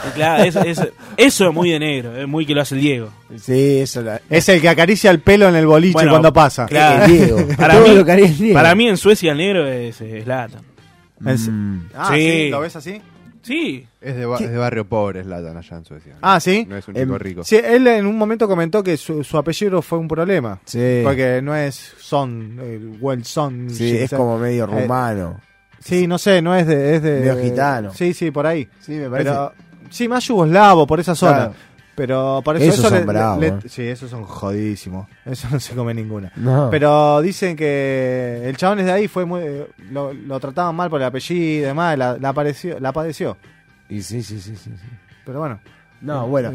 [SPEAKER 5] Y Claro, eso, eso- eso es muy de negro, es muy que lo hace el Diego.
[SPEAKER 3] Sí, eso la-
[SPEAKER 6] Es el que acaricia el pelo en el boliche
[SPEAKER 5] Bueno,
[SPEAKER 6] cuando pasa.
[SPEAKER 5] Claro.
[SPEAKER 3] El Diego.
[SPEAKER 5] Para
[SPEAKER 3] Todo
[SPEAKER 5] mí-
[SPEAKER 3] lo que haría el Diego.
[SPEAKER 5] Para mí en Suecia el negro es Slatan.
[SPEAKER 6] Es-
[SPEAKER 3] Mm.
[SPEAKER 6] Ah,
[SPEAKER 5] Sí.
[SPEAKER 6] así?
[SPEAKER 5] Sí,
[SPEAKER 7] Es de, ba- es de barrio pobre, Slatan, allá en Suecia.
[SPEAKER 6] Ah, ¿sí?
[SPEAKER 7] No es un
[SPEAKER 3] Em,
[SPEAKER 7] chico rico.
[SPEAKER 6] Sí, él en un momento comentó que su, su apellido fue un problema.
[SPEAKER 3] Sí.
[SPEAKER 6] Porque no es son, el well son.
[SPEAKER 3] Sí, es como medio rumano.
[SPEAKER 6] Sí, no sé, no es de. Es de
[SPEAKER 3] Medio gitano.
[SPEAKER 6] Sí, sí, por ahí.
[SPEAKER 3] Sí, me
[SPEAKER 6] Pero, sí, más yugoslavo, por esa zona.
[SPEAKER 3] Claro.
[SPEAKER 6] Pero por eso,
[SPEAKER 3] Esos
[SPEAKER 6] eso
[SPEAKER 3] son
[SPEAKER 6] le-
[SPEAKER 3] bravos,
[SPEAKER 6] le-
[SPEAKER 3] eh.
[SPEAKER 6] Sí, esos son jodidísimos. Eso no se come ninguna.
[SPEAKER 3] No.
[SPEAKER 6] Pero dicen que el chabón desde ahí fue muy, eh, lo, lo trataban mal por el apellido y demás, la, la, padeció, la padeció.
[SPEAKER 3] Y sí, sí, sí, sí, sí.
[SPEAKER 6] Pero bueno.
[SPEAKER 3] No, bueno.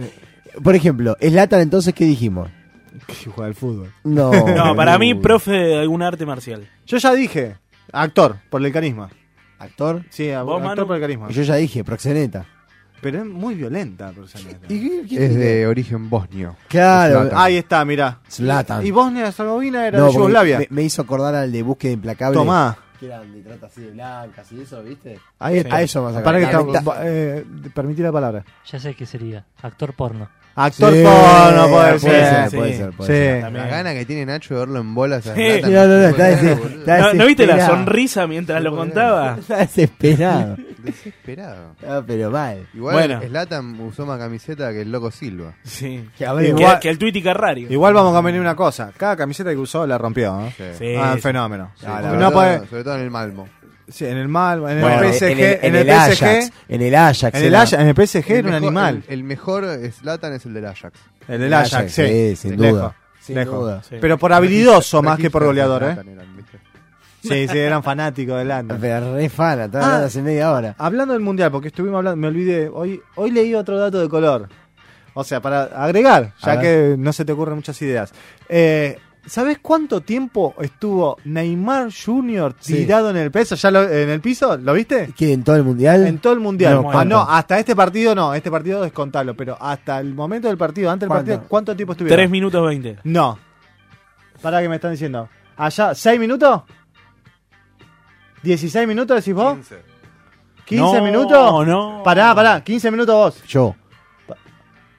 [SPEAKER 3] Por ejemplo, Slatan entonces, ¿qué dijimos?
[SPEAKER 6] Que juega al fútbol.
[SPEAKER 3] No.
[SPEAKER 5] no, para mí
[SPEAKER 6] Uh.
[SPEAKER 3] Uy.
[SPEAKER 5] profe de algún arte marcial.
[SPEAKER 6] Yo ya dije, actor, por el carisma.
[SPEAKER 3] Actor.
[SPEAKER 6] Sí, a-
[SPEAKER 5] ¿Vos,
[SPEAKER 6] actor
[SPEAKER 5] Manu?
[SPEAKER 6] por el carisma.
[SPEAKER 3] Yo ya dije, proxeneta.
[SPEAKER 6] Pero es muy violenta, personalmente.
[SPEAKER 7] Es de origen bosnio.
[SPEAKER 3] Claro.
[SPEAKER 7] Zlatan.
[SPEAKER 6] Ahí está, mirá.
[SPEAKER 3] Zlatan.
[SPEAKER 6] Y Bosnia y Herzegovina era
[SPEAKER 3] No,
[SPEAKER 6] de
[SPEAKER 3] porque
[SPEAKER 6] Yugoslavia.
[SPEAKER 3] Me, me hizo acordar al de Búsqueda Implacable.
[SPEAKER 6] Tomá.
[SPEAKER 3] Que eran de trata así de blancas y eso, ¿viste?
[SPEAKER 6] Ahí está.
[SPEAKER 3] A eso vamos a
[SPEAKER 6] Para que
[SPEAKER 3] sacar.
[SPEAKER 6] está- eh, permití la palabra.
[SPEAKER 8] Ya sé qué sería. Actor porno.
[SPEAKER 6] Actor
[SPEAKER 3] Sí,
[SPEAKER 6] porno, puede
[SPEAKER 3] puede
[SPEAKER 6] ser.
[SPEAKER 3] ser, puede
[SPEAKER 5] sí.
[SPEAKER 3] ser, puede
[SPEAKER 6] Sí.
[SPEAKER 3] ser.
[SPEAKER 7] La
[SPEAKER 5] También.
[SPEAKER 7] gana que tiene Nacho de verlo en bolas. a
[SPEAKER 5] Sí.
[SPEAKER 7] Zlatan.
[SPEAKER 3] No, no, no, está
[SPEAKER 7] Boludo,
[SPEAKER 3] dese-
[SPEAKER 7] boludo.
[SPEAKER 3] está
[SPEAKER 5] ¿No, no viste la
[SPEAKER 3] desesperado.
[SPEAKER 5] sonrisa mientras lo contaba?
[SPEAKER 3] Está desesperado.
[SPEAKER 7] Desesperado.
[SPEAKER 3] Ah, pero mal.
[SPEAKER 7] Igual
[SPEAKER 5] Bueno.
[SPEAKER 7] Zlatan usó más camiseta que el loco Silva.
[SPEAKER 5] Sí.
[SPEAKER 3] Que
[SPEAKER 5] Que,
[SPEAKER 3] a ver,
[SPEAKER 6] igual-
[SPEAKER 5] que el Twitty Carrario.
[SPEAKER 6] Igual vamos a convenir una cosa. Cada camiseta que usó la rompió, ¿no?
[SPEAKER 7] Sí.
[SPEAKER 5] Sí.
[SPEAKER 6] Ah, un fenómeno.
[SPEAKER 7] Sí,
[SPEAKER 6] Ah, la
[SPEAKER 7] sobre,
[SPEAKER 6] verdad-
[SPEAKER 7] todo, sobre todo en el Malmo.
[SPEAKER 6] sí, en el mal, en
[SPEAKER 3] Bueno,
[SPEAKER 6] el PSG, en el, PSG,
[SPEAKER 3] Ajax, en el Ajax.
[SPEAKER 6] en el
[SPEAKER 3] era-
[SPEAKER 6] Ajax- en el PSG
[SPEAKER 7] El
[SPEAKER 6] era un
[SPEAKER 7] mejor-
[SPEAKER 6] animal.
[SPEAKER 7] El, el mejor Zlatan es el del Ajax.
[SPEAKER 6] El, del Ajax, sí.
[SPEAKER 3] sin
[SPEAKER 6] Lejos,
[SPEAKER 3] duda. Sin
[SPEAKER 6] lejos.
[SPEAKER 3] duda.
[SPEAKER 5] Sí.
[SPEAKER 6] Pero por habilidoso más que por
[SPEAKER 7] Registros de
[SPEAKER 6] goleador, ¿eh?
[SPEAKER 7] Zlatan eran, ¿viste?
[SPEAKER 6] Sí, sí, eran fanáticos del Ajax.
[SPEAKER 3] Pero re fana,
[SPEAKER 6] Ah.
[SPEAKER 3] estaba hablando hace media hora.
[SPEAKER 6] Hablando del mundial, porque estuvimos hablando, me olvidé, hoy, hoy leí otro dato de color. O sea, para agregar,
[SPEAKER 3] A
[SPEAKER 6] ya
[SPEAKER 3] ver.
[SPEAKER 6] que no se te ocurren muchas ideas. Eh, ¿Sabes cuánto tiempo estuvo Neymar Jr.
[SPEAKER 3] Sí.
[SPEAKER 6] tirado en el piso? ¿Ya lo- en el piso? ¿Lo viste?
[SPEAKER 3] ¿Qué, en todo el mundial?
[SPEAKER 6] En todo el mundial.
[SPEAKER 3] No,
[SPEAKER 6] ah, no,
[SPEAKER 3] ¿cuánto?
[SPEAKER 6] hasta este partido no, este partido descontalo, pero hasta el momento del partido, antes del
[SPEAKER 3] ¿Cuánto?
[SPEAKER 6] partido, ¿cuánto tiempo estuvieron?
[SPEAKER 5] 3 minutos 20.
[SPEAKER 6] No. ¿Para qué me están diciendo? ¿Allá? ¿6 minutos? ¿16 minutos decís vos?
[SPEAKER 7] 15.
[SPEAKER 6] 15
[SPEAKER 5] No,
[SPEAKER 6] minutos.
[SPEAKER 5] no.
[SPEAKER 6] Pará, pará, 15 minutos vos.
[SPEAKER 3] Yo.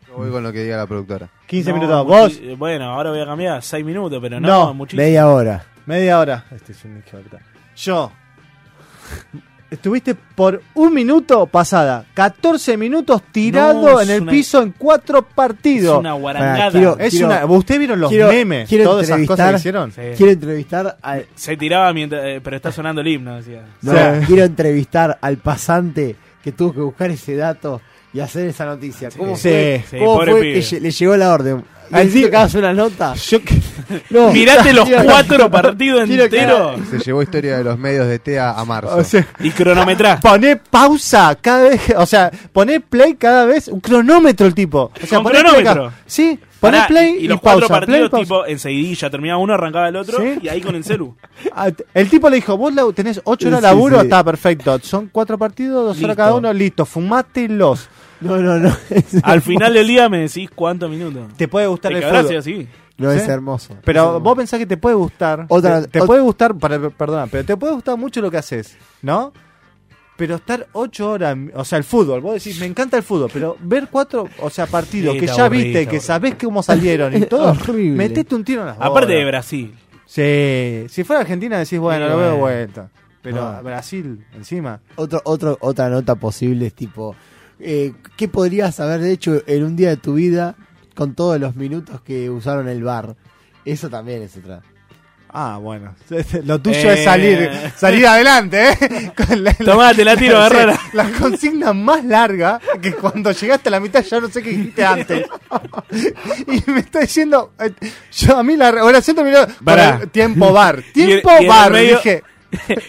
[SPEAKER 7] Yo voy con lo que diga la productora.
[SPEAKER 6] 15
[SPEAKER 5] No,
[SPEAKER 6] minutos
[SPEAKER 5] muchi-
[SPEAKER 6] vos.
[SPEAKER 5] eh, Bueno, ahora voy a cambiar 6 minutos, pero no,
[SPEAKER 6] No,
[SPEAKER 5] muchísimo.
[SPEAKER 3] Media hora.
[SPEAKER 6] Media hora. Este es un idiota. Yo. Estuviste por un minuto pasada, 14 minutos tirado
[SPEAKER 5] No, es
[SPEAKER 6] en el
[SPEAKER 5] una-
[SPEAKER 6] piso en cuatro
[SPEAKER 5] Es
[SPEAKER 6] partidos.
[SPEAKER 5] una guarangada.
[SPEAKER 3] quiero-
[SPEAKER 6] Es
[SPEAKER 3] Quiero-
[SPEAKER 6] una- ¿Ustedes vieron los
[SPEAKER 3] quiero-
[SPEAKER 6] memes?
[SPEAKER 3] quiero
[SPEAKER 6] todas esas cosas
[SPEAKER 3] entrevistar-
[SPEAKER 6] que hicieron.
[SPEAKER 5] Sí.
[SPEAKER 3] Quiero entrevistar al.
[SPEAKER 5] Se tiraba mientras. eh, pero está sonando el himno, decía.
[SPEAKER 3] no,
[SPEAKER 6] Sí.
[SPEAKER 3] Quiero entrevistar al pasante que tuvo que buscar ese dato y hacer esa noticia. ¿Cómo
[SPEAKER 6] Sí.
[SPEAKER 3] fue,
[SPEAKER 5] Sí,
[SPEAKER 3] cómo
[SPEAKER 5] pobre
[SPEAKER 3] fue
[SPEAKER 5] pibe.
[SPEAKER 3] que lle- le llegó la orden? este
[SPEAKER 6] Al
[SPEAKER 3] Necesito
[SPEAKER 6] di-
[SPEAKER 3] que hagas una nota?
[SPEAKER 6] Yo que-
[SPEAKER 3] No.
[SPEAKER 5] Mirate los
[SPEAKER 3] Quiero-
[SPEAKER 5] cuatro partidos
[SPEAKER 3] quiero que-
[SPEAKER 5] enteros
[SPEAKER 7] Se llevó historia de los medios de TEA a marzo.
[SPEAKER 6] o sea,
[SPEAKER 5] y cronometrás.
[SPEAKER 6] poné pausa cada vez, que- o sea, poné play cada vez, un cronómetro el tipo. O sea,
[SPEAKER 5] Con
[SPEAKER 6] poné play
[SPEAKER 5] cronómetro.
[SPEAKER 6] cada- Sí, Poné
[SPEAKER 5] Pará,
[SPEAKER 6] play
[SPEAKER 5] y,
[SPEAKER 6] y
[SPEAKER 5] los cuatro
[SPEAKER 6] pausa,
[SPEAKER 5] partidos,
[SPEAKER 6] play y pausa.
[SPEAKER 5] tipo, enseguidilla, terminaba uno, arrancaba el otro,
[SPEAKER 6] Sí.
[SPEAKER 5] y ahí con el celu.
[SPEAKER 6] Ah, t- El tipo le dijo, vos la- tenés 8 horas
[SPEAKER 3] Sí,
[SPEAKER 6] laburo,
[SPEAKER 3] sí.
[SPEAKER 6] está perfecto. Son cuatro partidos, dos horas
[SPEAKER 5] Listo.
[SPEAKER 6] cada uno, listo, fumátelos.
[SPEAKER 3] No, no, no. es
[SPEAKER 5] Al
[SPEAKER 6] Ah,
[SPEAKER 3] hermoso.
[SPEAKER 5] final del día me decís cuántos minutos.
[SPEAKER 6] Te puede gustar
[SPEAKER 5] Te
[SPEAKER 6] el
[SPEAKER 5] cagás
[SPEAKER 6] fútbol.
[SPEAKER 5] y así.
[SPEAKER 3] No
[SPEAKER 6] ¿Sí?
[SPEAKER 3] es hermoso.
[SPEAKER 6] Pero
[SPEAKER 3] Es hermoso.
[SPEAKER 6] vos pensás que te puede gustar.
[SPEAKER 3] Otra-
[SPEAKER 6] te te
[SPEAKER 3] ot-
[SPEAKER 6] puede gustar, para, perdona, pero te puede gustar mucho lo que haces, ¿no? Pero estar ocho horas, o sea, el fútbol, vos decís, me encanta el fútbol, pero ver cuatro, o sea, partidos
[SPEAKER 5] Sí,
[SPEAKER 6] que
[SPEAKER 5] está
[SPEAKER 6] ya
[SPEAKER 5] aburrido,
[SPEAKER 6] viste,
[SPEAKER 5] está
[SPEAKER 6] que
[SPEAKER 5] aburrido.
[SPEAKER 6] sabés cómo salieron y todo,
[SPEAKER 3] Horrible.
[SPEAKER 6] metete un tiro en las
[SPEAKER 5] Aparte de
[SPEAKER 6] bolas.
[SPEAKER 5] Brasil.
[SPEAKER 6] Sí, si fuera Argentina decís, bueno,
[SPEAKER 5] Sí,
[SPEAKER 6] lo veo
[SPEAKER 5] bueno.
[SPEAKER 6] vuelta. Pero
[SPEAKER 3] Ah.
[SPEAKER 6] Brasil, encima.
[SPEAKER 3] Otro, otro, otra nota posible es tipo, eh, ¿qué podrías haber hecho en un día de tu vida con todos los minutos que usaron el bar? Eso también es otra.
[SPEAKER 6] Ah, bueno. Lo tuyo
[SPEAKER 5] Eh.
[SPEAKER 6] es salir, salir adelante, ¿eh? Con la- la-
[SPEAKER 5] Tomá, te la tiro, agarrala.
[SPEAKER 6] Sí, La consigna más larga que cuando llegaste a la mitad ya no sé qué dijiste antes. y me está diciendo, eh, yo a mí la oración terminó con
[SPEAKER 5] Pará.
[SPEAKER 6] el tiempo bar,
[SPEAKER 5] Y en-
[SPEAKER 6] tiempo
[SPEAKER 5] y en el
[SPEAKER 6] bar,
[SPEAKER 5] medio-
[SPEAKER 6] dije.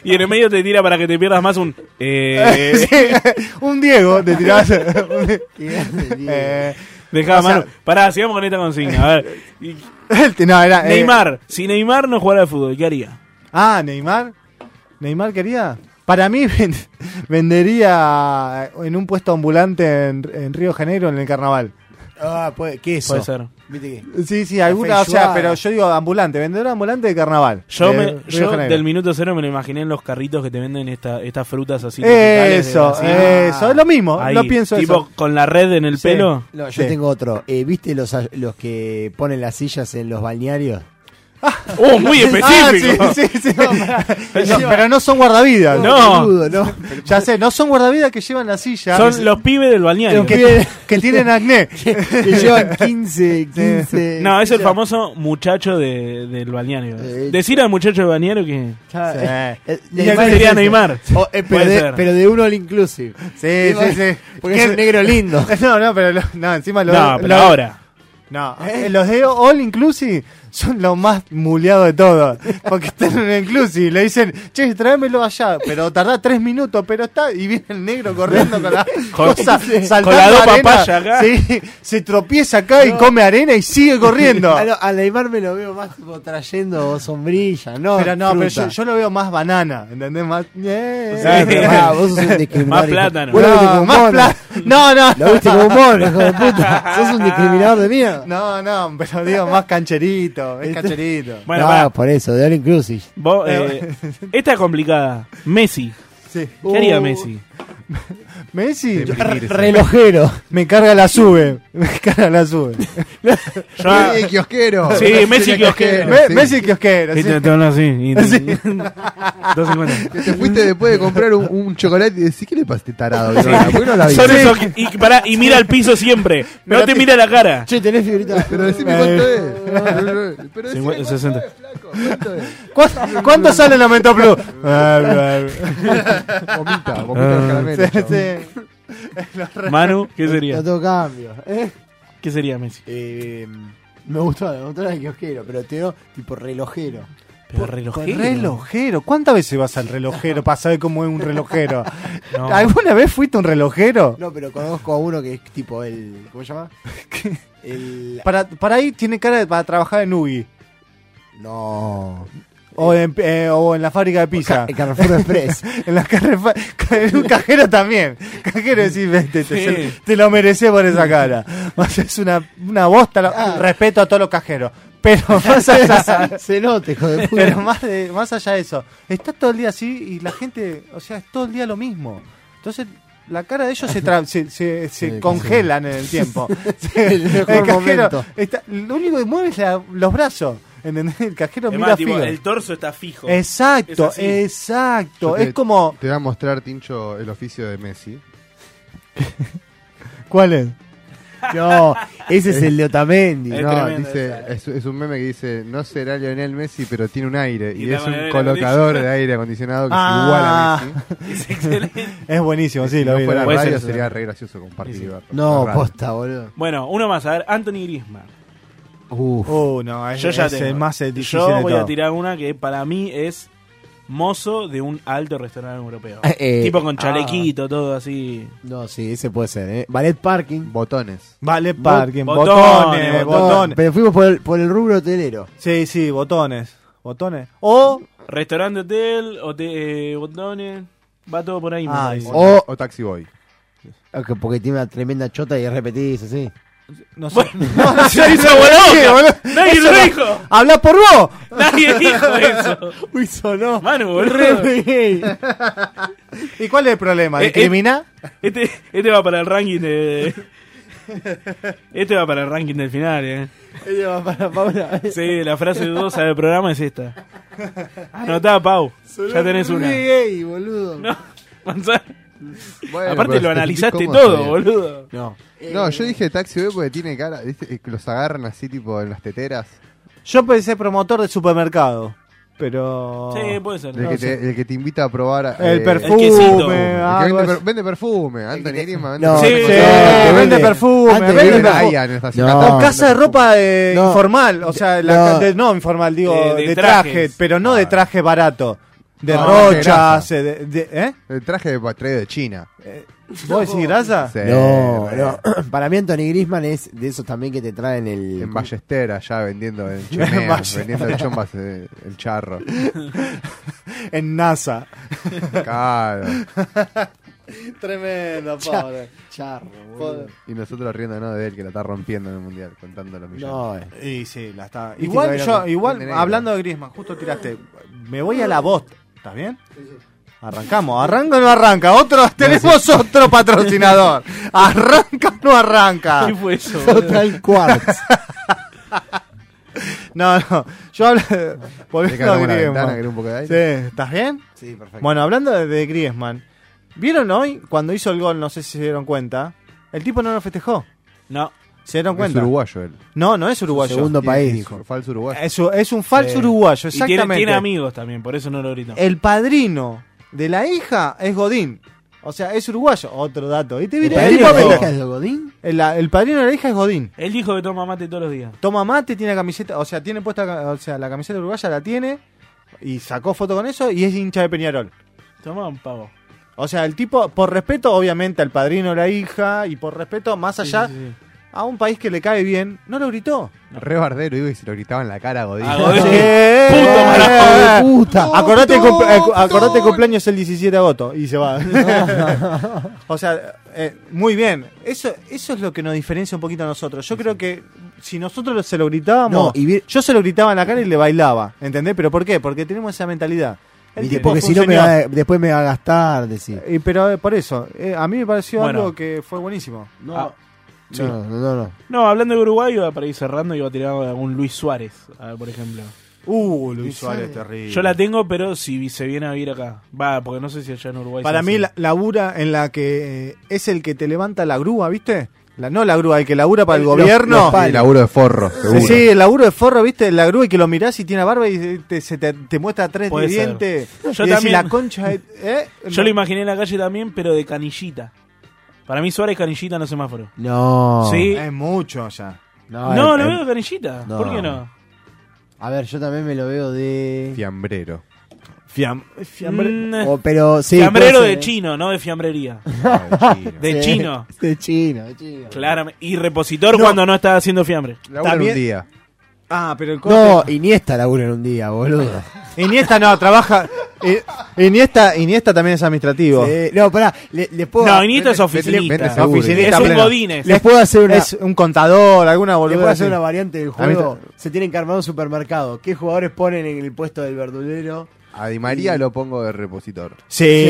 [SPEAKER 5] y en el medio te tira para que te pierdas más un. Eh,
[SPEAKER 6] Sí, un Diego te tirás. Eh,
[SPEAKER 5] dejá,
[SPEAKER 6] O sea-
[SPEAKER 5] mano. Pará, sigamos con esta consigna. A ver. Y-
[SPEAKER 6] el- no, era, eh,
[SPEAKER 5] Neymar, si Neymar no jugara al fútbol, ¿qué haría?
[SPEAKER 6] Ah, Neymar. Neymar quería. Para mí ven- vendería en un puesto ambulante en, en Río Janeiro en el carnaval.
[SPEAKER 3] Ah, puede, ¿qué eso?
[SPEAKER 5] Puede ser.
[SPEAKER 3] ¿Viste qué?
[SPEAKER 6] Sí, sí, alguna, o sea,
[SPEAKER 3] feijoada.
[SPEAKER 6] pero yo digo ambulante, vendedor ambulante de carnaval.
[SPEAKER 5] Yo,
[SPEAKER 6] de
[SPEAKER 5] me-
[SPEAKER 6] Eh, Río
[SPEAKER 5] yo
[SPEAKER 6] Janeiro. Ah,
[SPEAKER 5] del minuto cero me lo imaginé en los carritos que te venden esta- estas frutas así. tropicales de
[SPEAKER 6] Eso,
[SPEAKER 5] Brasil.
[SPEAKER 6] eso, es lo mismo,
[SPEAKER 5] Ahí,
[SPEAKER 6] lo pienso
[SPEAKER 5] Tipo
[SPEAKER 6] eso.
[SPEAKER 5] con la red en el
[SPEAKER 6] Sí.
[SPEAKER 5] pelo.
[SPEAKER 3] No, yo
[SPEAKER 6] Sí.
[SPEAKER 3] tengo otro. Eh, ¿Viste los, a- los que ponen las sillas en los balnearios?
[SPEAKER 5] ¡Oh, muy
[SPEAKER 6] Ah,
[SPEAKER 5] específico!
[SPEAKER 6] sí, sí, sí. No, pero no son guardavidas.
[SPEAKER 5] No.
[SPEAKER 3] Boludo, ¿no?
[SPEAKER 6] Ya sé, no son guardavidas que llevan la silla.
[SPEAKER 5] Son
[SPEAKER 6] que-
[SPEAKER 5] los pibes del balneario.
[SPEAKER 6] que, que tienen acné.
[SPEAKER 3] que llevan 15, 15.
[SPEAKER 5] No, es el famoso muchacho de- del balneario.
[SPEAKER 3] Eh,
[SPEAKER 5] Decir al muchacho del balneario que.
[SPEAKER 3] Sí. Eh,
[SPEAKER 6] Y
[SPEAKER 5] acá
[SPEAKER 3] es
[SPEAKER 5] sería
[SPEAKER 3] ese.
[SPEAKER 5] Neymar.
[SPEAKER 3] O, eh, pero,
[SPEAKER 5] Puede
[SPEAKER 3] de,
[SPEAKER 5] ser.
[SPEAKER 3] pero de uno al inclusive.
[SPEAKER 6] Sí, sí, sí.
[SPEAKER 3] Porque
[SPEAKER 6] ¿Qué-
[SPEAKER 3] es un negro lindo.
[SPEAKER 6] No, no, pero lo- no, encima los
[SPEAKER 5] no, pero ahora.
[SPEAKER 6] No, eh, los de All Inclusive son los más muleados de todos. Porque están en el Inclusive y le dicen, che, tráemelo allá. Pero tardá tres minutos, pero está. Y viene el negro corriendo con la
[SPEAKER 5] Con-
[SPEAKER 6] cosa, saltando
[SPEAKER 5] con la dos
[SPEAKER 6] arena.
[SPEAKER 5] papayas acá.
[SPEAKER 6] Sí, se tropieza acá y
[SPEAKER 3] No.
[SPEAKER 6] come arena y sigue corriendo.
[SPEAKER 3] A, lo- a Neymar me lo veo más tipo trayendo sombrilla, ¿no?
[SPEAKER 6] Pero no, pero yo,
[SPEAKER 3] fruta.
[SPEAKER 6] yo lo veo más banana, ¿entendés? Más. eh.
[SPEAKER 3] Ah, pero,
[SPEAKER 5] Sí.
[SPEAKER 3] ah, vos sos un discriminador.
[SPEAKER 5] Más plátano.
[SPEAKER 3] Vos lo viste como
[SPEAKER 6] No,
[SPEAKER 3] un
[SPEAKER 6] más
[SPEAKER 3] mono.
[SPEAKER 6] pla- no, no,
[SPEAKER 3] Lo viste como un mono, hijo de puta. Sos un discriminador de mierda.
[SPEAKER 6] no, no, pero digo más cancherito, es cancherito.
[SPEAKER 5] Bueno,
[SPEAKER 3] no,
[SPEAKER 5] pará.
[SPEAKER 3] Ah, por eso, de All Inclusive.
[SPEAKER 5] Vos, eh, esta es complicada. Messi.
[SPEAKER 6] Sí.
[SPEAKER 5] ¿Qué haría Messi?
[SPEAKER 6] Messi, yo-
[SPEAKER 3] Relojero.
[SPEAKER 6] me carga la sube, me carga la sube.
[SPEAKER 5] Yo-
[SPEAKER 7] Sí, kiosquero.
[SPEAKER 5] Sí, Messi kiosquero.
[SPEAKER 6] Me-
[SPEAKER 7] sí.
[SPEAKER 6] Messi Eh, kiosquero, sí.
[SPEAKER 5] Viste, te hablan así. y- 250.
[SPEAKER 7] Que te fuiste después de comprar un, un chocolate y decís, ¿qué le pasa a este tarado? Verona? ¿Por qué no la viste?
[SPEAKER 5] Son esos que- y, pará, y mira al piso siempre. No te mira la cara.
[SPEAKER 3] Che, tenés figurita.
[SPEAKER 7] Pero decime cuánto es.
[SPEAKER 6] Eh.
[SPEAKER 7] Pero decime
[SPEAKER 5] Cincuenta-
[SPEAKER 7] cuánto es,
[SPEAKER 5] 60.
[SPEAKER 7] flaco. ¿Cuánto es?
[SPEAKER 6] ¿Cuánto, cuánto sale la Mento Plus?
[SPEAKER 7] Vomita, vomita el caramelo.
[SPEAKER 6] Ah. Sí,
[SPEAKER 7] chabón.
[SPEAKER 6] sí.
[SPEAKER 5] Manu, ¿qué
[SPEAKER 3] No
[SPEAKER 5] sería?
[SPEAKER 3] tengo cambio. ¿eh?
[SPEAKER 5] ¿Qué sería Messi?
[SPEAKER 3] Eh, me gustó, me gustó la de kiosquero, pero te digo, tipo relojero.
[SPEAKER 5] Pero relojero.
[SPEAKER 6] Relojero, ¿cuántas veces vas al relojero para saber cómo es un relojero?
[SPEAKER 5] No.
[SPEAKER 6] ¿Alguna vez fuiste un relojero?
[SPEAKER 3] No, pero conozco a uno que es tipo el. ¿Cómo se llama? El.
[SPEAKER 6] Para, para ahí tiene cara de, para trabajar en Ugi
[SPEAKER 3] No.
[SPEAKER 6] o en, eh, o en la fábrica de pizza.
[SPEAKER 3] El Carrefour Express.
[SPEAKER 6] En las carrefa- en un cajero también. Cajero decís, vete, te, te lo merecés por esa cara. O sea, es una, una bosta. lo- Respeto a todos los cajeros. Pero más allá,
[SPEAKER 3] Se nota, hijo de puta.
[SPEAKER 6] pero más, de- más allá de eso, está todo el día así y la gente, o sea, es todo el día lo mismo. Entonces, la cara de ellos se, tra- se, se- se
[SPEAKER 3] Sí, sí.
[SPEAKER 6] congelan en el tiempo.
[SPEAKER 3] El mejor momento.
[SPEAKER 6] está- lo único que mueve es la- los brazos. ¿entendés? El cajero
[SPEAKER 5] Es
[SPEAKER 6] mira
[SPEAKER 5] más, tipo,
[SPEAKER 6] fijo.
[SPEAKER 5] el torso está fijo.
[SPEAKER 6] Exacto,
[SPEAKER 5] Es así.
[SPEAKER 7] Yo
[SPEAKER 6] exacto.
[SPEAKER 7] te-
[SPEAKER 6] Es como.
[SPEAKER 7] Te voy a mostrar, Tincho, el oficio de Messi.
[SPEAKER 6] ¿Cuál es?
[SPEAKER 3] No, ese es el de Otamendi.
[SPEAKER 5] Es
[SPEAKER 7] No,
[SPEAKER 5] tremendo
[SPEAKER 7] dice, es, es un meme que dice, no será Lionel Messi, pero tiene un aire.
[SPEAKER 5] Y
[SPEAKER 7] Y,
[SPEAKER 5] la
[SPEAKER 7] es
[SPEAKER 5] manera de
[SPEAKER 7] un
[SPEAKER 5] la
[SPEAKER 7] colocador de aire acondicionado que
[SPEAKER 6] Ah.
[SPEAKER 7] es igual a Messi.
[SPEAKER 5] Es excelente.
[SPEAKER 6] Es buenísimo, sí,
[SPEAKER 7] Si
[SPEAKER 6] lo
[SPEAKER 7] no
[SPEAKER 6] vi.
[SPEAKER 7] fuera
[SPEAKER 5] Puede
[SPEAKER 7] radio
[SPEAKER 5] ser,
[SPEAKER 7] sería re gracioso compartir. y verlo.
[SPEAKER 3] No,
[SPEAKER 7] Es raro.
[SPEAKER 3] posta, boludo.
[SPEAKER 5] Bueno, uno más. A ver, Anthony Griezmann.
[SPEAKER 3] Uf.
[SPEAKER 6] Uh, no, es,
[SPEAKER 5] Yo ya
[SPEAKER 6] es
[SPEAKER 5] tengo.
[SPEAKER 6] el más eh, difícil
[SPEAKER 5] Yo
[SPEAKER 6] de
[SPEAKER 5] voy
[SPEAKER 6] todo.
[SPEAKER 5] a tirar una que para mí es mozo de un alto restaurante europeo.
[SPEAKER 3] Eh, eh,
[SPEAKER 5] tipo con chalequito, todo así.
[SPEAKER 3] Ah, No, sí, ese puede ser, ¿eh? Ballet Parking. Eh,
[SPEAKER 7] Botones.
[SPEAKER 6] Vale, parking,
[SPEAKER 5] botones,
[SPEAKER 6] botones, botones,
[SPEAKER 5] botones.
[SPEAKER 3] Pero fuimos por el, por el rubro hotelero.
[SPEAKER 6] Sí, sí, botones. Botones. O.
[SPEAKER 5] Restaurante, hotel, hotel eh, botones. Va todo por ahí. me
[SPEAKER 6] Ah,
[SPEAKER 5] parece.
[SPEAKER 6] sí.
[SPEAKER 7] O, o Taxi Boy.
[SPEAKER 3] Ah, que- Porque tiene una tremenda chota y repetís así.
[SPEAKER 6] No sé.
[SPEAKER 5] No, no se hizo boludo. Nadie lo dijo.
[SPEAKER 6] ¡Habla por vos!
[SPEAKER 5] Nadie dijo eso.
[SPEAKER 6] Uy, sonó.
[SPEAKER 5] Manu, boludo.
[SPEAKER 6] ¿Y cuál es el problema?
[SPEAKER 5] Eh, eh.
[SPEAKER 6] ¿Discrimina?
[SPEAKER 5] Este, este va para el ranking de. Este va para el ranking del final, eh.
[SPEAKER 3] para Paula.
[SPEAKER 5] Sí, la frase dudosa del programa es esta. Anotá, Pau. Ya tenés una.
[SPEAKER 10] gay, boludo.
[SPEAKER 5] No, Manzana.
[SPEAKER 7] Bueno,
[SPEAKER 5] Aparte lo
[SPEAKER 7] pero te-
[SPEAKER 5] analizaste
[SPEAKER 7] ¿cómo
[SPEAKER 5] todo,
[SPEAKER 7] sabía?
[SPEAKER 5] boludo.
[SPEAKER 3] No.
[SPEAKER 6] Eh,
[SPEAKER 7] No, yo dije Taxi Boy porque tiene cara. ¿viste? Eh, Que Los agarran así, tipo, en las teteras.
[SPEAKER 6] Yo pensé promotor de supermercado. Pero.
[SPEAKER 5] Sí, puede ser.
[SPEAKER 7] El, que, te, el que te invita a probar.
[SPEAKER 6] El
[SPEAKER 7] eh,
[SPEAKER 6] perfume.
[SPEAKER 5] El quesito.
[SPEAKER 7] el que
[SPEAKER 6] algo
[SPEAKER 7] vende, per-
[SPEAKER 6] así. Eh,
[SPEAKER 7] vende perfume. Anthony Grima vende
[SPEAKER 3] No,
[SPEAKER 5] Sí,
[SPEAKER 7] perfume.
[SPEAKER 5] sí.
[SPEAKER 3] te
[SPEAKER 6] Ah, vende perfume,
[SPEAKER 3] Antes
[SPEAKER 6] vende
[SPEAKER 3] vende
[SPEAKER 7] Venden
[SPEAKER 6] perfume.
[SPEAKER 3] perfume.
[SPEAKER 7] ahí en
[SPEAKER 3] No.
[SPEAKER 6] O casa de ropa eh,
[SPEAKER 3] No.
[SPEAKER 6] informal, o sea, la
[SPEAKER 3] No.
[SPEAKER 6] ca- de- no informal, digo,
[SPEAKER 5] De-
[SPEAKER 6] de,
[SPEAKER 5] de
[SPEAKER 6] traje,
[SPEAKER 5] trajes.
[SPEAKER 6] pero no de traje barato. De
[SPEAKER 7] No, de
[SPEAKER 6] rochas,
[SPEAKER 7] grasa.
[SPEAKER 6] eh, Ah, de, de- ¿eh?
[SPEAKER 7] El traje de patrón de China. Eh,
[SPEAKER 6] ¿Vos decís grasa?
[SPEAKER 5] Eh,
[SPEAKER 7] Sí,
[SPEAKER 3] No,
[SPEAKER 7] re.
[SPEAKER 3] no. Para mí Anthony Grisman es de esos también que te traen el...
[SPEAKER 7] En Ballester allá vendiendo en Chomea, vendiendo el chombas eh, el charro.
[SPEAKER 6] En NASA.
[SPEAKER 7] Claro.
[SPEAKER 6] Tremendo, pobre.
[SPEAKER 7] Y nosotros riéndonos de él que la está rompiendo en el mundial, contando los millones.
[SPEAKER 3] No, eh.
[SPEAKER 6] Y sí, la está.
[SPEAKER 7] Viste que
[SPEAKER 6] Igual
[SPEAKER 7] baila
[SPEAKER 6] yo,
[SPEAKER 7] con- con
[SPEAKER 6] igual
[SPEAKER 7] negro.
[SPEAKER 6] hablando de Griezmann, justo tiraste. Me voy a la bot, ¿estás bien? Arrancamos, arranca o no arranca, otro, tenemos otro patrocinador. Arranca o no arranca.
[SPEAKER 5] ¿Qué Ah, fue eso? boludo?
[SPEAKER 3] Total Quartz.
[SPEAKER 6] No, no. Yo hablo.
[SPEAKER 7] Dejá
[SPEAKER 6] Volviendo a
[SPEAKER 7] como la ventana,
[SPEAKER 6] Griezmann.
[SPEAKER 7] que era un poco de
[SPEAKER 6] Sí,
[SPEAKER 7] aire.
[SPEAKER 6] ¿estás bien?
[SPEAKER 3] Sí, perfecto.
[SPEAKER 6] Bueno, hablando de, de Griezmann, ¿vieron hoy cuando hizo el gol? No sé si se dieron cuenta. El tipo no lo festejó.
[SPEAKER 5] No.
[SPEAKER 6] ¿Se dieron
[SPEAKER 7] Es
[SPEAKER 6] cuenta?
[SPEAKER 7] uruguayo él.
[SPEAKER 6] No, no es uruguayo.
[SPEAKER 3] Segundo país,
[SPEAKER 7] Es
[SPEAKER 3] dijo.
[SPEAKER 7] Falso uruguayo.
[SPEAKER 6] Es, u- es un falso uruguayo,
[SPEAKER 5] Y tiene,
[SPEAKER 6] exactamente. Eh.
[SPEAKER 5] tiene amigos también, por eso no lo grito.
[SPEAKER 6] El padrino de la hija es Godín. O sea, es uruguayo. Otro dato. ¿Viste?
[SPEAKER 3] ¿El
[SPEAKER 6] Mira, el,
[SPEAKER 3] padrino
[SPEAKER 6] tipo
[SPEAKER 3] de la
[SPEAKER 6] me-
[SPEAKER 3] hija de Godín?
[SPEAKER 6] el- el padrino de la hija es Godín.
[SPEAKER 5] Él dijo que toma mate todos los días.
[SPEAKER 6] Toma mate, tiene la camiseta. O sea, tiene puesta. ca- O sea, la camiseta uruguaya la tiene. Y sacó foto con eso. Y es hincha de Peñarol.
[SPEAKER 5] Toma un pavo.
[SPEAKER 6] O sea, el tipo, por respeto, obviamente, al padrino de la hija. Y por respeto, más allá,
[SPEAKER 5] Sí, sí, sí.
[SPEAKER 6] a un país que le cae bien, no lo gritó.
[SPEAKER 7] Re bardero, digo, y se lo gritaba en la cara a Godín.
[SPEAKER 5] A Godín.
[SPEAKER 6] Sí.
[SPEAKER 5] Puto
[SPEAKER 3] ¡Hijo de puta!
[SPEAKER 6] Acordate, el cumple- eh, acordate el cumpleaños el 17 de agosto y se va. o sea, eh, muy bien. Eso, eso es lo que nos diferencia un poquito a nosotros. Yo creo que si nosotros se lo
[SPEAKER 3] No,
[SPEAKER 6] gritábamos,
[SPEAKER 3] y vi-
[SPEAKER 6] yo se lo gritaba en la cara y le bailaba. ¿Entendés? ¿Pero por qué? Porque tenemos esa mentalidad. El
[SPEAKER 3] Viste,
[SPEAKER 6] tipo
[SPEAKER 3] porque
[SPEAKER 6] fue un
[SPEAKER 3] si no, me
[SPEAKER 6] señor.
[SPEAKER 3] va a- después me va a gastar, decir.
[SPEAKER 6] Eh, pero eh, por eso, eh, a mí me pareció
[SPEAKER 5] Bueno.
[SPEAKER 6] algo que fue buenísimo.
[SPEAKER 3] No,
[SPEAKER 5] Ah, sí.
[SPEAKER 3] no, no, no, no.
[SPEAKER 5] No, hablando de Uruguay, iba para ir cerrando y iba a tirar algún Luis Suárez, a ver, por ejemplo.
[SPEAKER 6] Uh, Luis Suárez, terrible.
[SPEAKER 5] Yo la tengo, pero si se viene a vivir acá. Va, porque no sé si allá en Uruguay.
[SPEAKER 6] Para
[SPEAKER 5] se
[SPEAKER 6] mí,
[SPEAKER 5] hace.
[SPEAKER 6] la, labura en la que eh, es el que te levanta la grúa, ¿viste? La, no la grúa, el que labura para el
[SPEAKER 3] Los-
[SPEAKER 6] gobierno.
[SPEAKER 3] los pa-
[SPEAKER 7] Y laburo de forro,
[SPEAKER 6] Sí,
[SPEAKER 7] seguro.
[SPEAKER 6] sí, el laburo de forro, ¿viste? La grúa y que lo mirás y tiene barba y te, se te, te muestra tres
[SPEAKER 5] Puede ser.
[SPEAKER 6] dientes.
[SPEAKER 5] Yo
[SPEAKER 6] y decís,
[SPEAKER 5] también-
[SPEAKER 6] la concha. de- ¿eh?
[SPEAKER 5] Yo lo imaginé en la calle también, pero de canillita. Para mí Suárez canillita en el semáforo.
[SPEAKER 3] No.
[SPEAKER 5] Sí.
[SPEAKER 6] Es mucho ya.
[SPEAKER 3] No,
[SPEAKER 5] No,
[SPEAKER 3] el-
[SPEAKER 5] lo
[SPEAKER 3] el-
[SPEAKER 5] veo canillita.
[SPEAKER 3] No.
[SPEAKER 5] ¿Por qué no?
[SPEAKER 3] A ver, yo también me lo veo de...
[SPEAKER 7] Fiambrero.
[SPEAKER 6] Fiam, fiambre-
[SPEAKER 5] Mm,
[SPEAKER 3] O, pero eh, sí,
[SPEAKER 5] fiambrero
[SPEAKER 3] puede
[SPEAKER 5] de
[SPEAKER 3] ser,
[SPEAKER 5] chino, no de fiambrería.
[SPEAKER 7] Ah, chino.
[SPEAKER 5] De
[SPEAKER 3] ¿eh?
[SPEAKER 5] chino.
[SPEAKER 3] De chino, de chino.
[SPEAKER 5] Claramente. Y repositor cuando no está haciendo fiambre.
[SPEAKER 7] Labura en
[SPEAKER 6] Mm, También-
[SPEAKER 7] un día.
[SPEAKER 6] Ah, pero el
[SPEAKER 3] No,
[SPEAKER 6] corte.
[SPEAKER 3] Iniesta labura en un día, boludo.
[SPEAKER 6] Iniesta no, trabaja. eh, Iniesta, Iniesta también es administrativo.
[SPEAKER 3] Sí, Eh, No, pará, le- les puedo...
[SPEAKER 5] No, Inito es
[SPEAKER 7] vete- vete
[SPEAKER 5] oficinista.
[SPEAKER 7] seguro.
[SPEAKER 6] Oficinista
[SPEAKER 5] Es un
[SPEAKER 6] pleno.
[SPEAKER 5] godínez.
[SPEAKER 3] Les puedo hacer una...
[SPEAKER 6] Es un contador, alguna
[SPEAKER 3] Le
[SPEAKER 6] boludez.
[SPEAKER 3] puedo hacer
[SPEAKER 6] así.
[SPEAKER 3] una variante del
[SPEAKER 6] mí
[SPEAKER 3] juego. Se tienen que armar un supermercado. ¿Qué jugadores ponen en el puesto del verdulero?
[SPEAKER 7] A Di María lo pongo de repositor.
[SPEAKER 6] Sí.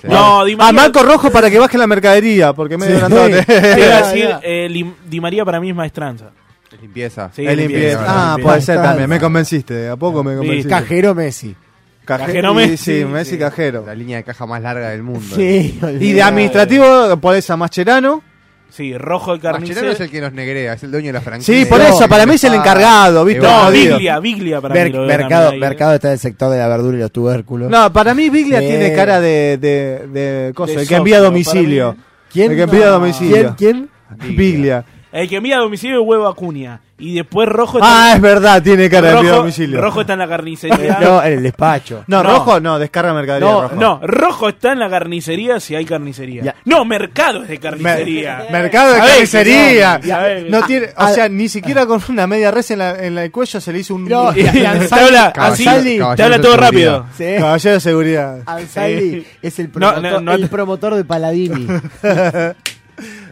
[SPEAKER 7] Sí.
[SPEAKER 5] No, Di
[SPEAKER 6] A
[SPEAKER 5] María.
[SPEAKER 6] Marco Rojo para que baje la mercadería, porque medio grandote.
[SPEAKER 5] Te iba a
[SPEAKER 3] Mirá,
[SPEAKER 5] decir,
[SPEAKER 3] mirá.
[SPEAKER 5] eh, Lim- Di María para mí es maestranza.
[SPEAKER 7] Es Limpieza.
[SPEAKER 5] Sí,
[SPEAKER 6] El
[SPEAKER 5] limpieza.
[SPEAKER 6] limpieza.
[SPEAKER 7] Ah,
[SPEAKER 6] Ah,
[SPEAKER 3] limpieza.
[SPEAKER 6] puede ser también. Me
[SPEAKER 3] Bastante.
[SPEAKER 6] convenciste, ¿a poco me
[SPEAKER 5] Viste.
[SPEAKER 6] convenciste?
[SPEAKER 3] Cajero Messi.
[SPEAKER 6] Caje-
[SPEAKER 5] Cajero
[SPEAKER 6] y-
[SPEAKER 5] Messi,
[SPEAKER 6] Sí, Messi
[SPEAKER 5] sí.
[SPEAKER 6] cajero.
[SPEAKER 7] La línea de caja más larga del mundo.
[SPEAKER 6] Y de administrativo podés a Mascherano.
[SPEAKER 5] Sí, rojo de
[SPEAKER 7] Mascherano es
[SPEAKER 5] carnicero.
[SPEAKER 7] el que nos negrea, es el dueño de la franquicia.
[SPEAKER 6] Sí, por eso, para mí es el encargado, ¿viste?
[SPEAKER 5] No,
[SPEAKER 6] Jodido.
[SPEAKER 5] Biglia, Biglia para mí.
[SPEAKER 3] Mer-
[SPEAKER 5] lo veo
[SPEAKER 3] mercado,
[SPEAKER 5] también ahí. ¿eh?
[SPEAKER 3] mercado está en el sector de la verdura y los tubérculos.
[SPEAKER 6] No, para mí Biglia
[SPEAKER 3] Sí.
[SPEAKER 6] tiene cara de, de, de cosa,
[SPEAKER 5] De
[SPEAKER 6] el que envía a
[SPEAKER 5] socio,
[SPEAKER 6] domicilio.
[SPEAKER 5] para
[SPEAKER 6] El que envía a
[SPEAKER 3] ¿Quién?
[SPEAKER 6] domicilio.
[SPEAKER 3] ¿Quién?
[SPEAKER 6] Biglia.
[SPEAKER 5] El que envía a domicilio huevo a cuña. Y después Rojo
[SPEAKER 6] Ah,
[SPEAKER 5] está,
[SPEAKER 6] es verdad, tiene cara de envío a
[SPEAKER 5] Pues rojo,
[SPEAKER 6] domicilio.
[SPEAKER 5] Rojo está en la carnicería.
[SPEAKER 3] No, en el despacho.
[SPEAKER 6] No,
[SPEAKER 5] No.
[SPEAKER 6] rojo no, descarga mercadería.
[SPEAKER 5] No,
[SPEAKER 6] rojo.
[SPEAKER 5] no, rojo está en la carnicería si hay carnicería.
[SPEAKER 3] Ya.
[SPEAKER 5] No, mercado es de
[SPEAKER 6] Mer-
[SPEAKER 5] carnicería.
[SPEAKER 6] mercado de
[SPEAKER 5] Sabés que
[SPEAKER 6] carnicería.
[SPEAKER 5] no, sabés que
[SPEAKER 6] No
[SPEAKER 5] no.
[SPEAKER 6] tiene, o sea, ni siquiera con una media res en, la- en el cuello se le hizo un
[SPEAKER 3] No,
[SPEAKER 5] Y te habla así,
[SPEAKER 7] Caballero-
[SPEAKER 5] te habla todo
[SPEAKER 7] caballero de
[SPEAKER 5] rápido.
[SPEAKER 3] Sí.
[SPEAKER 6] caballero de seguridad.
[SPEAKER 3] Ansaldi
[SPEAKER 5] Sí.
[SPEAKER 3] es el
[SPEAKER 5] No,
[SPEAKER 3] promotor,
[SPEAKER 5] no, no.
[SPEAKER 3] el promotor de Paladini.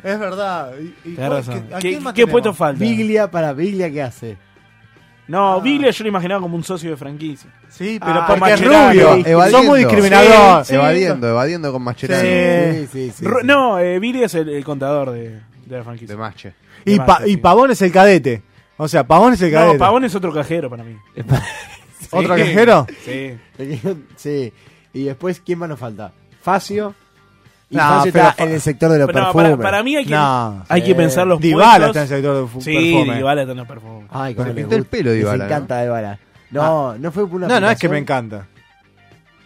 [SPEAKER 6] Es verdad. Y- y
[SPEAKER 5] Tenés
[SPEAKER 6] cuál-
[SPEAKER 5] razón.
[SPEAKER 6] qué- a
[SPEAKER 5] ¿Qué,
[SPEAKER 6] quién más
[SPEAKER 5] qué puesto
[SPEAKER 6] tenemos?
[SPEAKER 5] falta?
[SPEAKER 3] Biglia para Biglia, ¿qué hace?
[SPEAKER 5] No, Biglia yo lo imaginaba como un socio de franquicia.
[SPEAKER 6] Sí, pero
[SPEAKER 5] Ah,
[SPEAKER 6] porque es
[SPEAKER 5] Macherano.
[SPEAKER 6] rubio.
[SPEAKER 7] Eva- evadiendo.
[SPEAKER 6] Somos discriminadores.
[SPEAKER 5] Sí, sí.
[SPEAKER 7] Evadiendo, evadiendo con Mascherano.
[SPEAKER 6] Sí.
[SPEAKER 3] Sí, sí, sí.
[SPEAKER 5] Ro-
[SPEAKER 3] sí.
[SPEAKER 5] No, eh, Biglia es el, el contador de, de la
[SPEAKER 7] De
[SPEAKER 5] franquicia.
[SPEAKER 7] Mache.
[SPEAKER 6] Y, pa- y Pavón es el cadete. O sea, Pavón es el cadete.
[SPEAKER 5] no, Pavón es otro cajero para mí.
[SPEAKER 6] ¿Otro
[SPEAKER 5] Sí.
[SPEAKER 6] cajero?
[SPEAKER 5] Sí.
[SPEAKER 3] Sí. Y después, ¿quién más nos falta? Facio. Y
[SPEAKER 6] No,
[SPEAKER 3] Facio
[SPEAKER 6] pero
[SPEAKER 3] está
[SPEAKER 6] Fa-
[SPEAKER 3] en el sector de los
[SPEAKER 5] Pero no,
[SPEAKER 3] perfumes.
[SPEAKER 5] para, para mí hay que,
[SPEAKER 6] No,
[SPEAKER 5] hay que pensar los
[SPEAKER 6] Dybala está en el
[SPEAKER 5] puestos.
[SPEAKER 6] sector de fu-
[SPEAKER 5] Sí,
[SPEAKER 6] perfume.
[SPEAKER 5] Dybala está en los perfumes.
[SPEAKER 3] Ay,
[SPEAKER 7] Pero
[SPEAKER 3] cómo les
[SPEAKER 7] pintó el
[SPEAKER 3] gusta.
[SPEAKER 7] pelo de
[SPEAKER 3] Les
[SPEAKER 7] Dybala, ¿no?
[SPEAKER 3] encanta Dybala. No, no fue por una
[SPEAKER 6] Ah. No, no es que me
[SPEAKER 3] aplicación.
[SPEAKER 6] encanta.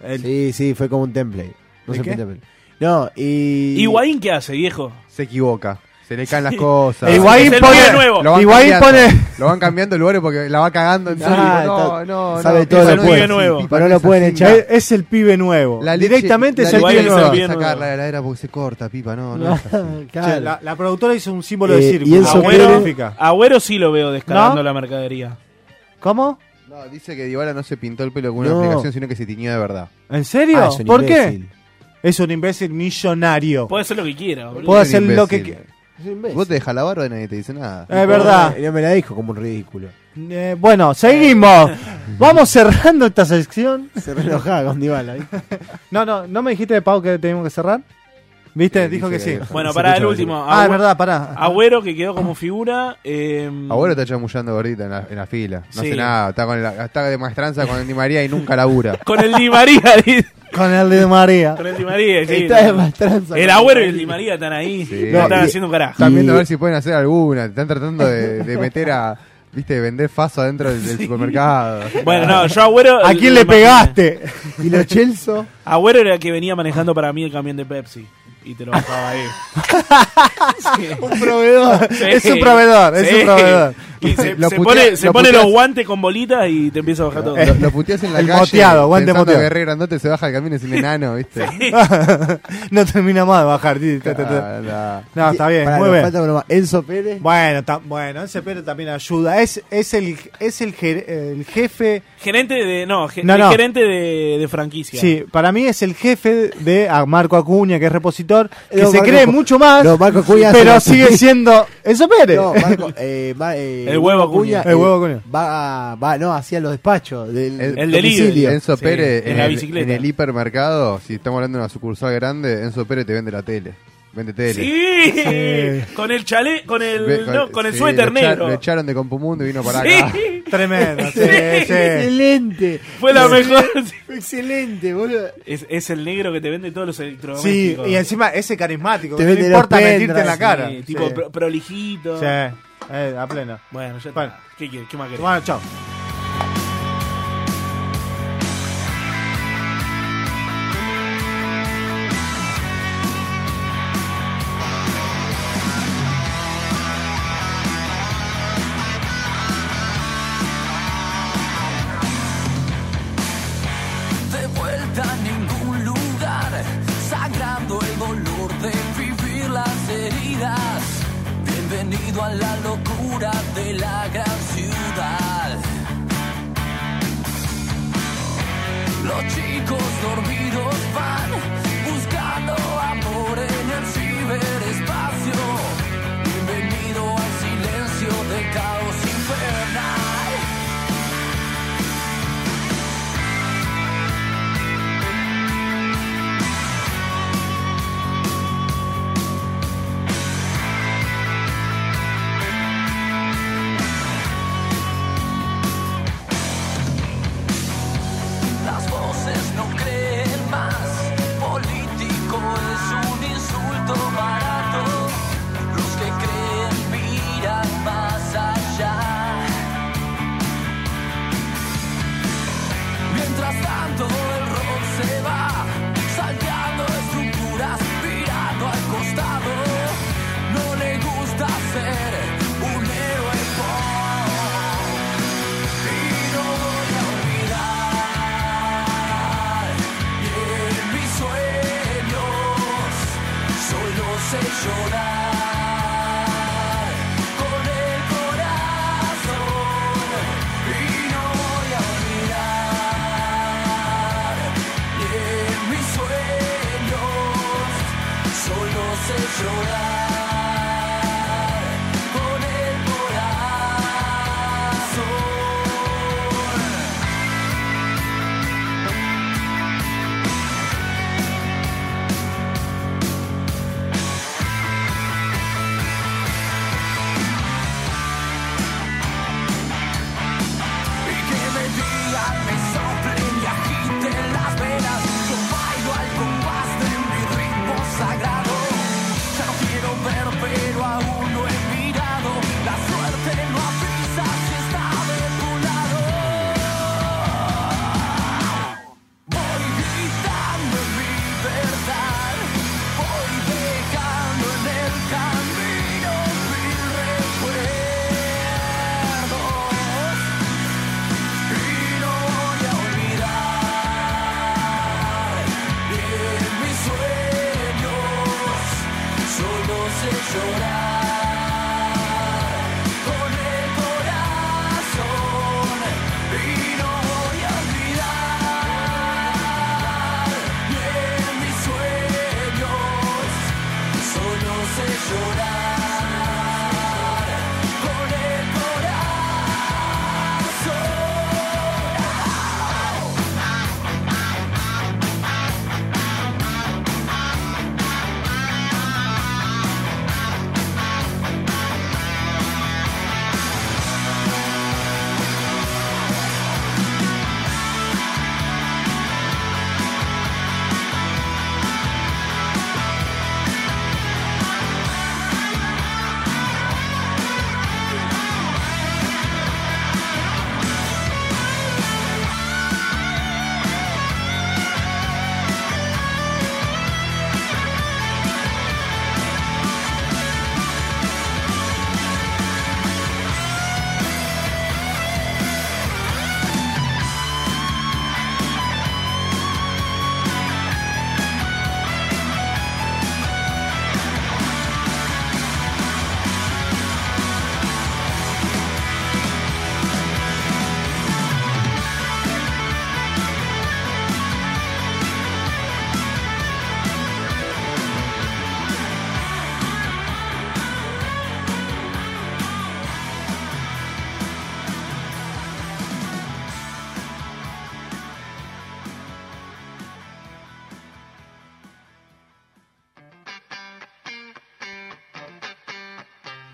[SPEAKER 6] El-
[SPEAKER 3] Sí, sí, fue como un template. No
[SPEAKER 6] ¿De
[SPEAKER 3] sé
[SPEAKER 6] qué?
[SPEAKER 3] un template. No, y...
[SPEAKER 5] ¿Higuaín qué hace, viejo?
[SPEAKER 7] Se equivoca. Se le caen las cosas.
[SPEAKER 6] E Higuaín
[SPEAKER 5] Es el
[SPEAKER 6] pone-
[SPEAKER 5] medio nuevo.
[SPEAKER 7] Lo van,
[SPEAKER 6] Higuaín
[SPEAKER 7] cambiando,
[SPEAKER 6] pone-
[SPEAKER 7] lo van cambiando lugares porque la va cagando en
[SPEAKER 3] Ah,
[SPEAKER 7] serio.
[SPEAKER 3] está-
[SPEAKER 7] No, no, no.
[SPEAKER 3] sabe todo
[SPEAKER 7] Esa
[SPEAKER 5] lo
[SPEAKER 7] no
[SPEAKER 5] puede.
[SPEAKER 7] es así,
[SPEAKER 5] nuevo.
[SPEAKER 7] pipa,
[SPEAKER 3] Pero
[SPEAKER 7] no
[SPEAKER 3] lo
[SPEAKER 7] es
[SPEAKER 3] pueden
[SPEAKER 7] así.
[SPEAKER 3] echar.
[SPEAKER 6] Es- Es el pibe nuevo.
[SPEAKER 7] La leche-
[SPEAKER 6] Directamente
[SPEAKER 7] la
[SPEAKER 6] es el
[SPEAKER 7] leche
[SPEAKER 6] pibe
[SPEAKER 5] Higuaín es el
[SPEAKER 6] nuevo.
[SPEAKER 5] pibe
[SPEAKER 7] Sacarla
[SPEAKER 5] nuevo.
[SPEAKER 7] de la heladera porque se corta, pipa. No, no.
[SPEAKER 3] Ah,
[SPEAKER 7] es así.
[SPEAKER 3] claro.
[SPEAKER 6] Che, la, la productora hizo un símbolo
[SPEAKER 3] Eh,
[SPEAKER 6] de
[SPEAKER 3] y
[SPEAKER 6] círculo.
[SPEAKER 3] Enzo
[SPEAKER 6] Agüero.
[SPEAKER 3] Pérez-
[SPEAKER 6] significa?
[SPEAKER 5] Agüero sí lo veo descargando
[SPEAKER 6] ¿No?
[SPEAKER 5] la mercadería.
[SPEAKER 6] ¿Cómo?
[SPEAKER 7] No, dice que Dybala no se pintó el pelo con una
[SPEAKER 3] No.
[SPEAKER 7] aplicación, sino que se tiñó de verdad.
[SPEAKER 6] ¿En serio?
[SPEAKER 3] Ah, es un
[SPEAKER 6] ¿Por
[SPEAKER 3] imbécil.
[SPEAKER 6] qué? Es un imbécil millonario.
[SPEAKER 5] Puede ser lo que quiera, boludo.
[SPEAKER 6] Puedo
[SPEAKER 7] Es un
[SPEAKER 6] hacer lo que
[SPEAKER 7] imbécil.
[SPEAKER 6] qui-
[SPEAKER 3] Es un imbécil.
[SPEAKER 7] Vos te dejas la barba y nadie te dice nada.
[SPEAKER 5] Eh,
[SPEAKER 6] Es verdad.
[SPEAKER 3] Y No me la dijo como un ridículo.
[SPEAKER 6] Eh, bueno, seguimos. Vamos cerrando esta sección.
[SPEAKER 3] Se re enojaba con Dybala. ¿viste?
[SPEAKER 6] No, no, ¿no me dijiste de Pau que teníamos que cerrar? ¿Viste?
[SPEAKER 7] Eh,
[SPEAKER 6] Dijo que
[SPEAKER 7] dice
[SPEAKER 6] sí.
[SPEAKER 7] que-
[SPEAKER 5] Bueno,
[SPEAKER 7] Se
[SPEAKER 5] para
[SPEAKER 7] escucha
[SPEAKER 5] el
[SPEAKER 7] la
[SPEAKER 5] último.
[SPEAKER 6] Ah, es
[SPEAKER 5] Agüero-
[SPEAKER 6] verdad, pará.
[SPEAKER 5] Agüero que quedó como figura. eh,
[SPEAKER 7] Abuelo está chamullando gordita en la, en la fila. No
[SPEAKER 5] Sí.
[SPEAKER 7] hace nada. Está, con la, está de maestranza con el Di María y nunca labura.
[SPEAKER 5] Con el Di María. dice.
[SPEAKER 6] Con el de María.
[SPEAKER 5] Con el Di María, sí.
[SPEAKER 3] Está de maestranza.
[SPEAKER 5] El Agüero y el Di María están ahí.
[SPEAKER 7] Sí.
[SPEAKER 5] No, están
[SPEAKER 3] No, y-
[SPEAKER 5] haciendo un carajo.
[SPEAKER 7] Están viendo
[SPEAKER 3] Y-
[SPEAKER 7] a ver si pueden hacer alguna. Te Están tratando de, de meter a. ¿Viste? de Vender faso adentro del, del supermercado.
[SPEAKER 5] Bueno, no, yo Agüero.
[SPEAKER 6] ¿A quién le
[SPEAKER 5] imaginé.
[SPEAKER 6] pegaste?
[SPEAKER 3] Y los Chelsea.
[SPEAKER 5] Agüero era el que venía manejando para mí el camión de Pepsi. Y te lo bajaba ahí.
[SPEAKER 6] Un proveedor.
[SPEAKER 5] Sí.
[SPEAKER 6] Es un proveedor, es
[SPEAKER 5] Sí.
[SPEAKER 6] un proveedor.
[SPEAKER 5] Y se,
[SPEAKER 7] Lo
[SPEAKER 5] se
[SPEAKER 7] putea-
[SPEAKER 5] pone, se
[SPEAKER 7] lo
[SPEAKER 5] pone
[SPEAKER 7] puteas-
[SPEAKER 5] los guantes con bolitas y te empieza a bajar todo.
[SPEAKER 7] Lo,
[SPEAKER 6] Eh.
[SPEAKER 7] lo puteás en la
[SPEAKER 6] El
[SPEAKER 7] calle.
[SPEAKER 6] moteado, guante
[SPEAKER 7] pensando
[SPEAKER 6] moteado.
[SPEAKER 7] que re grandote se baja el camino y es un enano, ¿viste?
[SPEAKER 6] no termina más de bajar. ti, ta, ta, ta.
[SPEAKER 7] Ah, la-
[SPEAKER 6] No, está bien,
[SPEAKER 3] Pará,
[SPEAKER 6] muy
[SPEAKER 3] nos
[SPEAKER 6] bien.
[SPEAKER 3] falta uno más. Enzo Pérez.
[SPEAKER 6] Bueno, ta- bueno, ese pero también ayuda. Es, es el es el, jer- el jefe.
[SPEAKER 5] Gerente de. No, ge-
[SPEAKER 6] No,
[SPEAKER 5] el
[SPEAKER 6] no.
[SPEAKER 5] gerente de, de franquicia.
[SPEAKER 6] Sí, para mí es el jefe de a Marco Acuña, que es repositor, que
[SPEAKER 3] Eh, No,
[SPEAKER 6] se
[SPEAKER 3] Marco-
[SPEAKER 6] cree mucho más,
[SPEAKER 3] No, Marco Acuña hace
[SPEAKER 6] pero
[SPEAKER 3] la-
[SPEAKER 6] sigue siendo Enzo Pérez.
[SPEAKER 3] No, Marco, eh, ma- eh,
[SPEAKER 5] El huevo Acuña.
[SPEAKER 6] El huevo Acuña.
[SPEAKER 3] Va, a- va, no, hacía los despachos del
[SPEAKER 7] El-
[SPEAKER 5] el
[SPEAKER 3] domicilio.
[SPEAKER 5] delivery.
[SPEAKER 7] Enzo
[SPEAKER 5] Sí,
[SPEAKER 7] Pérez
[SPEAKER 5] en
[SPEAKER 7] en,
[SPEAKER 5] la
[SPEAKER 7] el,
[SPEAKER 5] bicicleta.
[SPEAKER 7] en el hipermercado, si estamos hablando de una sucursal grande, Enzo Pérez te vende la tele. Vende tele.
[SPEAKER 5] Sí, con el chalet, con el,
[SPEAKER 7] Ve-
[SPEAKER 5] no, con el
[SPEAKER 7] sí,
[SPEAKER 5] suéter
[SPEAKER 7] lo echa-
[SPEAKER 5] negro.
[SPEAKER 7] Lo echaron de Compumundo y vino para acá.
[SPEAKER 5] sí,
[SPEAKER 6] Tremendo, sí, sí.
[SPEAKER 3] Excelente.
[SPEAKER 5] fue la mejor.
[SPEAKER 3] Excelente, boludo.
[SPEAKER 5] Es, es el negro que te vende todos los
[SPEAKER 6] Sí,
[SPEAKER 5] electrodomésticos.
[SPEAKER 6] y encima ese carismático,
[SPEAKER 3] Te
[SPEAKER 6] que no
[SPEAKER 3] vende
[SPEAKER 6] le importa
[SPEAKER 3] los
[SPEAKER 6] mentirte en la
[SPEAKER 3] pendrives,
[SPEAKER 6] cara.
[SPEAKER 5] Sí, tipo
[SPEAKER 6] Sí.
[SPEAKER 5] pro- prolijito.
[SPEAKER 6] Sí, eh, a pleno.
[SPEAKER 5] Bueno, ya está.
[SPEAKER 6] Bueno.
[SPEAKER 5] ¿Qué, quieres? ¿Qué más querés?
[SPEAKER 6] Bueno, chao.
[SPEAKER 4] de vuelta a ningún lugar, sangrando el dolor de vivir las heridas. Bienvenido a la locura de la gran ciudad. Los chicos dormidos van buscando amor en el ciberespacio. Bienvenido al silencio de caos infernal. Las voces no creen más llorar con el corazón y no voy a olvidar. Y en mis sueños solo sé llorar con el corazón. Y que me digan, me soplen y agiten las venas Yo bailo al compás de mi ritmo sagrado Ya quiero ver pero aún no he mirado La suerte no avisa si está de tu lado Voy gritando en mi verdad Voy dejando en el camino mil recuerdos y no voy a olvidar en mis sueños solo sé llorar con el corazón y no voy a olvidar en mis sueños solo sé llorar con el corazón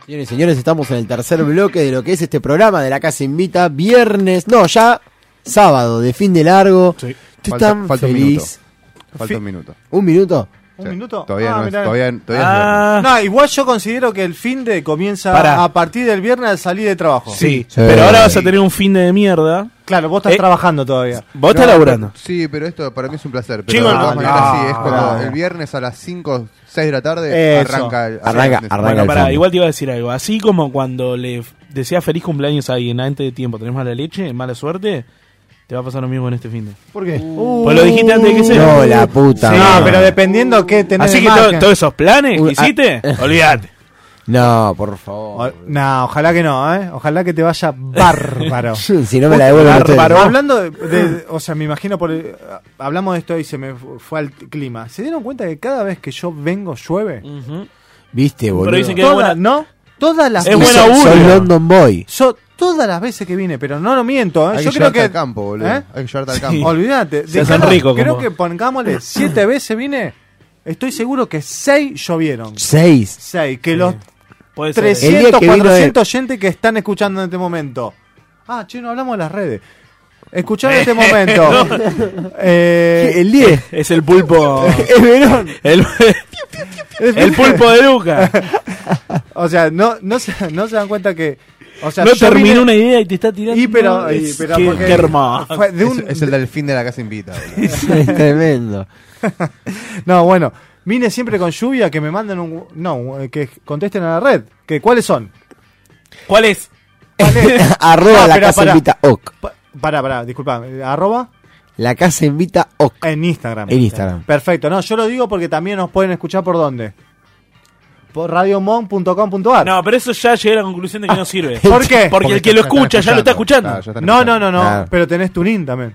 [SPEAKER 3] Señores y señores, estamos en el tercer bloque de lo que es este programa de la Casa Invita. Viernes, no, ya sábado, de fin de largo.
[SPEAKER 6] Sí.
[SPEAKER 3] Estoy
[SPEAKER 7] Falta-
[SPEAKER 3] tan
[SPEAKER 7] falta un
[SPEAKER 3] feliz.
[SPEAKER 7] Falta un minuto.
[SPEAKER 3] Un minuto.
[SPEAKER 6] ¿Un
[SPEAKER 7] Sí.
[SPEAKER 6] minuto?
[SPEAKER 7] Todavía
[SPEAKER 6] Ah,
[SPEAKER 7] no es.
[SPEAKER 6] mirá.
[SPEAKER 7] Todavía, todavía
[SPEAKER 5] Ah,
[SPEAKER 6] No, igual yo considero que el fin de comienza
[SPEAKER 5] Pará.
[SPEAKER 6] a partir del viernes al salir de trabajo.
[SPEAKER 5] sí.
[SPEAKER 7] Sí.
[SPEAKER 5] Pero ahora vas a
[SPEAKER 7] Sí.
[SPEAKER 5] tener un fin de mierda.
[SPEAKER 6] Claro, vos estás
[SPEAKER 5] Eh.
[SPEAKER 6] trabajando todavía.
[SPEAKER 5] Vos estás laburando.
[SPEAKER 7] Sí, pero esto para mí es un placer. Pero
[SPEAKER 5] Chico,
[SPEAKER 7] de todas
[SPEAKER 6] no,
[SPEAKER 7] maneras,
[SPEAKER 6] no,
[SPEAKER 7] sí, es cuando
[SPEAKER 6] no.
[SPEAKER 7] el viernes a las 5, 6 de la tarde
[SPEAKER 6] Eso.
[SPEAKER 7] arranca el.
[SPEAKER 3] Arranca-
[SPEAKER 7] el-
[SPEAKER 3] arranca.
[SPEAKER 5] Bueno,
[SPEAKER 3] el
[SPEAKER 5] pará,
[SPEAKER 3] fondo.
[SPEAKER 5] igual te iba a decir algo. Así como cuando le f- deseas feliz cumpleaños a alguien antes de tiempo, tenés mala leche, mala suerte, te va a pasar lo mismo en este fin de.
[SPEAKER 6] ¿Por qué? Uh,
[SPEAKER 5] Pues lo dijiste antes de que se.
[SPEAKER 3] No, la puta.
[SPEAKER 6] Sí,
[SPEAKER 3] madre.
[SPEAKER 6] no, pero dependiendo qué tenés
[SPEAKER 5] Así
[SPEAKER 6] de
[SPEAKER 5] que to-
[SPEAKER 6] margen.
[SPEAKER 5] todos esos planes
[SPEAKER 3] Uh,
[SPEAKER 5] que hiciste, olvídate.
[SPEAKER 3] No, por
[SPEAKER 6] O-
[SPEAKER 3] favor.
[SPEAKER 6] No, ojalá que no, ¿eh? Ojalá que te vaya bárbaro.
[SPEAKER 3] Si no me la devuelven ustedes.
[SPEAKER 6] Bárbaro. Hablando de, de- O sea, me imagino por... el- hablamos de esto y se me fu- fue al t- clima. ¿Se dieron cuenta que cada vez que yo vengo llueve?
[SPEAKER 3] Viste, boludo.
[SPEAKER 5] Pero dicen que-
[SPEAKER 6] Todas,
[SPEAKER 5] buena-
[SPEAKER 6] ¿no? Todas las...
[SPEAKER 5] Es
[SPEAKER 3] Y
[SPEAKER 5] buen
[SPEAKER 3] so-
[SPEAKER 5] augurio.
[SPEAKER 3] soy London Boy.
[SPEAKER 6] Yo todas las veces que vine, pero no lo miento, ¿eh?
[SPEAKER 7] Hay
[SPEAKER 6] Yo
[SPEAKER 7] que
[SPEAKER 6] creo
[SPEAKER 7] llevarte
[SPEAKER 6] que...
[SPEAKER 7] al campo, boludo.
[SPEAKER 6] ¿Eh?
[SPEAKER 7] Hay que llevarte al
[SPEAKER 5] Sí.
[SPEAKER 7] campo.
[SPEAKER 6] Olvídate.
[SPEAKER 5] Se
[SPEAKER 6] Dejá-
[SPEAKER 5] hacen rico,
[SPEAKER 6] creo
[SPEAKER 5] como-
[SPEAKER 6] que pongámosle siete veces vine. Estoy seguro que seis llovieron.
[SPEAKER 3] Seis.
[SPEAKER 6] Seis. Que los
[SPEAKER 5] Puede ser.
[SPEAKER 6] 300,
[SPEAKER 3] El día que vino
[SPEAKER 6] 400 oyentes que están escuchando en este momento. Ah, che, no hablamos de las redes. Escuchar en este momento. Eh,
[SPEAKER 3] El 10.
[SPEAKER 5] Es el pulpo.
[SPEAKER 6] es Verón.
[SPEAKER 5] el, el pulpo de Luca.
[SPEAKER 6] O sea, no, no, se, no se dan cuenta que. O sea,
[SPEAKER 5] No
[SPEAKER 6] yo vine-
[SPEAKER 5] terminó una idea y te está tirando.
[SPEAKER 6] Y pero, y
[SPEAKER 5] Es-
[SPEAKER 6] pero
[SPEAKER 5] qué,
[SPEAKER 6] porque-
[SPEAKER 5] qué hermoso.
[SPEAKER 6] fue de
[SPEAKER 7] Es-
[SPEAKER 6] un-
[SPEAKER 7] es, el delfín de la casa invita. boludo.
[SPEAKER 3] Es tremendo.
[SPEAKER 6] No, bueno. Vine siempre con lluvia que me manden un. No, eh, que contesten a la red. Que, ¿Cuáles son?
[SPEAKER 5] ¿Cuál es?
[SPEAKER 6] ¿Cuál es?
[SPEAKER 3] Arroba
[SPEAKER 6] Ah,
[SPEAKER 3] la
[SPEAKER 6] pero
[SPEAKER 3] casa
[SPEAKER 6] pará.
[SPEAKER 3] invita OC.
[SPEAKER 6] Pa- Pará, pará, disculpa. eh, Arroba
[SPEAKER 3] La casa invita OC.
[SPEAKER 6] en Instagram.
[SPEAKER 3] En Instagram.
[SPEAKER 6] Perfecto. No, yo lo digo porque también nos pueden escuchar por dónde. por radiomon.com.ar.
[SPEAKER 5] No, pero eso ya llegué a la conclusión de que no sirve.
[SPEAKER 6] ¿Por qué?
[SPEAKER 5] Porque el que lo escucha ya lo está escuchando.
[SPEAKER 7] Claro, ya están
[SPEAKER 6] No, no, no, no.
[SPEAKER 7] Claro.
[SPEAKER 6] Pero tenés Tunin también.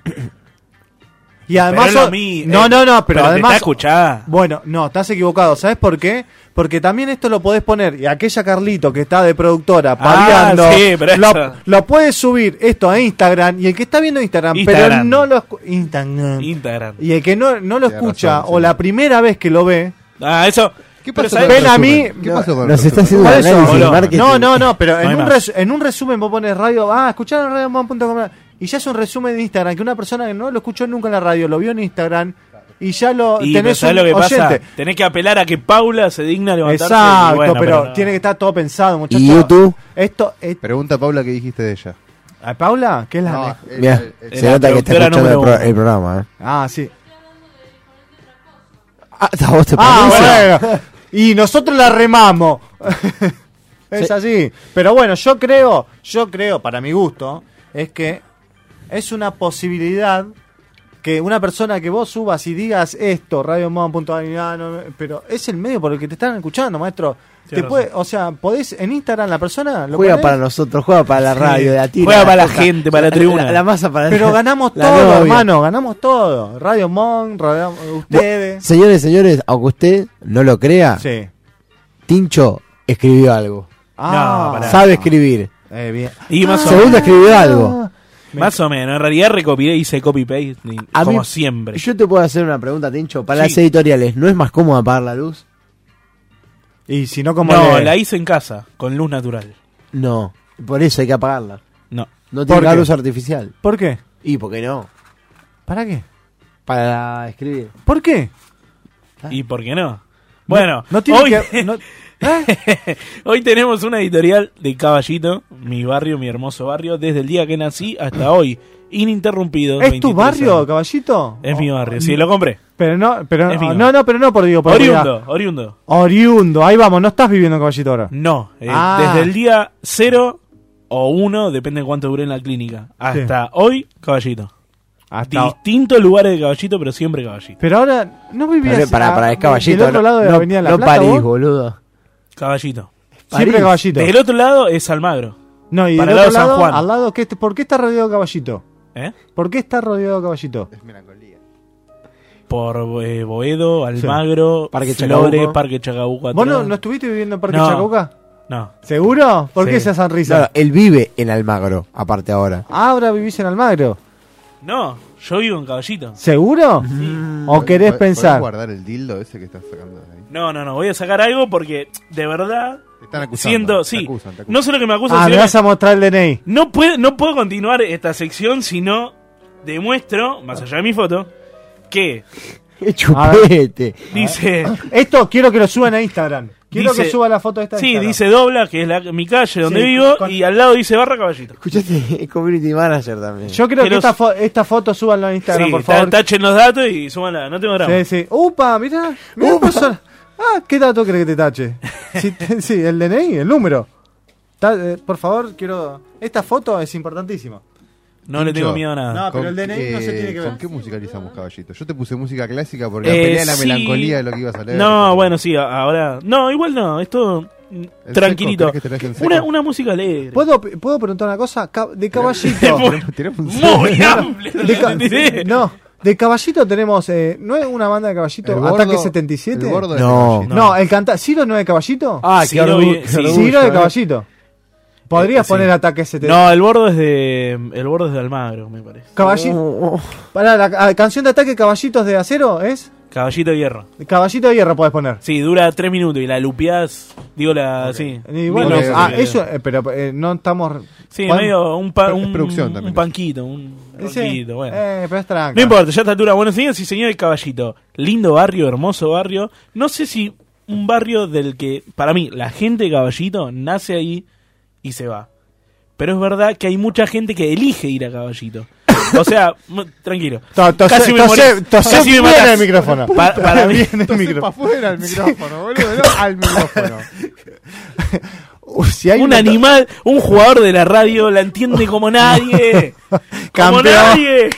[SPEAKER 6] Y además.
[SPEAKER 5] es lo
[SPEAKER 6] o-
[SPEAKER 5] mi-
[SPEAKER 6] no,
[SPEAKER 5] eh,
[SPEAKER 6] no, no, pero,
[SPEAKER 5] pero te
[SPEAKER 6] además.
[SPEAKER 5] está escuchada.
[SPEAKER 6] Bueno, no, estás equivocado. ¿Sabes por qué? Porque también esto lo podés poner. Y aquella Carlito que está de productora paviando.
[SPEAKER 5] Ah, sí, pero
[SPEAKER 6] lo,
[SPEAKER 5] eso-
[SPEAKER 6] lo puedes subir esto a Instagram. Y el que está viendo Instagram, pero
[SPEAKER 5] Instagram.
[SPEAKER 6] no lo. escu- Instagram.
[SPEAKER 5] Instagram.
[SPEAKER 6] Y el que no, no lo
[SPEAKER 7] Tenés
[SPEAKER 6] escucha
[SPEAKER 7] razón,
[SPEAKER 6] o
[SPEAKER 7] sí.
[SPEAKER 6] la primera vez que lo ve.
[SPEAKER 5] Ah, eso.
[SPEAKER 7] ¿Qué
[SPEAKER 5] Pero
[SPEAKER 7] pasó
[SPEAKER 5] ¿sabes?
[SPEAKER 7] con el
[SPEAKER 6] Ven a
[SPEAKER 7] resumen?
[SPEAKER 6] mí-
[SPEAKER 7] ¿Qué pasó con el
[SPEAKER 3] Nos está
[SPEAKER 7] resumen?
[SPEAKER 3] haciendo un
[SPEAKER 6] Por eso,
[SPEAKER 3] análisis de
[SPEAKER 5] boludo.
[SPEAKER 3] marketing.
[SPEAKER 6] No, no, no, pero
[SPEAKER 5] No
[SPEAKER 6] en,
[SPEAKER 5] hay
[SPEAKER 6] un
[SPEAKER 5] más.
[SPEAKER 6] resu- en un resumen vos pones radio, ah, escucharon Radio Mamón.com y ya es un resumen de Instagram que una persona que no lo escuchó nunca en la radio, lo vio en Instagram y ya lo
[SPEAKER 5] Y pero
[SPEAKER 6] tenés un
[SPEAKER 5] ¿sabés lo que
[SPEAKER 6] oyente.
[SPEAKER 5] pasa? Tenés que apelar a que Paula se digna a levantarse. y
[SPEAKER 6] Exacto,
[SPEAKER 5] bueno,
[SPEAKER 6] pero,
[SPEAKER 5] no.
[SPEAKER 6] tiene que estar todo pensado, muchachos.
[SPEAKER 3] ¿Y YouTube?
[SPEAKER 6] Esto, es-
[SPEAKER 7] Pregunta a Paula qué dijiste de ella.
[SPEAKER 6] ¿a Paula, ¿qué es la
[SPEAKER 7] No,
[SPEAKER 6] mejor?
[SPEAKER 7] el-
[SPEAKER 3] Mirá,
[SPEAKER 7] el- el-
[SPEAKER 5] eh,
[SPEAKER 3] se
[SPEAKER 5] la
[SPEAKER 3] nota que está
[SPEAKER 5] productora
[SPEAKER 3] escuchando el,
[SPEAKER 5] número
[SPEAKER 3] pro-
[SPEAKER 5] uno.
[SPEAKER 3] el programa. ¿eh?
[SPEAKER 6] Ah, sí.
[SPEAKER 3] Ah, ¿a vos te
[SPEAKER 6] Ah,
[SPEAKER 3] parece?
[SPEAKER 6] bueno. Y nosotros la remamos. es
[SPEAKER 3] Sí.
[SPEAKER 6] así. Pero bueno, yo creo, yo creo, para mi gusto, es que es una posibilidad que una persona que vos subas y digas esto, Radio Moda, punto de vida, no, pero es el medio por el que te están escuchando, maestro.
[SPEAKER 5] Sí,
[SPEAKER 6] Te
[SPEAKER 5] razón.
[SPEAKER 6] puede- o sea, podés en Instagram la persona lo
[SPEAKER 3] Juega
[SPEAKER 6] ponés,
[SPEAKER 3] para nosotros, juega para la radio, la tira.
[SPEAKER 5] Juega para la
[SPEAKER 3] coca,
[SPEAKER 5] gente, para la tribuna.
[SPEAKER 3] La, masa para
[SPEAKER 6] pero ganamos
[SPEAKER 3] la
[SPEAKER 6] todo,
[SPEAKER 3] novia.
[SPEAKER 6] hermano, ganamos todo. Radio Mon, Radio- ustedes.
[SPEAKER 3] Señores, señores, aunque usted no lo crea,
[SPEAKER 6] Sí.
[SPEAKER 3] Tincho escribió algo.
[SPEAKER 6] Ah,
[SPEAKER 5] pará. Ah.
[SPEAKER 3] Sabe escribir.
[SPEAKER 6] eh, bien.
[SPEAKER 5] Y más, o menos,
[SPEAKER 3] Segundo
[SPEAKER 6] Ah.
[SPEAKER 3] escribió algo.
[SPEAKER 5] más o menos. En realidad recopilé y hice copy-paste ni-
[SPEAKER 3] A
[SPEAKER 5] como
[SPEAKER 3] mí-
[SPEAKER 5] siempre.
[SPEAKER 3] Yo te puedo hacer una pregunta, Tincho. Para
[SPEAKER 5] Sí.
[SPEAKER 3] las editoriales, ¿no es más cómodo apagar la luz?
[SPEAKER 6] Y si no, como
[SPEAKER 5] No, la hice en casa, con luz natural.
[SPEAKER 3] No. Por eso hay que apagarla.
[SPEAKER 5] No.
[SPEAKER 3] No
[SPEAKER 6] ¿Por
[SPEAKER 3] tiene que haber
[SPEAKER 6] qué?
[SPEAKER 3] luz artificial.
[SPEAKER 6] ¿Por qué?
[SPEAKER 3] ¿Y por qué no?
[SPEAKER 6] ¿Para qué?
[SPEAKER 3] Para escribir.
[SPEAKER 6] ¿Por qué?
[SPEAKER 5] Ah. ¿Y por qué no? Bueno,
[SPEAKER 6] No tiene
[SPEAKER 5] hoy,
[SPEAKER 6] que. no- ¿Eh?
[SPEAKER 5] hoy tenemos una editorial de Caballito, mi barrio, mi hermoso barrio, desde el día que nací hasta hoy, ininterrumpido.
[SPEAKER 6] ¿Es tu
[SPEAKER 5] 23
[SPEAKER 6] barrio,
[SPEAKER 5] años.
[SPEAKER 6] caballito?
[SPEAKER 5] Es
[SPEAKER 6] O-
[SPEAKER 5] mi barrio, sí, lo compré.
[SPEAKER 6] Pero no, pero
[SPEAKER 5] Es mío.
[SPEAKER 6] no, no, pero no por digo, oh, por
[SPEAKER 5] Oriundo,
[SPEAKER 6] cuidado.
[SPEAKER 5] oriundo.
[SPEAKER 6] Oriundo, ahí vamos, no estás viviendo en caballito ahora.
[SPEAKER 5] No, eh,
[SPEAKER 6] Ah.
[SPEAKER 5] desde el día 0 o 1, depende de cuánto duré en la clínica, hasta hoy, Caballito.
[SPEAKER 6] Hasta.
[SPEAKER 5] Distintos lugares de Caballito, pero siempre Caballito.
[SPEAKER 6] Pero ahora no vivías.
[SPEAKER 3] para, para, es
[SPEAKER 6] a-
[SPEAKER 3] caballito.
[SPEAKER 6] Del otro lado de la
[SPEAKER 3] no,
[SPEAKER 6] Avenida La
[SPEAKER 3] no
[SPEAKER 6] Plata,
[SPEAKER 3] París,
[SPEAKER 6] vos?
[SPEAKER 3] boludo.
[SPEAKER 5] Caballito.
[SPEAKER 6] Siempre
[SPEAKER 3] París.
[SPEAKER 6] caballito.
[SPEAKER 5] Del otro lado es Almagro,
[SPEAKER 6] No, y
[SPEAKER 5] para
[SPEAKER 6] del
[SPEAKER 5] el lado
[SPEAKER 6] otro
[SPEAKER 5] de
[SPEAKER 6] lado,
[SPEAKER 5] San Juan.
[SPEAKER 6] al lado, ¿qué- ¿por qué está rodeado de caballito?
[SPEAKER 5] ¿eh?
[SPEAKER 6] ¿Por qué está rodeado de caballito?
[SPEAKER 7] Es melancolía.
[SPEAKER 5] Por eh, Boedo, Almagro,
[SPEAKER 3] Parque
[SPEAKER 5] Flores,
[SPEAKER 3] Chacabuco.
[SPEAKER 5] Parque Chacabuco.
[SPEAKER 6] ¿Vos no,
[SPEAKER 5] atrás.
[SPEAKER 6] no estuviste viviendo en Parque
[SPEAKER 5] No.
[SPEAKER 6] Chacabuca?
[SPEAKER 5] No.
[SPEAKER 6] ¿Seguro? ¿Por
[SPEAKER 5] Sí.
[SPEAKER 6] qué esa sonrisa? Ah,
[SPEAKER 3] Claro, él vive en Almagro, aparte ahora.
[SPEAKER 6] Ahora vivís en Almagro.
[SPEAKER 5] No, yo vivo en Caballito.
[SPEAKER 6] ¿Seguro? ¿O querés
[SPEAKER 7] ¿Podés- podés
[SPEAKER 6] pensar?
[SPEAKER 7] guardar el dildo ese que estás sacando de ahí?
[SPEAKER 5] No, no, no, voy a sacar algo porque de verdad
[SPEAKER 7] Te están acusando.
[SPEAKER 5] siento,
[SPEAKER 7] te
[SPEAKER 5] sí.
[SPEAKER 7] acusan, te acusan.
[SPEAKER 5] No solo que me acusan,
[SPEAKER 6] Ah,
[SPEAKER 5] sino
[SPEAKER 6] me
[SPEAKER 5] que
[SPEAKER 6] vas a mostrar el DNI.
[SPEAKER 5] no puedo no puedo continuar esta sección si no demuestro, más allá de mi foto, que
[SPEAKER 6] Ah.
[SPEAKER 3] ¡Qué chupete!
[SPEAKER 5] dice
[SPEAKER 6] Esto quiero que lo suban a Instagram. Quiero
[SPEAKER 5] Dice-
[SPEAKER 6] que suba la foto de esta. a
[SPEAKER 5] Sí,
[SPEAKER 6] Instagram.
[SPEAKER 5] dice Dobla, que es la- mi calle donde
[SPEAKER 6] Sí,
[SPEAKER 5] vivo
[SPEAKER 6] con-
[SPEAKER 5] y al lado dice Barra Caballito.
[SPEAKER 3] Escuchate, es community manager también.
[SPEAKER 6] Yo creo que,
[SPEAKER 5] que los-
[SPEAKER 6] esta, fo- esta foto súbanla a Instagram,
[SPEAKER 5] Sí,
[SPEAKER 6] por
[SPEAKER 5] ta-
[SPEAKER 6] favor.
[SPEAKER 5] tachen los datos y súmanla, no tengo drama.
[SPEAKER 6] Sí, sí. Upa, mirá. mirá persona. Ah, ¿qué dato crees que te tache? Sí, te- sí, el DNI, el número. Ta- eh, por favor, quiero. Esta foto es importantísima.
[SPEAKER 5] No le
[SPEAKER 7] Tincho.
[SPEAKER 5] tengo miedo a nada.
[SPEAKER 6] No, pero
[SPEAKER 7] ¿Con
[SPEAKER 6] el DNI no se
[SPEAKER 7] qué-
[SPEAKER 6] tiene que
[SPEAKER 7] ¿Con
[SPEAKER 6] ver.
[SPEAKER 7] qué musicalizamos, caballito? Yo te puse música clásica porque la
[SPEAKER 5] Eh,
[SPEAKER 7] pelea de la
[SPEAKER 5] sí.
[SPEAKER 7] melancolía es lo que ibas a leer.
[SPEAKER 5] No, bueno, sí, a- ahora. No, igual no, esto. mm,
[SPEAKER 7] seco,
[SPEAKER 5] Tranquilito.
[SPEAKER 7] ¿querés que te deje en seco?
[SPEAKER 5] Una, una música alegre.
[SPEAKER 6] ¿Puedo, ¿Puedo preguntar una cosa? Ca- De caballito.
[SPEAKER 5] Muy-
[SPEAKER 7] Tiramos un
[SPEAKER 5] Muy amplio.
[SPEAKER 6] De ca-
[SPEAKER 5] ¿entendés?
[SPEAKER 6] no, de caballito tenemos. eh, ¿No es una banda de caballito?
[SPEAKER 7] El
[SPEAKER 6] ¿Ataque
[SPEAKER 7] gordo-
[SPEAKER 6] 77?
[SPEAKER 7] el gordo de
[SPEAKER 3] No.
[SPEAKER 7] Caballito.
[SPEAKER 6] No, el cantante. ¿Ciro no es de caballito?
[SPEAKER 3] Ah,
[SPEAKER 5] Sí, lo vi, sí.
[SPEAKER 3] orgullo,
[SPEAKER 6] Ciro de
[SPEAKER 3] eh.
[SPEAKER 6] caballito. Podrías
[SPEAKER 5] Sí.
[SPEAKER 6] poner ataque 70.
[SPEAKER 5] No, el bordo es de. El bordo es de Almagro, me parece.
[SPEAKER 6] Caballito.
[SPEAKER 3] Oh, oh.
[SPEAKER 6] Pará, la ca- canción de ataque Caballitos de Acero es.
[SPEAKER 5] Caballito de hierro.
[SPEAKER 6] Caballito de Hierro podés poner.
[SPEAKER 5] Sí, dura tres minutos y la lupeás. Digo la. Sí.
[SPEAKER 6] Y bueno,
[SPEAKER 7] Ok, ok,
[SPEAKER 6] ah,
[SPEAKER 7] ok.
[SPEAKER 6] eso, eh, pero eh, no estamos.
[SPEAKER 5] Sí,
[SPEAKER 6] ¿Cuán-
[SPEAKER 5] medio un, pa-
[SPEAKER 7] Es
[SPEAKER 5] un,
[SPEAKER 7] producción también.
[SPEAKER 5] un panquito, un
[SPEAKER 6] Ese-
[SPEAKER 5] roquito, bueno.
[SPEAKER 6] Eh, pero es tranca.
[SPEAKER 5] No importa, ya está altura. Buenos días y señores caballito. Lindo barrio, hermoso barrio. No sé si un barrio del que, para mí, la gente de caballito nace ahí y se va. Pero es verdad que hay mucha gente que elige ir a caballito. O sea, mu- tranquilo.
[SPEAKER 6] To- tose-
[SPEAKER 5] Casi me
[SPEAKER 6] tose-
[SPEAKER 5] morís.
[SPEAKER 6] tose
[SPEAKER 5] Casi me
[SPEAKER 6] bien
[SPEAKER 5] matás.
[SPEAKER 6] el micrófono.
[SPEAKER 5] Pa- para mí,
[SPEAKER 6] Bien el
[SPEAKER 7] Entonces, pa'
[SPEAKER 6] micrófono.
[SPEAKER 7] afuera al micrófono, boludo, no al micrófono.
[SPEAKER 6] Uh, si hay
[SPEAKER 5] un
[SPEAKER 6] una-
[SPEAKER 5] animal, un jugador de la radio la entiende como nadie. como
[SPEAKER 6] Campeón.
[SPEAKER 5] nadie.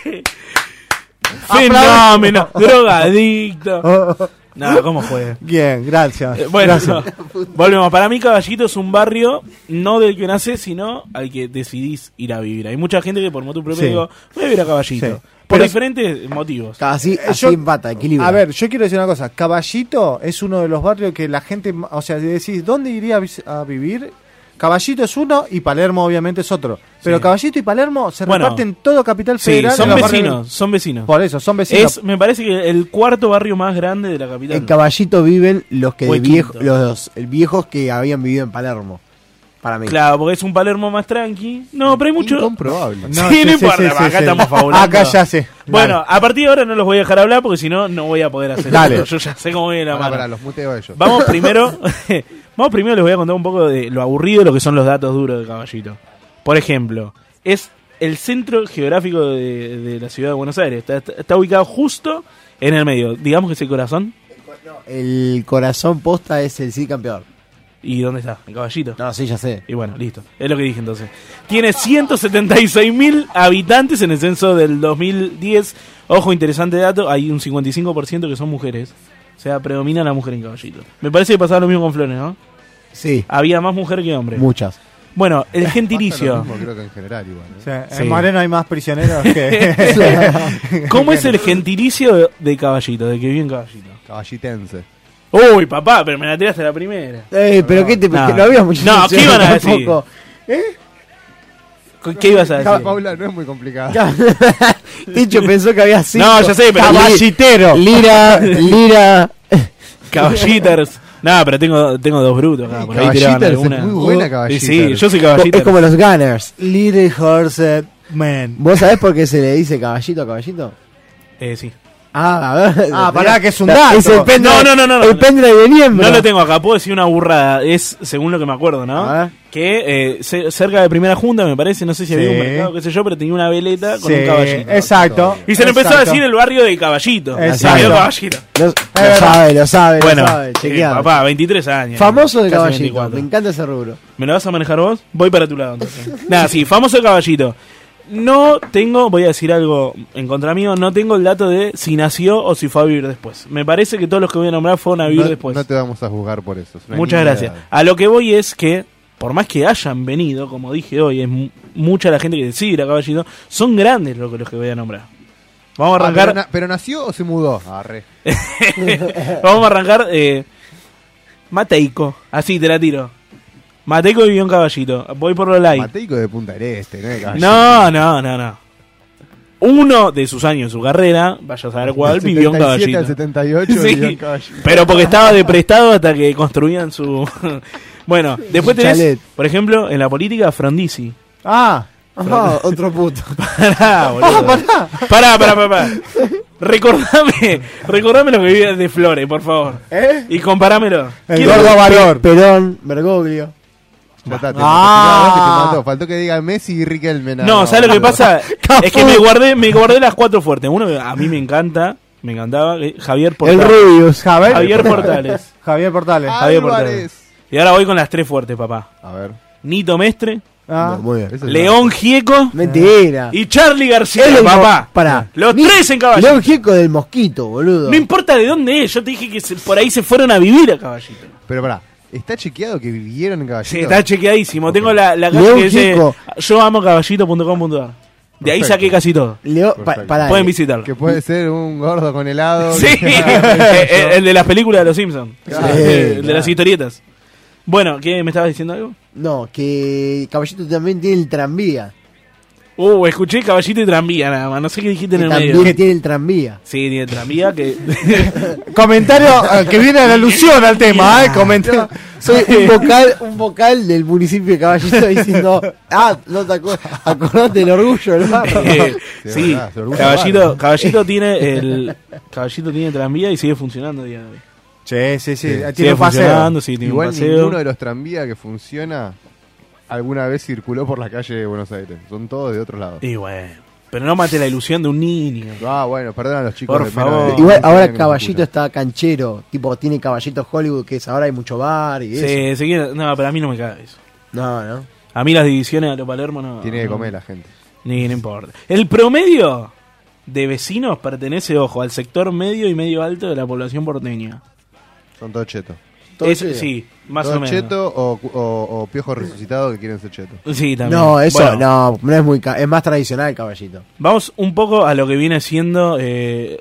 [SPEAKER 5] Fenómeno,
[SPEAKER 6] Oh.
[SPEAKER 5] drogadicto. No, ¿cómo juega?
[SPEAKER 6] Bien, gracias.
[SPEAKER 5] Eh, bueno,
[SPEAKER 6] Gracias.
[SPEAKER 5] no. volvemos. Para mí, Caballito es un barrio no del que nacés, sino al que decidís ir a vivir. Hay mucha gente que por motivo propio
[SPEAKER 6] Sí.
[SPEAKER 5] digo, voy a vivir a Caballito.
[SPEAKER 6] Sí.
[SPEAKER 5] Por
[SPEAKER 6] Pero-
[SPEAKER 5] diferentes motivos.
[SPEAKER 3] Así,
[SPEAKER 6] Eh,
[SPEAKER 3] así
[SPEAKER 6] yo-
[SPEAKER 3] empata, equilibrio.
[SPEAKER 6] A ver, yo quiero decir una cosa. Caballito es uno de los barrios que la gente, o sea, decís, ¿dónde iría a vis- a vivir? Caballito es uno y Palermo obviamente es otro. Pero
[SPEAKER 5] Sí.
[SPEAKER 6] Caballito y Palermo se
[SPEAKER 5] Bueno.
[SPEAKER 6] reparten todo Capital
[SPEAKER 5] Sí,
[SPEAKER 6] Federal. en
[SPEAKER 5] son
[SPEAKER 6] los barrios-
[SPEAKER 5] vecinos, son vecinos.
[SPEAKER 6] Por eso, son vecinos.
[SPEAKER 5] Es, me parece que el cuarto barrio más grande de la capital.
[SPEAKER 3] En Caballito viven los que
[SPEAKER 5] O
[SPEAKER 3] de
[SPEAKER 5] el
[SPEAKER 3] viejo-
[SPEAKER 5] quinto.
[SPEAKER 3] los eh, viejos que habían vivido en Palermo. Para mí.
[SPEAKER 5] Claro, porque es un Palermo más tranqui. No, pero hay mucho.
[SPEAKER 7] Incomprobable.
[SPEAKER 5] Sí, no importa, acá estamos fabulando.
[SPEAKER 6] Acá ya sé.
[SPEAKER 5] Bueno, a partir de ahora no los voy a dejar hablar porque si no, no voy a poder hacer
[SPEAKER 6] Dale.
[SPEAKER 5] esto. Yo ya sé cómo voy a la
[SPEAKER 7] Pará,
[SPEAKER 5] mano.
[SPEAKER 7] pará, los muteo a ellos.
[SPEAKER 5] Vamos primero. vamos primero les voy a contar un poco de lo aburrido de lo que son los datos duros de Caballito. Por ejemplo, es el centro geográfico de, de la ciudad de Buenos Aires. Está, está- está ubicado justo en el medio. Digamos que es el corazón.
[SPEAKER 3] El corazón posta es el sí campeón.
[SPEAKER 5] ¿Y dónde está? El caballito.
[SPEAKER 3] No, sí, ya sé.
[SPEAKER 5] Y bueno, listo. Es lo que dije entonces. Tiene 176 mil habitantes en el censo del 2010. Ojo, interesante dato. Hay un 55% que son mujeres. O sea, predomina la mujer en caballito. Me parece que pasaba lo mismo con Flores, ¿no?
[SPEAKER 3] Sí,
[SPEAKER 5] Había más mujer que hombre.
[SPEAKER 3] muchas.
[SPEAKER 5] Bueno, el
[SPEAKER 7] Pasa lo
[SPEAKER 5] gentilicio.
[SPEAKER 7] mismo, creo que en general igual. ¿eh?
[SPEAKER 6] Sí,
[SPEAKER 5] Sí.
[SPEAKER 6] En Moreno hay más prisioneros que.
[SPEAKER 5] ¿Cómo es el gentilicio de caballito, de que vive en caballito?
[SPEAKER 7] Caballitense.
[SPEAKER 5] Uy, papá, pero me la tiraste la primera.
[SPEAKER 3] Eh, pero qué te.
[SPEAKER 5] No.
[SPEAKER 3] que no había muchas
[SPEAKER 5] No, ¿qué iban a
[SPEAKER 3] opciones
[SPEAKER 5] decir? ¿Qué- ¿Qué ibas a
[SPEAKER 7] Ca-
[SPEAKER 5] decir?
[SPEAKER 7] Paula, no es muy complicado.
[SPEAKER 3] Ticho pensó que había cinco.
[SPEAKER 5] No, ya sé, pero-
[SPEAKER 3] Caballitero. Lira, Lira.
[SPEAKER 5] Caballiters. Nada, pero tengo, tengo dos brutos acá. por ahí
[SPEAKER 7] Caballiters,
[SPEAKER 5] tiraban alguna.
[SPEAKER 7] es muy buena
[SPEAKER 5] Sí,
[SPEAKER 7] Caballiters.
[SPEAKER 5] Sí, yo soy
[SPEAKER 3] Es
[SPEAKER 5] caballiters.
[SPEAKER 3] como los Gunners.
[SPEAKER 6] Little Horse Man.
[SPEAKER 3] ¿Vos sabés por qué se le dice caballito a caballito?
[SPEAKER 5] Eh, sí.
[SPEAKER 3] Ah, a ver.
[SPEAKER 6] Ah, pará, que es un
[SPEAKER 3] La- Es el
[SPEAKER 6] dato.
[SPEAKER 3] pendrive.
[SPEAKER 5] No, no, no, no,
[SPEAKER 3] El
[SPEAKER 5] no.
[SPEAKER 3] pendrive de miembro.
[SPEAKER 5] No lo tengo acá, puedo decir una burrada. Es según lo que me acuerdo, ¿no?
[SPEAKER 3] A ver.
[SPEAKER 5] Que eh, ce- cerca de primera junta, me parece, no sé si había
[SPEAKER 6] Sí.
[SPEAKER 5] un mercado, qué sé yo, pero tenía una veleta con
[SPEAKER 6] Sí,
[SPEAKER 5] un
[SPEAKER 3] Eh,
[SPEAKER 5] caballito.
[SPEAKER 6] Exacto.
[SPEAKER 5] Y se le empezó a
[SPEAKER 6] Exacto.
[SPEAKER 5] decir el barrio de caballito.
[SPEAKER 6] Exacto.
[SPEAKER 5] Salió caballito.
[SPEAKER 3] Lo, lo sabe, lo sabe,
[SPEAKER 5] Bueno,
[SPEAKER 3] lo sabe.
[SPEAKER 5] eh,
[SPEAKER 3] Chequeado.
[SPEAKER 5] papá, 23 años.
[SPEAKER 3] Famoso de
[SPEAKER 5] Casi
[SPEAKER 3] caballito.
[SPEAKER 5] 24.
[SPEAKER 3] Me encanta ese rubro.
[SPEAKER 5] ¿Me lo vas a manejar vos? Voy para tu lado entonces. Nada, sí, famoso de caballito. No tengo, voy a decir algo en contra mío, no tengo el dato de si nació o si fue a vivir después. Me parece que todos los que voy a nombrar fueron a vivir
[SPEAKER 7] no,
[SPEAKER 5] después.
[SPEAKER 7] no te vamos a juzgar por eso. es una Ah,
[SPEAKER 5] Muchas
[SPEAKER 7] niña
[SPEAKER 5] gracias.
[SPEAKER 7] de edad.
[SPEAKER 5] A lo que voy es que, por más que hayan venido, como dije hoy, es mu- mucha la gente que decide ir a caballito, son grandes los que, los que voy a nombrar. Vamos a
[SPEAKER 7] Ah, pero,
[SPEAKER 5] arrancar,
[SPEAKER 7] na- pero nació o se mudó? Arre.
[SPEAKER 5] vamos a arrancar eh, Mateico, así te la tiro. Mateico vivió en caballito, voy por lo light.
[SPEAKER 7] Mateico de Punta del Este, ¿no? de Caballito.
[SPEAKER 5] No, no, no, no. Uno de sus años en su carrera, vaya a saber cuál,
[SPEAKER 7] Del
[SPEAKER 5] vivió en
[SPEAKER 7] 77
[SPEAKER 5] caballito.
[SPEAKER 7] al 78
[SPEAKER 5] Sí.
[SPEAKER 7] vivió en Caballito.
[SPEAKER 5] Pero porque estaba de prestado hasta que construían su. bueno, después
[SPEAKER 3] Su
[SPEAKER 5] tenés,
[SPEAKER 3] chalet.
[SPEAKER 5] por ejemplo, en la política, Frondizi.
[SPEAKER 6] Ah,
[SPEAKER 3] Ajá, otro puto.
[SPEAKER 5] Pará, boludo. pará, pará, pará, pará. Recordame, recordame lo que vivía de Flores, por favor.
[SPEAKER 6] ¿eh?
[SPEAKER 5] Y comparámelo.
[SPEAKER 6] El
[SPEAKER 5] ¿Quién-
[SPEAKER 6] gordo valor.
[SPEAKER 3] Perón, Bergoglio.
[SPEAKER 7] Ya está, te
[SPEAKER 6] Ah.
[SPEAKER 7] mató, te mató, te mató. Faltó que diga Messi y Riquelme. nada
[SPEAKER 5] No,
[SPEAKER 7] más,
[SPEAKER 5] ¿sabes lo que
[SPEAKER 7] boludo.
[SPEAKER 5] pasa? es que me guardé, me guardé las cuatro fuertes. Uno a mí me encanta, me encantaba, eh, Javier
[SPEAKER 3] El ¿eh?
[SPEAKER 5] Portales.
[SPEAKER 3] Rubius.
[SPEAKER 6] Javier,
[SPEAKER 5] Javier Portales.
[SPEAKER 6] Javier Portales.
[SPEAKER 5] Ah. Javier
[SPEAKER 7] Álvarez.
[SPEAKER 5] Y ahora voy con las tres fuertes, papá.
[SPEAKER 7] A ver.
[SPEAKER 5] Nito Mestre,
[SPEAKER 6] Ah.
[SPEAKER 3] No, muy bien.
[SPEAKER 7] ese es
[SPEAKER 5] León Gieco
[SPEAKER 3] Mentira.
[SPEAKER 5] y Charlie García,
[SPEAKER 3] Él es
[SPEAKER 5] papá.
[SPEAKER 3] mo- pará.
[SPEAKER 5] Los
[SPEAKER 3] Ni-
[SPEAKER 5] tres en caballito.
[SPEAKER 3] León Gieco del Mosquito, boludo.
[SPEAKER 5] No importa de dónde es, yo te dije que se- por ahí se fueron a vivir a caballito.
[SPEAKER 7] el- Pero pará, ¿está chequeado que vivieron en Caballito?
[SPEAKER 5] Sí, está chequeadísimo. Tengo la, la calle
[SPEAKER 3] León
[SPEAKER 5] que dice
[SPEAKER 3] Gieco.
[SPEAKER 5] yo amo caballito.com.ar. De ahí
[SPEAKER 7] Perfecto.
[SPEAKER 5] saqué casi todo.
[SPEAKER 3] Leo, pa-
[SPEAKER 7] Perfecto.
[SPEAKER 3] pará.
[SPEAKER 5] Pueden visitarlo.
[SPEAKER 7] Que puede ser un gordo con helado.
[SPEAKER 5] Sí, eh, eh, el de las películas de los Simpsons.
[SPEAKER 3] Claro.
[SPEAKER 5] Sí, el de
[SPEAKER 3] Claro.
[SPEAKER 5] las historietas. Bueno, ¿qué me estabas diciendo algo?
[SPEAKER 3] No, que Caballito también tiene el tranvía.
[SPEAKER 5] Uh, escuché caballito y tranvía nada más. No sé qué dijiste en
[SPEAKER 3] Que
[SPEAKER 5] el
[SPEAKER 3] también
[SPEAKER 5] medio.
[SPEAKER 3] tiene el tranvía.
[SPEAKER 5] Sí, tiene tranvía que.
[SPEAKER 6] Comentario eh, que viene a la alusión al tema, ¿eh? Comentario.
[SPEAKER 3] Soy un vocal, un vocal del municipio de Caballito diciendo, ah, no te acuerdas, acordate del orgullo del barrio".
[SPEAKER 5] Eh,
[SPEAKER 7] Sí,
[SPEAKER 5] sí,
[SPEAKER 7] verdad, se orgullo
[SPEAKER 5] caballito,
[SPEAKER 7] bárbaro.
[SPEAKER 5] caballito tiene el caballito tiene tranvía y sigue funcionando día de hoy.
[SPEAKER 6] Sí, sí, sí. Tiene
[SPEAKER 5] Sigue
[SPEAKER 6] un paseo.
[SPEAKER 5] funcionando, sí, tiene
[SPEAKER 7] Igual
[SPEAKER 5] un paseo.
[SPEAKER 7] ninguno de los tranvías que funciona alguna vez circuló por la calle de Buenos Aires. Son todos de otros lados.
[SPEAKER 5] Y bueno, pero no mate la ilusión de un niño.
[SPEAKER 7] Ah, bueno, perdón a los chicos.
[SPEAKER 5] Por
[SPEAKER 7] de menos
[SPEAKER 5] favor.
[SPEAKER 7] de-
[SPEAKER 3] Igual
[SPEAKER 7] que
[SPEAKER 3] ahora
[SPEAKER 7] nos
[SPEAKER 3] Caballito
[SPEAKER 7] escuchan.
[SPEAKER 3] está canchero, tipo tiene Caballito Hollywood, que es ahora hay mucho bar y eso.
[SPEAKER 5] Se, se quiere- no, pero a mí no me cabe eso.
[SPEAKER 3] No, no.
[SPEAKER 5] A mí las divisiones a lo Palermo no.
[SPEAKER 7] Tiene que
[SPEAKER 5] no-
[SPEAKER 7] comer la gente.
[SPEAKER 5] Ni no importa. El promedio de vecinos pertenece, ojo, al sector medio y medio alto de la población porteña.
[SPEAKER 7] Son todos chetos.
[SPEAKER 10] Todo
[SPEAKER 5] Es-
[SPEAKER 10] cheto.
[SPEAKER 5] sí, más
[SPEAKER 7] todos
[SPEAKER 5] o menos.
[SPEAKER 7] chetos o, cu- o, o piojos resucitados que quieren ser chetos.
[SPEAKER 5] Sí, también.
[SPEAKER 3] No, eso
[SPEAKER 5] Bueno,
[SPEAKER 3] no, no es muy. ca- Es más tradicional, caballito.
[SPEAKER 5] Vamos un poco a lo que viene siendo eh,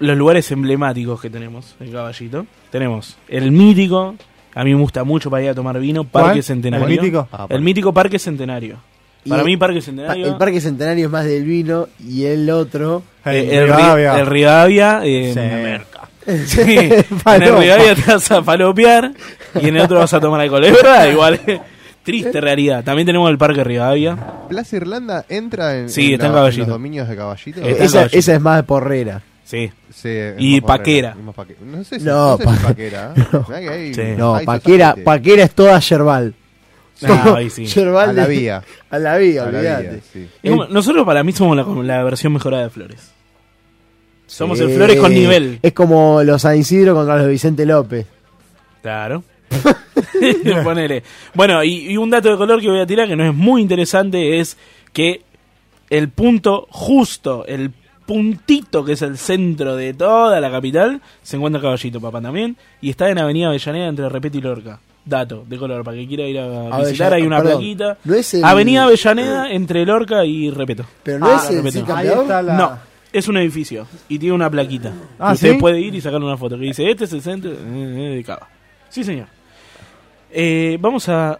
[SPEAKER 5] los lugares emblemáticos que tenemos en Caballito. Tenemos el mítico, a mí me gusta mucho para ir a tomar vino, Parque
[SPEAKER 6] ¿Cuál?
[SPEAKER 5] Centenario.
[SPEAKER 6] ¿El mítico?
[SPEAKER 3] Ah,
[SPEAKER 5] El mítico Parque Centenario.
[SPEAKER 3] Y
[SPEAKER 5] Para
[SPEAKER 3] el-
[SPEAKER 5] mí Parque
[SPEAKER 3] Pa-
[SPEAKER 5] Centenario...
[SPEAKER 3] El Parque Centenario es más del vino y el otro.
[SPEAKER 5] eh,
[SPEAKER 6] El
[SPEAKER 5] el, Ri-
[SPEAKER 6] Rivadavia.
[SPEAKER 5] el Rivadavia, eh,
[SPEAKER 6] Sí.
[SPEAKER 5] una merca. Sí, en el
[SPEAKER 3] Falopa.
[SPEAKER 5] Rivadavia te vas a falopear y en el otro vas a tomar alcohol. Es verdad, igual. Triste realidad. También tenemos el Parque Rivadavia.
[SPEAKER 7] Plaza Irlanda entra en,
[SPEAKER 5] Sí,
[SPEAKER 7] en
[SPEAKER 5] está en
[SPEAKER 7] la-
[SPEAKER 5] Caballito.
[SPEAKER 7] los dominios de caballito.
[SPEAKER 5] Eh,
[SPEAKER 3] Esa,
[SPEAKER 5] Caballito.
[SPEAKER 3] esa es más de porrera.
[SPEAKER 5] Sí.
[SPEAKER 7] Sí, es
[SPEAKER 5] y
[SPEAKER 7] más
[SPEAKER 5] paquera.
[SPEAKER 7] barrera, es más paque- No sé si,
[SPEAKER 3] No,
[SPEAKER 7] no sé si
[SPEAKER 3] pa-
[SPEAKER 7] paquera. ¿eh? Mirá que hay-
[SPEAKER 5] Sí.
[SPEAKER 3] No,
[SPEAKER 7] hay
[SPEAKER 3] paquera,
[SPEAKER 7] socialite.
[SPEAKER 3] paquera es toda yerbal.
[SPEAKER 5] Ah,
[SPEAKER 3] Todo
[SPEAKER 5] ahí sí.
[SPEAKER 3] yerbal
[SPEAKER 7] A la
[SPEAKER 3] de-
[SPEAKER 7] vía.
[SPEAKER 3] A la vía,
[SPEAKER 7] A la vía,
[SPEAKER 3] olvídate.
[SPEAKER 7] sí.
[SPEAKER 5] Y como- nosotros para mí somos la, la versión mejorada de Flores. Somos el
[SPEAKER 3] Eh,
[SPEAKER 5] Flores con nivel.
[SPEAKER 3] Es como los San Isidro contra los Vicente López.
[SPEAKER 5] Claro. Ponele. Bueno, y, y un dato de color que voy a tirar que no es muy interesante es que el punto justo, el puntito que es el centro de toda la capital, se encuentra en Caballito, papá, también. Y está en Avenida Avellaneda entre Repeto y Lorca. Dato de color, para que quiera ir a
[SPEAKER 3] Avellan-
[SPEAKER 5] visitar, hay una
[SPEAKER 3] perdón,
[SPEAKER 5] plaquita.
[SPEAKER 3] no es el-
[SPEAKER 5] Avenida Avellaneda entre Lorca y Repeto.
[SPEAKER 3] Pero no
[SPEAKER 5] Ah,
[SPEAKER 3] es el
[SPEAKER 5] repito.
[SPEAKER 3] sí
[SPEAKER 6] Ahí
[SPEAKER 3] campeón.
[SPEAKER 6] está la.
[SPEAKER 5] No, es un edificio y tiene una plaquita.
[SPEAKER 6] Ah,
[SPEAKER 5] Usted
[SPEAKER 6] ¿sí?
[SPEAKER 5] puede ir y sacar una foto que dice, este es el centro eh, eh, de Cava. Sí, señor. Eh, vamos a...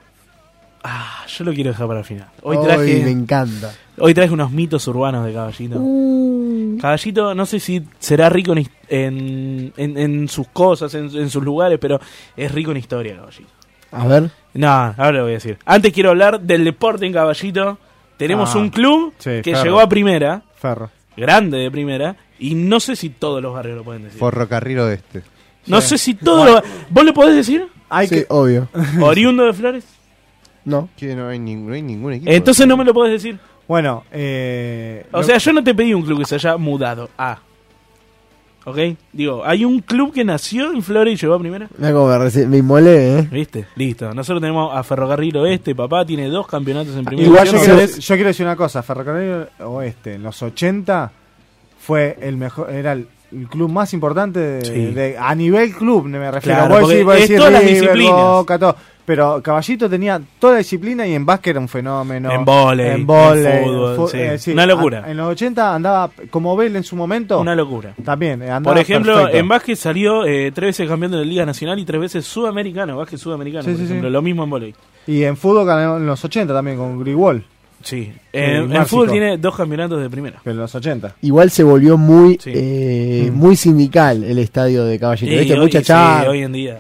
[SPEAKER 5] Ah, yo lo quiero dejar para el final. Hoy
[SPEAKER 3] Ay,
[SPEAKER 5] traje,
[SPEAKER 3] me encanta.
[SPEAKER 5] hoy traje unos mitos urbanos de Caballito.
[SPEAKER 6] Uh.
[SPEAKER 5] Caballito, no sé si será rico en, his- en, en- en sus cosas, en, en sus lugares, pero es rico en historia, Caballito.
[SPEAKER 3] A ver.
[SPEAKER 5] No, ahora lo voy a decir. Antes quiero hablar del deporte en Caballito. Tenemos
[SPEAKER 6] Ah,
[SPEAKER 5] un club
[SPEAKER 6] sí,
[SPEAKER 5] que
[SPEAKER 6] claro.
[SPEAKER 5] llegó a primera
[SPEAKER 6] Ferro.
[SPEAKER 5] grande de primera y no sé si todos los barrios lo pueden decir.
[SPEAKER 7] Ferrocarril Oeste.
[SPEAKER 5] no sé si todos los barrios... ¿Vos le podés decir?
[SPEAKER 6] Hay
[SPEAKER 3] sí,
[SPEAKER 6] que.
[SPEAKER 3] obvio.
[SPEAKER 5] Oriundo de Flores.
[SPEAKER 3] No.
[SPEAKER 7] Che, no hay, nin- no hay ningún equipo.
[SPEAKER 5] Entonces no me lo podés decir.
[SPEAKER 6] Bueno, eh.
[SPEAKER 5] O
[SPEAKER 6] lo-
[SPEAKER 5] sea, yo no te pedí un club que se haya mudado a... ¿Ok? Digo, hay un club que nació en Flores y llegó a primera.
[SPEAKER 3] Mirá cómo me, reci- me inmolé, ¿eh?
[SPEAKER 5] ¿Viste? Listo. Nosotros tenemos a Ferrocarril Oeste, papá, tiene dos campeonatos en primera.
[SPEAKER 6] Igual yo,
[SPEAKER 5] división.
[SPEAKER 6] quiero,
[SPEAKER 5] Flores-
[SPEAKER 6] yo quiero decir una cosa, Ferrocarril Oeste este, en los 80 fue el mejor, era el, el club más importante de-
[SPEAKER 5] Sí.
[SPEAKER 6] de- a nivel club, me refiero.
[SPEAKER 5] Claro,
[SPEAKER 6] Vos
[SPEAKER 5] porque
[SPEAKER 6] decís- vos
[SPEAKER 5] es
[SPEAKER 6] decís
[SPEAKER 5] todas las
[SPEAKER 6] River,
[SPEAKER 5] disciplinas.
[SPEAKER 6] Boca, todo. Pero Caballito tenía toda la disciplina y en básquet era un fenómeno.
[SPEAKER 5] En vóley, en
[SPEAKER 6] vóley,
[SPEAKER 5] fútbol,
[SPEAKER 6] fu-
[SPEAKER 5] sí.
[SPEAKER 6] eh, sí.
[SPEAKER 5] Una locura.
[SPEAKER 6] A- en los 80 andaba como Bell en su momento.
[SPEAKER 5] Una locura.
[SPEAKER 6] también eh, andaba
[SPEAKER 5] Por ejemplo,
[SPEAKER 6] perfecto.
[SPEAKER 5] en básquet salió eh, tres veces campeón de la Liga Nacional y tres veces sudamericano, básquet sudamericano,
[SPEAKER 6] Sí,
[SPEAKER 5] por
[SPEAKER 6] sí, sí.
[SPEAKER 5] ejemplo. Lo mismo en voleibol.
[SPEAKER 6] y en fútbol ganó en los 80 también con Grigol,
[SPEAKER 5] Sí.
[SPEAKER 6] Y
[SPEAKER 5] En, en
[SPEAKER 6] Márcico.
[SPEAKER 5] fútbol tiene dos campeonatos de primera.
[SPEAKER 6] pero en los 80.
[SPEAKER 3] Igual se volvió muy
[SPEAKER 5] Sí. Mm.
[SPEAKER 3] eh, muy sindical el estadio de Caballito.
[SPEAKER 5] Sí,
[SPEAKER 3] ¿Viste?
[SPEAKER 5] hoy-
[SPEAKER 3] Mucha
[SPEAKER 5] sí,
[SPEAKER 3] charla,
[SPEAKER 5] hoy en día.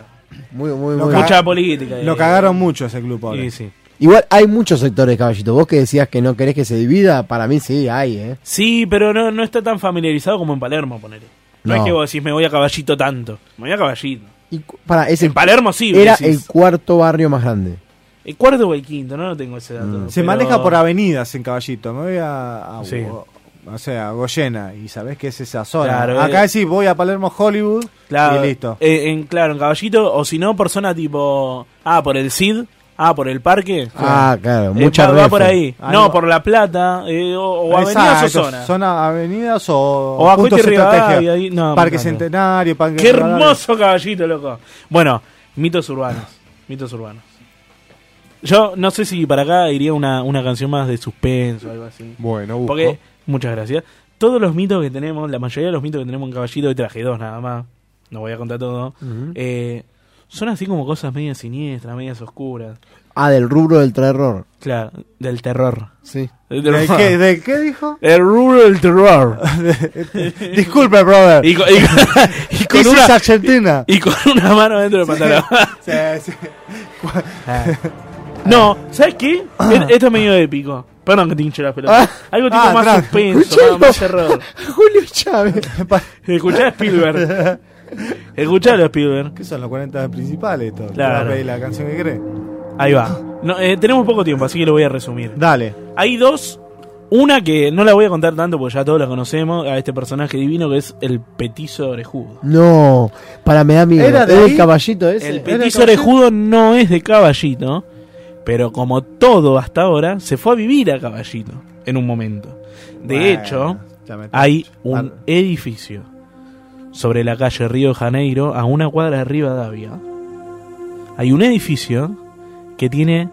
[SPEAKER 3] Muy, muy,
[SPEAKER 6] Lo
[SPEAKER 3] muy-
[SPEAKER 6] caga-
[SPEAKER 5] Mucha política. eh.
[SPEAKER 6] Lo cagaron mucho ese club ahora.
[SPEAKER 5] Sí, sí.
[SPEAKER 3] Igual hay muchos sectores, Caballito. Vos que decías que no querés que se divida, para mí sí, hay, ¿eh?
[SPEAKER 5] Sí, pero no, no está tan familiarizado como en Palermo, ponele. No,
[SPEAKER 3] No.
[SPEAKER 5] es que vos decís, me voy a caballito tanto. Me voy a caballito.
[SPEAKER 3] Y cu- para, ese
[SPEAKER 5] En Palermo sí,
[SPEAKER 3] era
[SPEAKER 5] decís.
[SPEAKER 3] el cuarto barrio más grande.
[SPEAKER 5] El cuarto o el quinto, no, no tengo ese dato.
[SPEAKER 6] Se
[SPEAKER 3] Mm.
[SPEAKER 5] pero-
[SPEAKER 6] maneja por avenidas en Caballito. Me voy a. a-
[SPEAKER 5] Sí.
[SPEAKER 6] o- o sea, a Goyena. Y sabés que es esa zona.
[SPEAKER 5] Claro,
[SPEAKER 6] Acá
[SPEAKER 5] eh.
[SPEAKER 6] sí, voy a Palermo Hollywood.
[SPEAKER 5] Claro,
[SPEAKER 6] Y listo.
[SPEAKER 5] eh, en, claro, en caballito, o si no, por zona tipo. Ah, por el CID. Ah, por el parque.
[SPEAKER 3] Ah, claro,
[SPEAKER 5] Eh,
[SPEAKER 3] mucha
[SPEAKER 5] va, va
[SPEAKER 3] refe.
[SPEAKER 5] por ahí.
[SPEAKER 6] Ah,
[SPEAKER 5] no,
[SPEAKER 6] no.
[SPEAKER 5] por La Plata. eh, o o
[SPEAKER 6] Exacto,
[SPEAKER 5] avenidas o zona.
[SPEAKER 6] Zona avenidas o.
[SPEAKER 5] O Acuete
[SPEAKER 6] puntos
[SPEAKER 5] y
[SPEAKER 6] de
[SPEAKER 5] Rivadavia,
[SPEAKER 6] estrategia.
[SPEAKER 5] ahí- no, me
[SPEAKER 6] Parque
[SPEAKER 5] encanta.
[SPEAKER 6] Centenario. Parque
[SPEAKER 5] Qué
[SPEAKER 6] Rivadavia.
[SPEAKER 5] hermoso caballito, loco. Bueno, mitos urbanos. Mitos urbanos. Yo no sé si para acá iría una, una canción más de suspenso o algo así.
[SPEAKER 7] Bueno, busco.
[SPEAKER 5] Porque, muchas gracias. Todos los mitos que tenemos, la mayoría de los mitos que tenemos en Caballito, hoy traje dos nada más. No voy a contar todo. Eh, son así como cosas medias siniestras, medias oscuras.
[SPEAKER 3] Ah, del rubro del terror.
[SPEAKER 5] Claro, del terror.
[SPEAKER 3] Sí.
[SPEAKER 5] Del
[SPEAKER 6] ¿De
[SPEAKER 5] terror.
[SPEAKER 6] qué, de qué dijo?
[SPEAKER 5] El rubro del terror.
[SPEAKER 6] Disculpe, brother.
[SPEAKER 5] Y con, y con- y con
[SPEAKER 6] This is
[SPEAKER 5] una,
[SPEAKER 6] Argentina.
[SPEAKER 5] y con una mano dentro del pantalón.
[SPEAKER 6] Sí, sí.
[SPEAKER 5] Ah. No,
[SPEAKER 6] Ah.
[SPEAKER 5] ¿sabes qué? E- Esto es medio épico. Perdón que te hinche las pelotas. Algo tipo
[SPEAKER 6] Ah,
[SPEAKER 5] más
[SPEAKER 6] tranqui.
[SPEAKER 5] suspenso, más, más terror.
[SPEAKER 3] Julio Chávez.
[SPEAKER 5] Escuchá a Spielberg. Escuchá a Spielberg.
[SPEAKER 6] ¿Qué son los 40 principales? Esto?
[SPEAKER 5] Claro.
[SPEAKER 6] Te va a pedir la canción que crees.
[SPEAKER 5] Ahí va. No, eh, tenemos poco tiempo, así que lo voy a resumir.
[SPEAKER 6] Dale.
[SPEAKER 5] Hay dos. Una que no la voy a contar tanto porque ya todos la conocemos, a este personaje divino que es el petizo orejudo.
[SPEAKER 3] No, para me da miedo.
[SPEAKER 6] ¿Era de
[SPEAKER 3] ¿Era el
[SPEAKER 6] ahí?
[SPEAKER 3] caballito ese?
[SPEAKER 5] El
[SPEAKER 3] ¿Era
[SPEAKER 5] petizo orejudo no es de caballito, pero como todo hasta ahora, se fue a vivir a caballito en un momento. De
[SPEAKER 6] Bueno.
[SPEAKER 5] hecho,
[SPEAKER 6] Ya me-
[SPEAKER 5] hay
[SPEAKER 6] Ar-
[SPEAKER 5] un edificio sobre la calle Río de Janeiro, a una cuadra de Rivadavia. Hay un edificio que tiene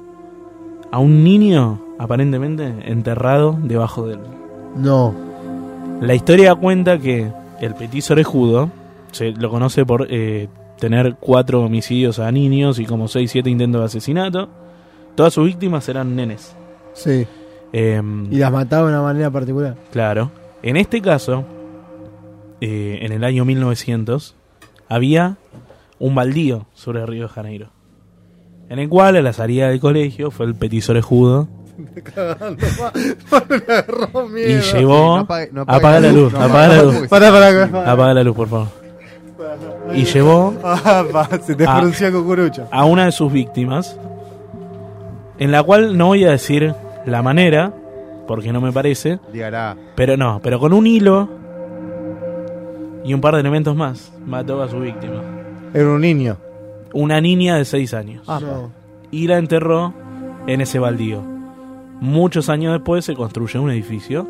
[SPEAKER 5] a un niño aparentemente enterrado debajo de él.
[SPEAKER 3] No.
[SPEAKER 5] La historia cuenta que el petiso orejudo se lo conoce por eh, tener cuatro homicidios a niños y como 6, 7 intentos de asesinato. Todas sus víctimas eran nenes.
[SPEAKER 3] Sí.
[SPEAKER 5] Em,
[SPEAKER 3] Y las mataba de una manera particular.
[SPEAKER 5] Claro. En este caso, eh, en el año 1900, había un baldío sobre el Río de Janeiro. En el cual, a la salida del colegio, fue el petiso orejudo y llevó...
[SPEAKER 7] No apague- no apague
[SPEAKER 5] apaga la luz,
[SPEAKER 7] no
[SPEAKER 5] apaga la luz.
[SPEAKER 7] porque
[SPEAKER 6] Pará, pará, pará.
[SPEAKER 5] Apaga la luz, por favor. Y llevó
[SPEAKER 6] Ah, pa, se te
[SPEAKER 5] Ah.
[SPEAKER 6] pronunció cucurucho.
[SPEAKER 5] a una de sus víctimas, en la cual no voy a decir la manera, porque no me parece,
[SPEAKER 7] Dígala.
[SPEAKER 5] Pero no, pero con un hilo y un par de elementos más mató a su víctima.
[SPEAKER 6] Era un niño.
[SPEAKER 5] Una niña de 6 años.
[SPEAKER 3] No.
[SPEAKER 5] Y la enterró en ese baldío. Muchos años después se construye un edificio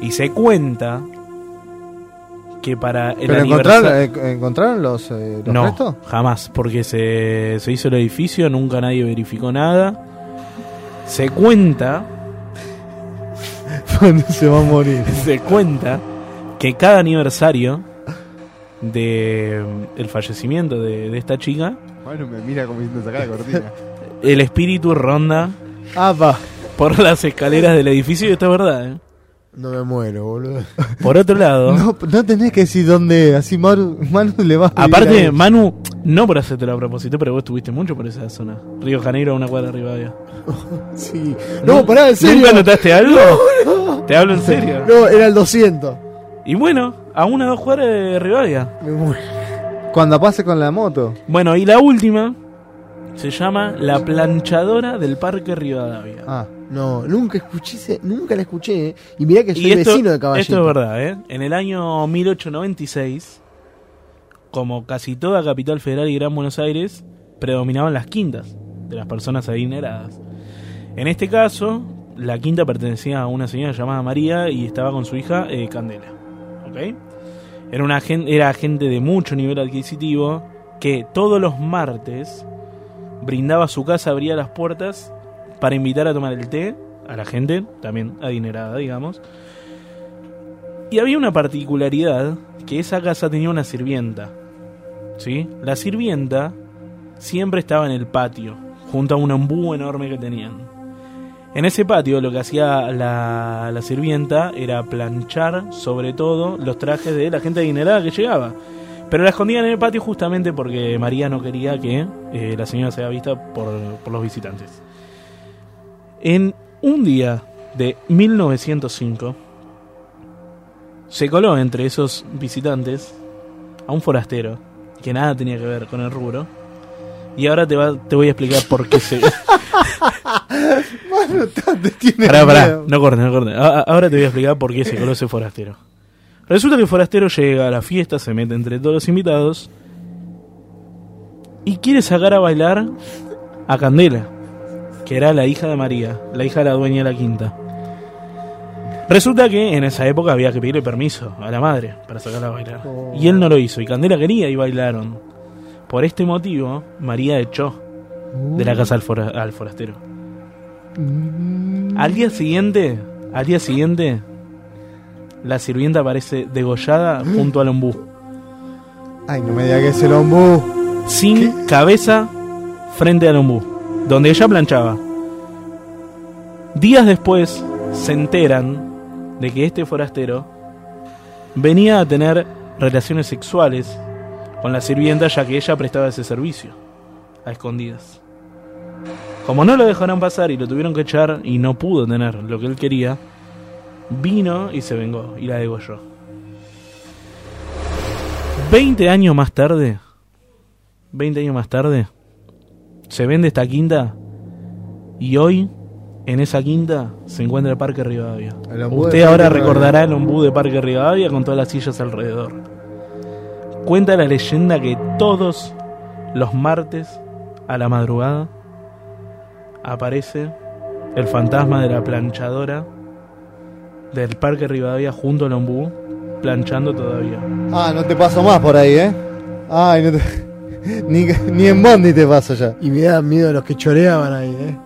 [SPEAKER 5] y se cuenta que para el
[SPEAKER 6] ¿Pero
[SPEAKER 5] aniversario...
[SPEAKER 6] encontraron, eh, encontraron los, eh, los
[SPEAKER 5] no,
[SPEAKER 6] restos?
[SPEAKER 5] jamás, porque se, se hizo el edificio, nunca nadie verificó nada. Se cuenta
[SPEAKER 6] ¿Dónde se va a morir?
[SPEAKER 5] se cuenta que cada aniversario de mm, el fallecimiento de, de esta chica,
[SPEAKER 7] Bueno, me mira como diciendo sacar la cortina.
[SPEAKER 5] el espíritu ronda
[SPEAKER 6] Ah, va.
[SPEAKER 5] por las escaleras del edificio y esto es verdad. ¿eh?
[SPEAKER 3] No me muero, boludo.
[SPEAKER 5] Por otro lado,
[SPEAKER 6] No, no tenés que decir dónde. Así Manu, Manu le va a pedir
[SPEAKER 5] aparte
[SPEAKER 6] ahí.
[SPEAKER 5] Manu, no por hacértelo a propósito, pero vos estuviste mucho por esa zona. Río Janeiro, una cuadra arriba de
[SPEAKER 3] Sí. No, pará, en serio.
[SPEAKER 5] ¿Nunca notaste algo? Te hablo en serio.
[SPEAKER 3] No, era el 200.
[SPEAKER 5] Y bueno, a una o dos cuadras de Rivadavia.
[SPEAKER 3] Me muero.
[SPEAKER 6] Cuando pase con la moto.
[SPEAKER 5] Bueno, y la última se llama La planchadora del Parque Rivadavia.
[SPEAKER 6] Ah,
[SPEAKER 3] No, nunca escuché, ese- nunca la escuché. eh. Y mirá que soy vecino de Caballito.
[SPEAKER 5] esto es verdad, ¿eh? En el año 1896, como casi toda capital federal y Gran Buenos Aires, predominaban las quintas de las personas adineradas. En este caso, la quinta pertenecía a una señora llamada María y estaba con su hija eh, Candela. ¿Ok? Era, una gen- era gente de mucho nivel adquisitivo que todos los martes brindaba su casa, abría las puertas para invitar a tomar el té a la gente, también adinerada, digamos. Y había una particularidad, que esa casa tenía una sirvienta. ¿Sí? La sirvienta siempre estaba en el patio, junto a un ombú enorme que tenían. En ese patio lo que hacía la, la sirvienta era planchar sobre todo los trajes de la gente adinerada que llegaba. Pero la escondían en el patio justamente porque María no quería que eh, la señora sea vista por, por los visitantes. En un día de 1905, se coló entre esos visitantes a un forastero que nada tenía que ver con el rubro. Y ahora te, va- te voy a explicar por qué se. Pará, pará, no cortes, no cortes. A- a- Ahora te voy a explicar por qué se coló ese forastero. Resulta que el forastero llega a la fiesta, se mete entre todos los invitados y quiere sacar a bailar a Candela, que era la hija de María, la hija de la dueña de la quinta. Resulta que en esa época había que pedirle permiso a la madre para sacarla a bailar. Y él no lo hizo, y Candela quería y bailaron. Por este motivo, María echó de la casa al, fora- al forastero. Al día siguiente, al día siguiente, la sirvienta aparece degollada junto al ombú.
[SPEAKER 6] Ay, no me diga que es el ombú.
[SPEAKER 5] Sin cabeza frente al ombú, donde ella planchaba. Días después se enteran de que este forastero venía a tener relaciones sexuales con la sirvienta ya que ella prestaba ese servicio a escondidas. Como no lo dejaron pasar y lo tuvieron que echar y no pudo tener lo que él quería, vino y se vengó y la degolló. 20 años más tarde, 20 años más tarde, se vende esta quinta y hoy en esa quinta se encuentra el Parque Rivadavia.
[SPEAKER 6] El ombú
[SPEAKER 5] Usted
[SPEAKER 6] de
[SPEAKER 5] ahora
[SPEAKER 6] Rivadavia.
[SPEAKER 5] recordará el ombú de Parque Rivadavia con todas las sillas alrededor. Cuenta la leyenda que todos los martes a la madrugada aparece el fantasma de la planchadora del Parque Rivadavia junto al ombú, planchando todavía.
[SPEAKER 11] Ah, no te paso más por ahí, ¿eh? Ay, no te- ni, ni en Bondi te paso ya.
[SPEAKER 10] Y me dan miedo los que choreaban ahí, ¿eh?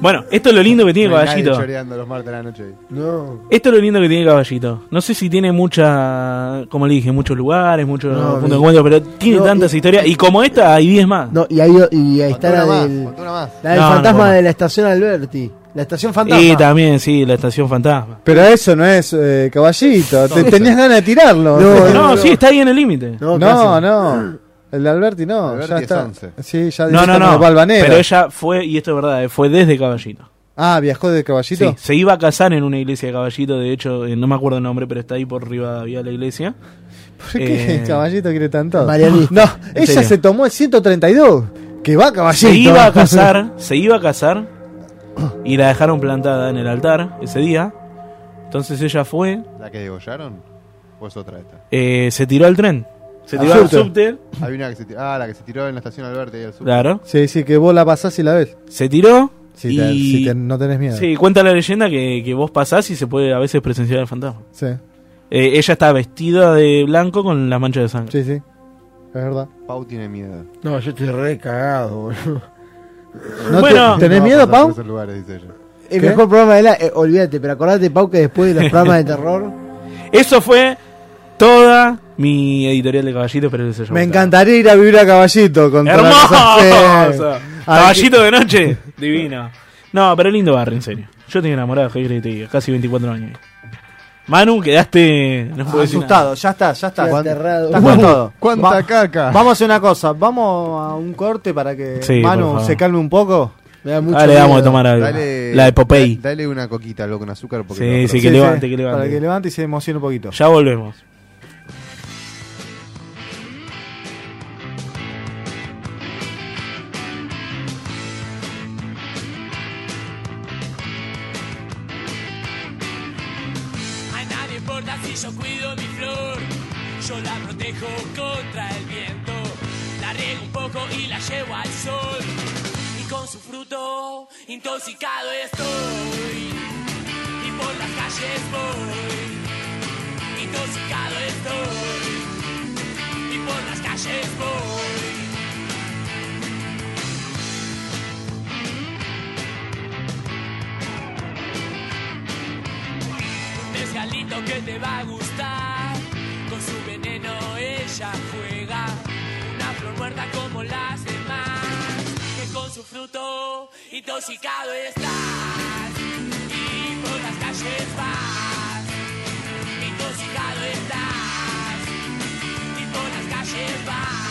[SPEAKER 5] Bueno, esto es lo lindo que tiene
[SPEAKER 7] No hay nadie
[SPEAKER 5] Caballito.
[SPEAKER 7] choreando los martes de la noche.
[SPEAKER 10] No.
[SPEAKER 5] Esto es lo lindo que tiene Caballito. No sé si tiene mucha, como le dije, muchos lugares, muchos
[SPEAKER 10] No,
[SPEAKER 5] puntos de
[SPEAKER 10] vi-
[SPEAKER 5] encuentro, pero tiene
[SPEAKER 11] no,
[SPEAKER 5] tantas historias. Y como esta, hay 10 más.
[SPEAKER 11] No, y ahí, y ahí está la
[SPEAKER 7] Contá una más,
[SPEAKER 11] del,
[SPEAKER 7] contá una más.
[SPEAKER 11] la del
[SPEAKER 5] No, no
[SPEAKER 11] fantasma
[SPEAKER 5] puedo.
[SPEAKER 11] de la estación Alberti. La estación fantasma.
[SPEAKER 5] y también, sí, la estación fantasma.
[SPEAKER 11] Pero eso no es eh, caballito. Te- tenías ganas de tirarlo.
[SPEAKER 10] No,
[SPEAKER 5] No, sí, está ahí en el límite.
[SPEAKER 11] No, no, El de Alberti no.
[SPEAKER 7] Alberti
[SPEAKER 11] ya
[SPEAKER 7] es
[SPEAKER 11] está.
[SPEAKER 7] 11.
[SPEAKER 11] Sí, ya
[SPEAKER 5] No, no,
[SPEAKER 11] directamente
[SPEAKER 5] no.
[SPEAKER 11] va al banero.
[SPEAKER 5] Pero ella fue, y esto es verdad, eh, fue desde Caballito.
[SPEAKER 11] Ah, viajó de caballito.
[SPEAKER 5] Sí, se iba a casar en una iglesia de Caballito, de hecho, eh, no me acuerdo el nombre, pero está ahí por Rivadavia la iglesia.
[SPEAKER 11] ¿Por Pues, qué
[SPEAKER 5] Eh,
[SPEAKER 11] caballito quiere tanto?
[SPEAKER 10] Marianista.
[SPEAKER 11] No, ella
[SPEAKER 5] serio.
[SPEAKER 11] se tomó el 132. Que va caballito.
[SPEAKER 5] Se iba a casar, se iba a casar y la dejaron plantada en el altar ese día. Entonces ella fue,
[SPEAKER 7] ¿La que degollaron? ¿O es otra esta?
[SPEAKER 5] eh, se tiró al tren, se tiró
[SPEAKER 11] Al subte.
[SPEAKER 5] al subte,
[SPEAKER 7] Había una que se tiró. Ah, la que se tiró en la estación Alberti ahí al sur.
[SPEAKER 5] claro,
[SPEAKER 11] Sí, sí, que vos la pasás y la ves.
[SPEAKER 5] se tiró.
[SPEAKER 11] Si,
[SPEAKER 5] y,
[SPEAKER 11] te- si te- no tenés miedo.
[SPEAKER 5] sí, cuenta la leyenda que, que vos pasás y se puede a veces presenciar el fantasma.
[SPEAKER 11] Sí,
[SPEAKER 5] Eh, ella está vestida de blanco con las manchas de sangre.
[SPEAKER 11] sí, sí. Es verdad.
[SPEAKER 7] Pau tiene miedo.
[SPEAKER 10] No, yo estoy re cagado, boludo.
[SPEAKER 11] No te-
[SPEAKER 5] Bueno.
[SPEAKER 11] ¿Tenés
[SPEAKER 7] No,
[SPEAKER 11] miedo,
[SPEAKER 7] pasar por
[SPEAKER 11] Pau?
[SPEAKER 7] esos lugares, dice ella.
[SPEAKER 10] El
[SPEAKER 11] ¿Qué?
[SPEAKER 10] mejor programa de la. eh, olvídate, pero acordate, Pau, que después de los programas de terror.
[SPEAKER 5] Eso fue toda mi editorial de caballitos, pero eso yo
[SPEAKER 11] Me
[SPEAKER 5] gustaba.
[SPEAKER 11] encantaría ir a vivir a caballito con todas las cosas
[SPEAKER 5] ¡Hermoso!
[SPEAKER 11] que-
[SPEAKER 5] Caballito de noche, divino. No, pero lindo barrio, en serio. Yo estoy enamorado, ¿qué querés que te diga? Casi 24 años. Manu, quedaste. No puedo decir nada.
[SPEAKER 6] Asustado, ya está, ya está.
[SPEAKER 10] Estoy
[SPEAKER 6] Cuán-
[SPEAKER 10] aterrado.
[SPEAKER 6] Está con todo.
[SPEAKER 7] ¡Cuánta
[SPEAKER 6] Va-
[SPEAKER 7] caca!
[SPEAKER 6] Vamos a hacer una cosa, vamos a un corte para que
[SPEAKER 5] Sí, por
[SPEAKER 6] Manu
[SPEAKER 5] favor.
[SPEAKER 6] se calme un poco.
[SPEAKER 10] Me da mucho
[SPEAKER 5] Ahora le damos de
[SPEAKER 10] miedo.
[SPEAKER 5] tomar algo.
[SPEAKER 7] Dale,
[SPEAKER 5] La de Popeye.
[SPEAKER 7] da- Dale una coquita, loco, con azúcar. Porque
[SPEAKER 5] Sí,
[SPEAKER 7] no-
[SPEAKER 5] sí, que levante, que levante.
[SPEAKER 6] Para que levante y se emocione un poquito.
[SPEAKER 5] Ya volvemos.
[SPEAKER 4] A nadie importa si yo cuido mi flor, yo la protejo contra el viento, la riego un poco y la llevo al sol, y con su fruto intoxicado estoy, y por las calles voy, intoxicado estoy, y por las calles voy. un desgalito que te va a gustar. Con su veneno ella juega, una flor muerta como las demás, que con su fruto intoxicado estás. Y por las calles vas, intoxicado estás. Y por las calles vas.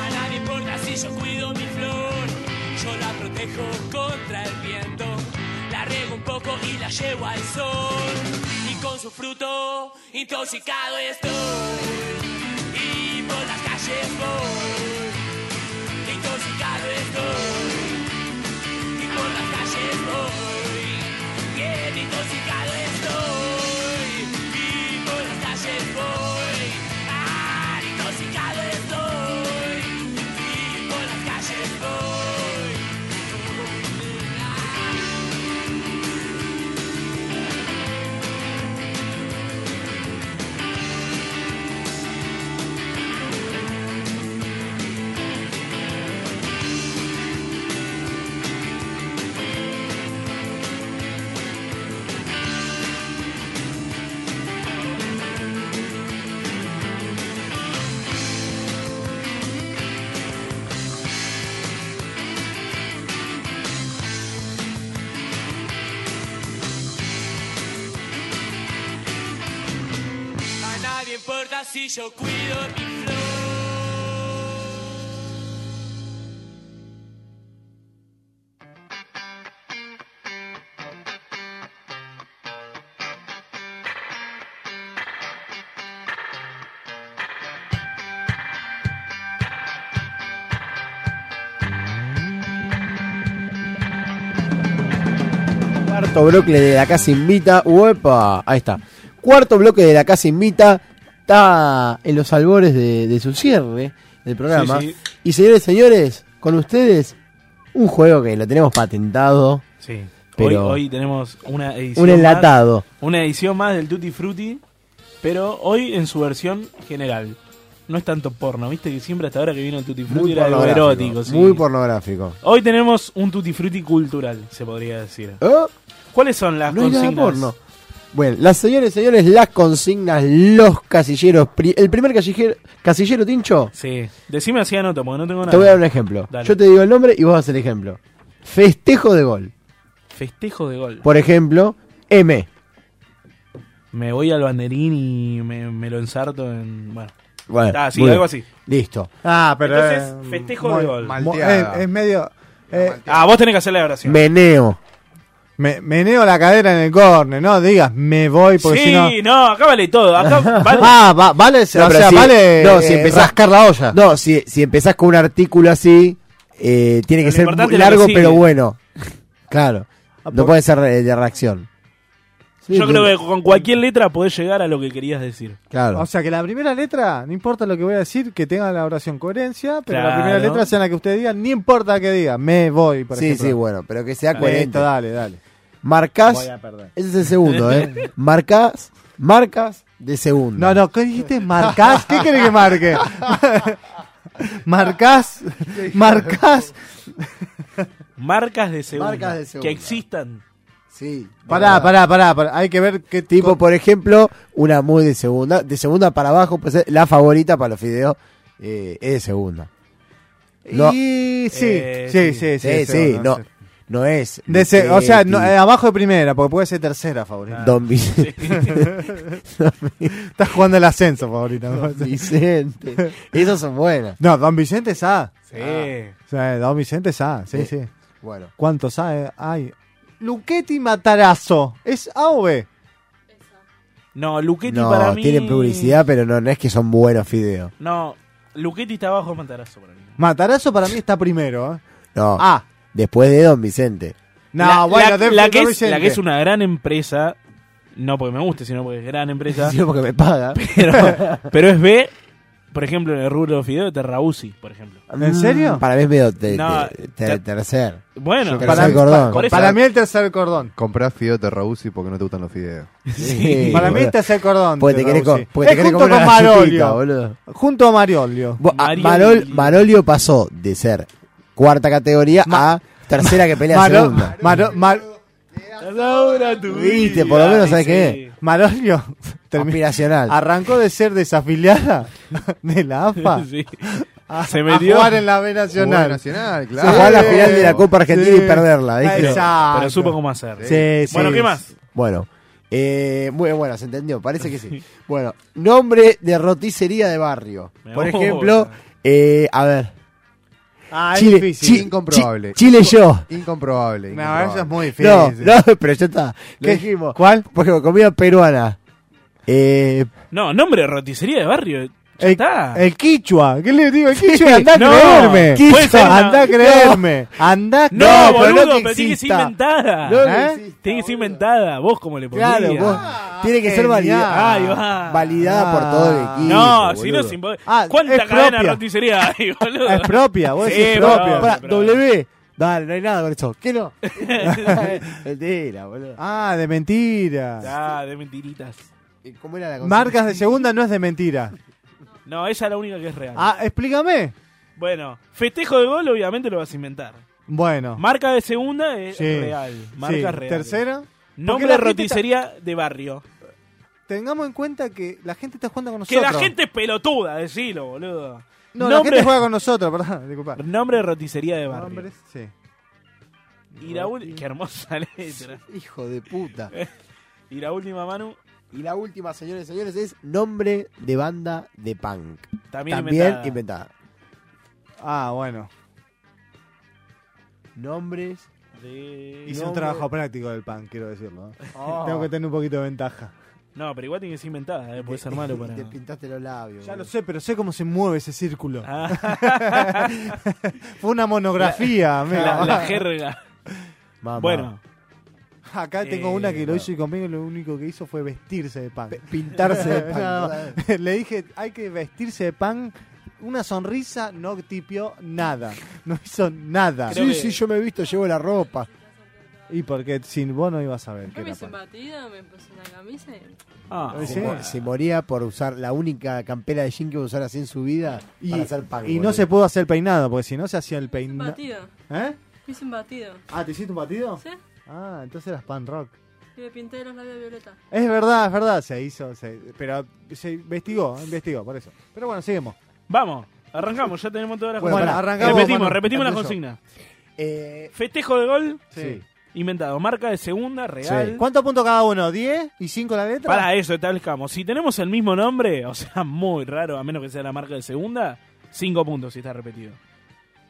[SPEAKER 4] A nadie importa si yo cuido mi flor, yo la protejo contra el viento, la riego un poco y la llevo al sol, y con su fruto intoxicado estoy, y por las calles voy, intoxicado estoy, y por las calles voy, bien intoxicado estoy, y por las calles voy, ah, intoxicado estoy, y por las calles voy. me importa si yo cuido mi flor.
[SPEAKER 3] Cuarto bloque de la casa invita. ¡Uepa! Ahí está. Cuarto bloque de la casa invita. Está en los albores de, de su cierre del programa.
[SPEAKER 5] Sí, sí.
[SPEAKER 3] Y señores, señores, con ustedes un juego que lo tenemos patentado,
[SPEAKER 5] Sí.
[SPEAKER 3] Pero-
[SPEAKER 5] Hoy, hoy tenemos una edición.
[SPEAKER 3] un enlatado.
[SPEAKER 5] más- una edición más del Tutti Frutti, pero hoy en su versión general. No es tanto porno, viste que siempre hasta ahora que vino el Tutti Frutti
[SPEAKER 7] Muy
[SPEAKER 5] era algo
[SPEAKER 7] pornográfico,
[SPEAKER 5] erótico. sí.
[SPEAKER 7] Muy pornográfico.
[SPEAKER 5] Hoy tenemos un Tutti Frutti cultural, se podría decir.
[SPEAKER 3] ¿Eh?
[SPEAKER 5] ¿Cuáles son las
[SPEAKER 3] No hay nada
[SPEAKER 5] consignas?
[SPEAKER 3] porno. Bueno, las señores, señores, las consignas, los casilleros. Pri- el primer casillero, casillero tincho,
[SPEAKER 5] Sí. Decime así anoto, porque no tengo nada.
[SPEAKER 3] te voy a dar un ejemplo.
[SPEAKER 5] Dale.
[SPEAKER 3] Yo te digo el nombre y vos haces el ejemplo. Festejo de gol.
[SPEAKER 5] Festejo de gol.
[SPEAKER 3] Por ejemplo, M.
[SPEAKER 5] Me voy al banderín y me, me lo ensarto en. Bueno.
[SPEAKER 3] Bueno,
[SPEAKER 5] Ah, sí,
[SPEAKER 3] muy bien.
[SPEAKER 5] algo así.
[SPEAKER 3] Listo.
[SPEAKER 6] Ah, pero.
[SPEAKER 5] Entonces,
[SPEAKER 6] eh,
[SPEAKER 5] festejo
[SPEAKER 6] muy
[SPEAKER 5] de gol.
[SPEAKER 6] mo-
[SPEAKER 7] Malteada.
[SPEAKER 6] Es, es medio. eh,
[SPEAKER 5] Ah, vos tenés que hacer la oración.
[SPEAKER 3] Meneo.
[SPEAKER 6] me, meneo la cadera en el corner, no digas me voy porque si no.
[SPEAKER 5] Sí, no, acá vale todo. Acá vale.
[SPEAKER 6] Ah, va- vale, o
[SPEAKER 3] No, pero
[SPEAKER 6] sea,
[SPEAKER 3] si-
[SPEAKER 6] vale
[SPEAKER 3] no, si
[SPEAKER 6] eh,
[SPEAKER 3] empezás-
[SPEAKER 6] rascar la olla.
[SPEAKER 3] No, si, si empezás con un artículo así, eh, tiene
[SPEAKER 5] Lo
[SPEAKER 3] que ser
[SPEAKER 5] importante
[SPEAKER 3] muy
[SPEAKER 5] es lo que
[SPEAKER 3] largo
[SPEAKER 5] sigue.
[SPEAKER 3] pero bueno. Claro.
[SPEAKER 6] Ah,
[SPEAKER 3] No
[SPEAKER 6] por-
[SPEAKER 3] puede ser eh, de reacción.
[SPEAKER 5] Yo creo que con cualquier letra podés llegar a lo que querías decir.
[SPEAKER 3] Claro.
[SPEAKER 6] O sea, que la primera letra, no importa lo que voy a decir, que tenga la oración coherencia, pero la
[SPEAKER 5] Claro.
[SPEAKER 6] primera letra sea la que usted diga, ni importa que diga, me voy, por
[SPEAKER 3] sí,
[SPEAKER 6] ejemplo.
[SPEAKER 3] sí, bueno, pero que sea
[SPEAKER 6] Listo,
[SPEAKER 3] coherente.
[SPEAKER 6] dale, dale.
[SPEAKER 3] Marcás.
[SPEAKER 6] perder.
[SPEAKER 3] Ese es el segundo, ¿eh? Marcas, marcas de segundo.
[SPEAKER 6] No, no, ¿qué dijiste? ¿Marcás? ¿Qué querés que marque? ¿Marcás? ¿Marcás?
[SPEAKER 5] Marcas de segunda.
[SPEAKER 3] Marcas de segunda.
[SPEAKER 5] Que existan.
[SPEAKER 3] Sí.
[SPEAKER 6] Pará, pará, pará, pará. Hay que ver qué
[SPEAKER 3] Tipo,
[SPEAKER 6] tipo.
[SPEAKER 3] por ejemplo, una muy de segunda. De segunda para abajo, pues la favorita para los fideos eh, es de segunda. no.
[SPEAKER 6] Y sí,
[SPEAKER 5] Eh,
[SPEAKER 6] sí,
[SPEAKER 5] sí.
[SPEAKER 6] sí, sí.
[SPEAKER 3] Sí, sí,
[SPEAKER 6] sí,
[SPEAKER 3] no,
[SPEAKER 6] sí.
[SPEAKER 3] no es.
[SPEAKER 6] De se- o sea, no,
[SPEAKER 3] Luchetti,
[SPEAKER 6] eh, abajo de primera, porque puede ser tercera favorita.
[SPEAKER 3] Don, Vic-
[SPEAKER 6] Estás jugando el ascenso favorita.
[SPEAKER 3] Don Vicente. Esas son buenas.
[SPEAKER 6] No, Don Vicente es A. Ah.
[SPEAKER 5] Sí.
[SPEAKER 6] O sea, Don Vicente es A, sí, sí.
[SPEAKER 3] Bueno.
[SPEAKER 6] ¿Cuántos A eh? hay? Luquetti Matarazzo. ¿Es A o B?
[SPEAKER 5] No, Luchetti para
[SPEAKER 3] No,
[SPEAKER 5] mí.
[SPEAKER 3] tienen publicidad, pero no, no es que son buenos fideos.
[SPEAKER 5] No, Luchetti está abajo de Matarazzo para mí.
[SPEAKER 6] Matarazzo para mí está primero. ¿eh?
[SPEAKER 3] No.
[SPEAKER 6] A.
[SPEAKER 3] Después de Don Vicente.
[SPEAKER 6] No,
[SPEAKER 5] la,
[SPEAKER 6] bueno,
[SPEAKER 5] la-
[SPEAKER 6] de-
[SPEAKER 5] la
[SPEAKER 6] de
[SPEAKER 5] que
[SPEAKER 6] Don
[SPEAKER 5] es, la
[SPEAKER 6] Vicente.
[SPEAKER 5] que es una gran empresa. No porque me guste, sino porque es gran empresa.
[SPEAKER 3] Sí, porque me paga.
[SPEAKER 5] pero, pero es B. Por ejemplo, en el rubro de los fideos, Terrausi, por ejemplo.
[SPEAKER 6] ¿En serio?
[SPEAKER 3] Para mí es medio te-
[SPEAKER 5] No,
[SPEAKER 3] te- te-
[SPEAKER 5] te-
[SPEAKER 3] tercer.
[SPEAKER 5] Bueno,
[SPEAKER 3] Yo
[SPEAKER 5] para-
[SPEAKER 3] creo
[SPEAKER 6] mí,
[SPEAKER 3] el cordón.
[SPEAKER 5] por eso-
[SPEAKER 6] para mí el tercer cordón.
[SPEAKER 7] Comprás fideo Terrausi porque no te gustan los fideos.
[SPEAKER 3] Sí,
[SPEAKER 6] para mí
[SPEAKER 3] boludo.
[SPEAKER 6] el tercer cordón.
[SPEAKER 3] Porque te
[SPEAKER 6] Terrausi.
[SPEAKER 3] querés, co- porque te
[SPEAKER 6] es
[SPEAKER 3] querés
[SPEAKER 6] junto
[SPEAKER 3] comer
[SPEAKER 6] con
[SPEAKER 3] una galletita,
[SPEAKER 6] Marolio.
[SPEAKER 3] boludo.
[SPEAKER 6] Junto a Mariolio.
[SPEAKER 3] Bo- a-
[SPEAKER 5] Mario-
[SPEAKER 3] Marol- Marolio pasó de ser cuarta categoría a tercera que pelea
[SPEAKER 6] Maro-
[SPEAKER 3] segunda.
[SPEAKER 6] Maro- Mar-
[SPEAKER 5] Ahora tu
[SPEAKER 3] Viste,
[SPEAKER 5] vida.
[SPEAKER 3] por lo menos
[SPEAKER 5] Sí,
[SPEAKER 3] sabés
[SPEAKER 5] sí.
[SPEAKER 3] qué
[SPEAKER 6] Marolio termi-
[SPEAKER 3] Aspiracional.
[SPEAKER 6] arrancó de ser desafiliada de la AFA
[SPEAKER 5] Sí.
[SPEAKER 6] a,
[SPEAKER 5] Se
[SPEAKER 6] a
[SPEAKER 5] metió.
[SPEAKER 6] jugar en la B
[SPEAKER 7] Jugar
[SPEAKER 6] Nacional.
[SPEAKER 7] Nacional,
[SPEAKER 3] A jugar
[SPEAKER 7] claro.
[SPEAKER 3] la final de la Copa Argentina
[SPEAKER 6] Sí.
[SPEAKER 3] y perderla. ¿viste?
[SPEAKER 5] Pero-
[SPEAKER 6] Exacto.
[SPEAKER 5] Pero supo cómo hacer.
[SPEAKER 6] Sí, sí.
[SPEAKER 5] Bueno, ¿qué más?
[SPEAKER 3] Bueno, eh, muy bueno, se entendió, parece que sí. Bueno, nombre de roticería de barrio.
[SPEAKER 5] Me
[SPEAKER 3] Por
[SPEAKER 5] gusta.
[SPEAKER 3] ejemplo, eh, a ver,
[SPEAKER 6] Ah, es
[SPEAKER 3] Chile,
[SPEAKER 6] difícil.
[SPEAKER 3] Chi-
[SPEAKER 7] Incomprobable.
[SPEAKER 3] Chi- Chile yo.
[SPEAKER 7] Incomprobable.
[SPEAKER 6] No, eso es muy difícil.
[SPEAKER 3] No, no, pero ya está.
[SPEAKER 6] ¿Qué?
[SPEAKER 3] ¿Qué dijimos?
[SPEAKER 6] ¿Cuál?
[SPEAKER 3] Por ejemplo, comida peruana. Eh,
[SPEAKER 5] No, nombre de roticería de barrio. Ya
[SPEAKER 6] El,
[SPEAKER 5] está.
[SPEAKER 6] el quichua. ¿Qué le digo? El quichua, andá a
[SPEAKER 5] No,
[SPEAKER 6] creerme.
[SPEAKER 5] puede ser una-
[SPEAKER 6] andá a creerme. Andá a
[SPEAKER 5] no,
[SPEAKER 6] creerme.
[SPEAKER 5] boludo,
[SPEAKER 3] pero no
[SPEAKER 5] pero,
[SPEAKER 3] que
[SPEAKER 5] tiene que ser
[SPEAKER 3] exista.
[SPEAKER 5] inventada.
[SPEAKER 3] No,
[SPEAKER 6] ¿Eh?
[SPEAKER 5] Tiene que ser inventada. Vos como le pondrías.
[SPEAKER 3] claro, vos- tiene que ser
[SPEAKER 6] genial.
[SPEAKER 3] validada.
[SPEAKER 5] Ahí va.
[SPEAKER 3] Validada por todo el equipo.
[SPEAKER 5] No,
[SPEAKER 3] boludo.
[SPEAKER 5] si no, sin poder.
[SPEAKER 6] Ah,
[SPEAKER 5] ¿Cuánta
[SPEAKER 6] es
[SPEAKER 5] cadena de
[SPEAKER 6] propia.
[SPEAKER 5] roticería hay, boludo?
[SPEAKER 6] Ah, Es propia, vos
[SPEAKER 5] Sí,
[SPEAKER 6] decís
[SPEAKER 5] pero-
[SPEAKER 6] propia.
[SPEAKER 3] Pará,
[SPEAKER 5] pero-
[SPEAKER 3] W. Dale, no hay nada con esto. ¿Qué no? Mentira, boludo.
[SPEAKER 6] Ah, de mentira.
[SPEAKER 5] Ah, de mentiritas.
[SPEAKER 3] Eh, ¿Cómo era la consigna?
[SPEAKER 6] Marcas de segunda no es de mentira.
[SPEAKER 5] No, esa es la única que es real.
[SPEAKER 6] Ah, explícame.
[SPEAKER 5] Bueno, festejo de gol, obviamente lo vas a inventar.
[SPEAKER 6] Bueno.
[SPEAKER 5] Marca de segunda es
[SPEAKER 6] Sí.
[SPEAKER 5] real. Marca
[SPEAKER 6] Sí.
[SPEAKER 5] real.
[SPEAKER 6] Tercera. Porque
[SPEAKER 5] Nombre
[SPEAKER 6] la
[SPEAKER 5] de
[SPEAKER 6] gente está-
[SPEAKER 5] roticería de barrio.
[SPEAKER 6] Tengamos en cuenta que la gente está jugando con
[SPEAKER 5] Que
[SPEAKER 6] nosotros.
[SPEAKER 5] la gente es pelotuda, decilo, boludo.
[SPEAKER 6] No, la
[SPEAKER 5] nombre,
[SPEAKER 6] gente juega con nosotros, perdón, disculpa.
[SPEAKER 5] nombre de roticería de barrio.
[SPEAKER 6] Nombres, sí.
[SPEAKER 5] Y la ul- Qué hermosa letra.
[SPEAKER 3] Hijo de puta.
[SPEAKER 5] Y la última, Manu,
[SPEAKER 3] Y la última, señores y señores, es nombre de banda de punk.
[SPEAKER 5] También,
[SPEAKER 3] También
[SPEAKER 5] inventada.
[SPEAKER 3] inventada.
[SPEAKER 6] Ah, bueno.
[SPEAKER 3] Nombres.
[SPEAKER 5] De-
[SPEAKER 6] Hice
[SPEAKER 3] No,
[SPEAKER 6] un trabajo
[SPEAKER 3] hombre.
[SPEAKER 6] práctico del pan, quiero decirlo. ¿eh.
[SPEAKER 5] Oh.
[SPEAKER 6] Tengo que tener un poquito de ventaja.
[SPEAKER 5] No, pero igual tiene que ser inventada, eh, puede ser malo para.
[SPEAKER 3] Te pintaste los labios.
[SPEAKER 6] Ya lo
[SPEAKER 3] boludo.
[SPEAKER 6] sé, pero sé cómo se mueve ese círculo.
[SPEAKER 5] Ah,
[SPEAKER 6] Fue una monografía. amigo.
[SPEAKER 5] la, la jerga.
[SPEAKER 3] Mamá.
[SPEAKER 5] Bueno,
[SPEAKER 6] Acá tengo
[SPEAKER 5] Eh,
[SPEAKER 6] una que lo
[SPEAKER 5] no.
[SPEAKER 6] hizo y conmigo lo único que hizo fue vestirse de pan.
[SPEAKER 3] P- Pintarse de punk.
[SPEAKER 6] Nada
[SPEAKER 3] ¿sabes?
[SPEAKER 6] más. Le dije, hay que vestirse de pan. Una sonrisa no tipió nada. No hizo nada.
[SPEAKER 5] Creo
[SPEAKER 3] sí,
[SPEAKER 5] que-
[SPEAKER 3] sí, yo me he visto, llevo la ropa.
[SPEAKER 6] Y porque sin vos no ibas a ver. que
[SPEAKER 12] Yo me
[SPEAKER 6] era
[SPEAKER 12] hice un
[SPEAKER 6] pan.
[SPEAKER 12] batido, me puse una camisa y.
[SPEAKER 5] ah,
[SPEAKER 6] Sí.
[SPEAKER 3] Se, mo- se moría por usar la única campera de jean que iba a usar así en su vida
[SPEAKER 6] Y-
[SPEAKER 3] para hacer punk.
[SPEAKER 6] Y no
[SPEAKER 3] boludo.
[SPEAKER 6] se pudo hacer peinado, porque si no se hacía el
[SPEAKER 12] Un
[SPEAKER 6] peinado.
[SPEAKER 12] batido.
[SPEAKER 6] ¿Eh?
[SPEAKER 12] Me hice un batido.
[SPEAKER 6] Ah, ¿te hiciste un batido?
[SPEAKER 12] ¿Sí?
[SPEAKER 6] Ah, entonces eras pan rock.
[SPEAKER 12] Y me pinté los labios violeta.
[SPEAKER 6] Es verdad, es verdad, se hizo, se- pero se investigó, investigó, por eso. Pero bueno, seguimos.
[SPEAKER 5] vamos, arrancamos, ya tenemos todas las
[SPEAKER 3] Bueno,
[SPEAKER 5] consignas.
[SPEAKER 6] pará, arrancá vos,
[SPEAKER 5] Repetimos,
[SPEAKER 6] Manu.
[SPEAKER 5] repetimos las
[SPEAKER 6] Empiezo.
[SPEAKER 5] consignas.
[SPEAKER 3] Eh,
[SPEAKER 5] Festejo de gol
[SPEAKER 6] Sí.
[SPEAKER 5] inventado, marca de segunda, real.
[SPEAKER 6] ¿Cuántos puntos cada uno? ¿10 y 5 la letra?
[SPEAKER 3] eh,
[SPEAKER 5] Para eso establezcamos. Si tenemos el mismo nombre, o sea, muy raro, a menos que sea la marca de segunda, 5 puntos si está repetido.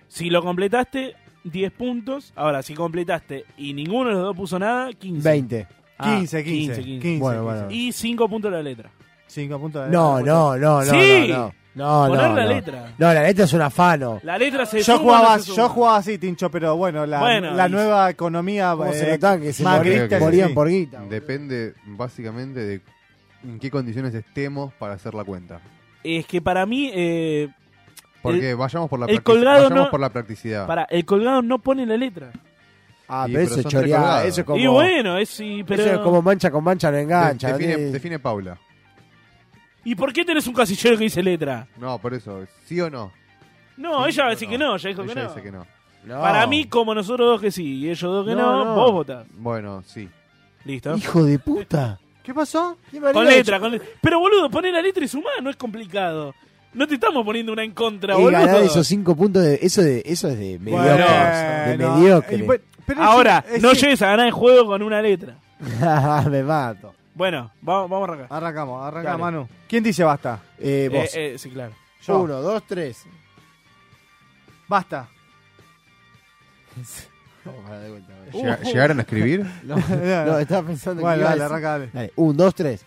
[SPEAKER 5] Si lo completaste, 10 puntos. Ahora, si completaste y ninguno de los dos puso nada, 15.
[SPEAKER 3] 20.
[SPEAKER 6] 15, 15, 15, 15.
[SPEAKER 3] Bueno, bueno.
[SPEAKER 5] Y 5 puntos la letra.
[SPEAKER 6] 5 puntos la letra.
[SPEAKER 3] No, no, no, no.
[SPEAKER 5] Sí.
[SPEAKER 3] No, no, no.
[SPEAKER 5] Poner
[SPEAKER 3] no,
[SPEAKER 5] la
[SPEAKER 3] no.
[SPEAKER 5] letra.
[SPEAKER 3] No, la letra es un afano.
[SPEAKER 5] La letra se
[SPEAKER 6] Yo
[SPEAKER 5] suma o
[SPEAKER 6] jugaba,
[SPEAKER 5] no se suma.
[SPEAKER 6] yo jugaba así, Tincho, pero bueno, la,
[SPEAKER 5] Bueno,
[SPEAKER 6] la
[SPEAKER 5] y-
[SPEAKER 6] nueva economía
[SPEAKER 3] ¿Cómo se
[SPEAKER 6] eh,
[SPEAKER 3] notaban que se
[SPEAKER 6] más
[SPEAKER 3] morían,
[SPEAKER 6] gris que-
[SPEAKER 3] morían
[SPEAKER 6] sí.
[SPEAKER 3] por guita? boludo?
[SPEAKER 7] Depende básicamente de en qué condiciones estemos para hacer la cuenta.
[SPEAKER 5] Es que para mí, eh,
[SPEAKER 7] Porque vayamos por la
[SPEAKER 5] el
[SPEAKER 7] practic-
[SPEAKER 5] colgado
[SPEAKER 7] vayamos
[SPEAKER 5] no-
[SPEAKER 7] por la practicidad.
[SPEAKER 5] para, el colgado no pone la letra.
[SPEAKER 3] Ah,
[SPEAKER 7] Y,
[SPEAKER 3] pero
[SPEAKER 7] pero
[SPEAKER 3] eso es
[SPEAKER 7] son
[SPEAKER 3] choreada.
[SPEAKER 7] recolgados.
[SPEAKER 3] Eso es como,
[SPEAKER 5] y bueno, es, sí, pero...
[SPEAKER 3] eso es como mancha con mancha no
[SPEAKER 7] De-
[SPEAKER 3] engancha.
[SPEAKER 7] define,
[SPEAKER 3] ¿entendés?
[SPEAKER 7] define Paula.
[SPEAKER 5] ¿Y por qué tenés un casillero que dice letra?
[SPEAKER 7] No, por eso, ¿sí o no?
[SPEAKER 5] No,
[SPEAKER 7] Sí,
[SPEAKER 5] ella va a
[SPEAKER 7] o
[SPEAKER 5] decir que no, ella dijo
[SPEAKER 7] Ella
[SPEAKER 5] que no.
[SPEAKER 7] dice que no.
[SPEAKER 3] No.
[SPEAKER 5] Para mí, como nosotros dos que sí y ellos dos que no,
[SPEAKER 3] No, no.
[SPEAKER 5] vos votás.
[SPEAKER 7] Bueno, sí.
[SPEAKER 5] Listo.
[SPEAKER 3] Hijo de puta.
[SPEAKER 6] ¿Qué pasó?
[SPEAKER 5] Con letra, con letra. Pero boludo, poner la letra y sumar no es complicado. No te estamos poniendo una en contra,
[SPEAKER 3] Y ganar
[SPEAKER 5] boludo.
[SPEAKER 3] esos 5 puntos, de, eso, de, eso es de mediocre. de
[SPEAKER 6] Bueno,
[SPEAKER 3] mediocre.
[SPEAKER 6] y pues- bueno, pero
[SPEAKER 5] Ahora,
[SPEAKER 6] es- es-
[SPEAKER 5] no
[SPEAKER 6] sí.
[SPEAKER 5] llegues a ganar el juego con una letra.
[SPEAKER 3] Me mato.
[SPEAKER 5] Bueno, vamos, vamos a arrancar.
[SPEAKER 6] Arrancamos, arrancamos,
[SPEAKER 5] Dale.
[SPEAKER 6] Manu. ¿Quién dice basta?
[SPEAKER 3] Eh, vos.
[SPEAKER 5] Eh, eh, sí, claro.
[SPEAKER 6] yo.
[SPEAKER 3] Uno, dos, tres.
[SPEAKER 6] Basta. Uh,
[SPEAKER 7] Llega- ¿Llegaron a escribir?
[SPEAKER 3] No, estaba pensando
[SPEAKER 6] bueno,
[SPEAKER 3] que iba a
[SPEAKER 6] dale,
[SPEAKER 3] decir-
[SPEAKER 6] arranca, dale.
[SPEAKER 3] Dale, un, dos, tres.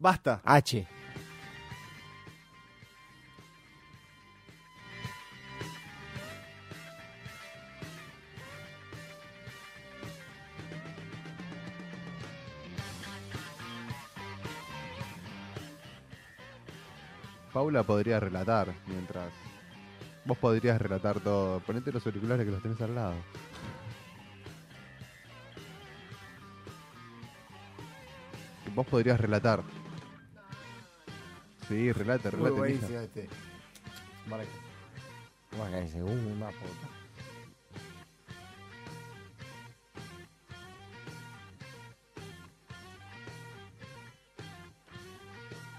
[SPEAKER 6] Basta.
[SPEAKER 3] H.
[SPEAKER 7] Paula podría relatar mientras. Vos podrías relatar todo. Ponete los auriculares que los tenés al lado. Vos podrías relatar. Sí, relate, relate. Elisa.
[SPEAKER 3] este. Marca. Marca ese, uh, una puta.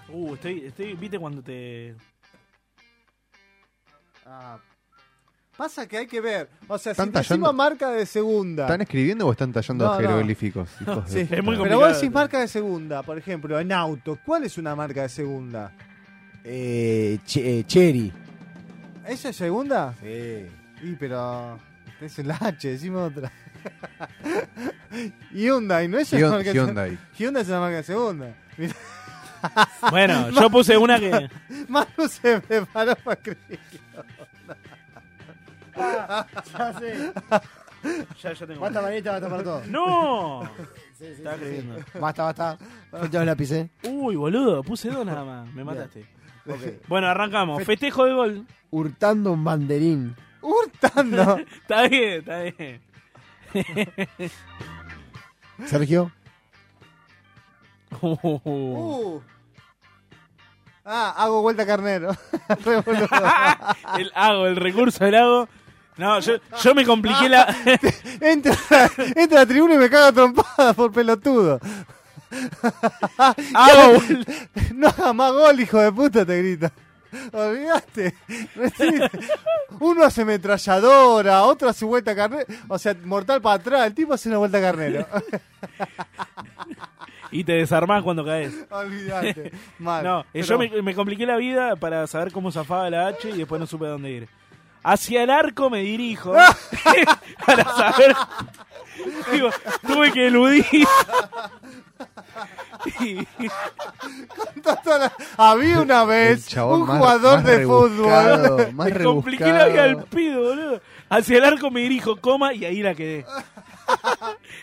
[SPEAKER 5] Uh, estoy, estoy, viste cuando te...
[SPEAKER 6] Ah, Pasa que hay que ver. O sea, si
[SPEAKER 7] Están
[SPEAKER 6] te decimos
[SPEAKER 7] tallando-
[SPEAKER 6] marca de segunda.
[SPEAKER 7] ¿Están escribiendo o están tallando
[SPEAKER 6] No, no.
[SPEAKER 7] jeroglíficos? hijos de
[SPEAKER 5] Sí,
[SPEAKER 7] puta?
[SPEAKER 5] es muy
[SPEAKER 6] Pero vos
[SPEAKER 5] complicado.
[SPEAKER 6] decís marca de segunda, por ejemplo, en auto. ¿Cuál es una marca de segunda?
[SPEAKER 3] Eh, che- eh, Cherry.
[SPEAKER 6] ¿Esa es segunda?
[SPEAKER 3] Sí.
[SPEAKER 6] Y pero. Es el H, decimos otra. Hyundai, no es una
[SPEAKER 7] Hyun-
[SPEAKER 6] marca de segunda.
[SPEAKER 7] Hyundai.
[SPEAKER 6] Hyundai es una marca de segunda. Mirá,
[SPEAKER 5] Bueno, yo puse una que...
[SPEAKER 6] Manu se preparó para escribir.
[SPEAKER 3] Ya sé.
[SPEAKER 5] Ya, ya tengo.
[SPEAKER 3] Basta, manita, basta para todo.
[SPEAKER 5] ¡No! Estaba creyendo.
[SPEAKER 3] Basta, basta. Falta los lápices.
[SPEAKER 5] Uy, boludo, puse dos nada más. Me mataste.
[SPEAKER 3] Ok.
[SPEAKER 5] Bueno, arrancamos. Festejo de gol.
[SPEAKER 3] Hurtando un banderín.
[SPEAKER 6] Hurtando.
[SPEAKER 5] Está bien, está bien.
[SPEAKER 3] Sergio.
[SPEAKER 5] Uh.
[SPEAKER 6] Uh. Ah, hago vuelta carnero. Re boludo.
[SPEAKER 5] El hago, el recurso del hago. No, yo, yo me compliqué la.
[SPEAKER 6] entra, entra a la tribuna y me caga trompada por pelotudo.
[SPEAKER 5] hago,
[SPEAKER 6] No hagas más gol, hijo de puta, te grita. Olvidaste. Uno hace metralladora, otro hace vuelta carnero. O sea, mortal para atrás. El tipo hace una vuelta carnero.
[SPEAKER 5] y te desarmás cuando caes.
[SPEAKER 6] Olvídate. Mal.
[SPEAKER 5] No, eh,
[SPEAKER 6] Pero-
[SPEAKER 5] yo me, me compliqué la vida para saber cómo zafaba la H y después no supe a dónde ir. Hacia el arco me dirijo para saber. Digo, tuve que eludir.
[SPEAKER 6] Había una vez
[SPEAKER 7] chabón
[SPEAKER 6] un
[SPEAKER 7] más-
[SPEAKER 6] jugador
[SPEAKER 7] más
[SPEAKER 6] de
[SPEAKER 7] rebuscado,
[SPEAKER 6] fútbol.
[SPEAKER 7] más
[SPEAKER 5] me compliqué la vida al pido, boludo. Hacia el arco me dirijo, coma, y ahí la quedé.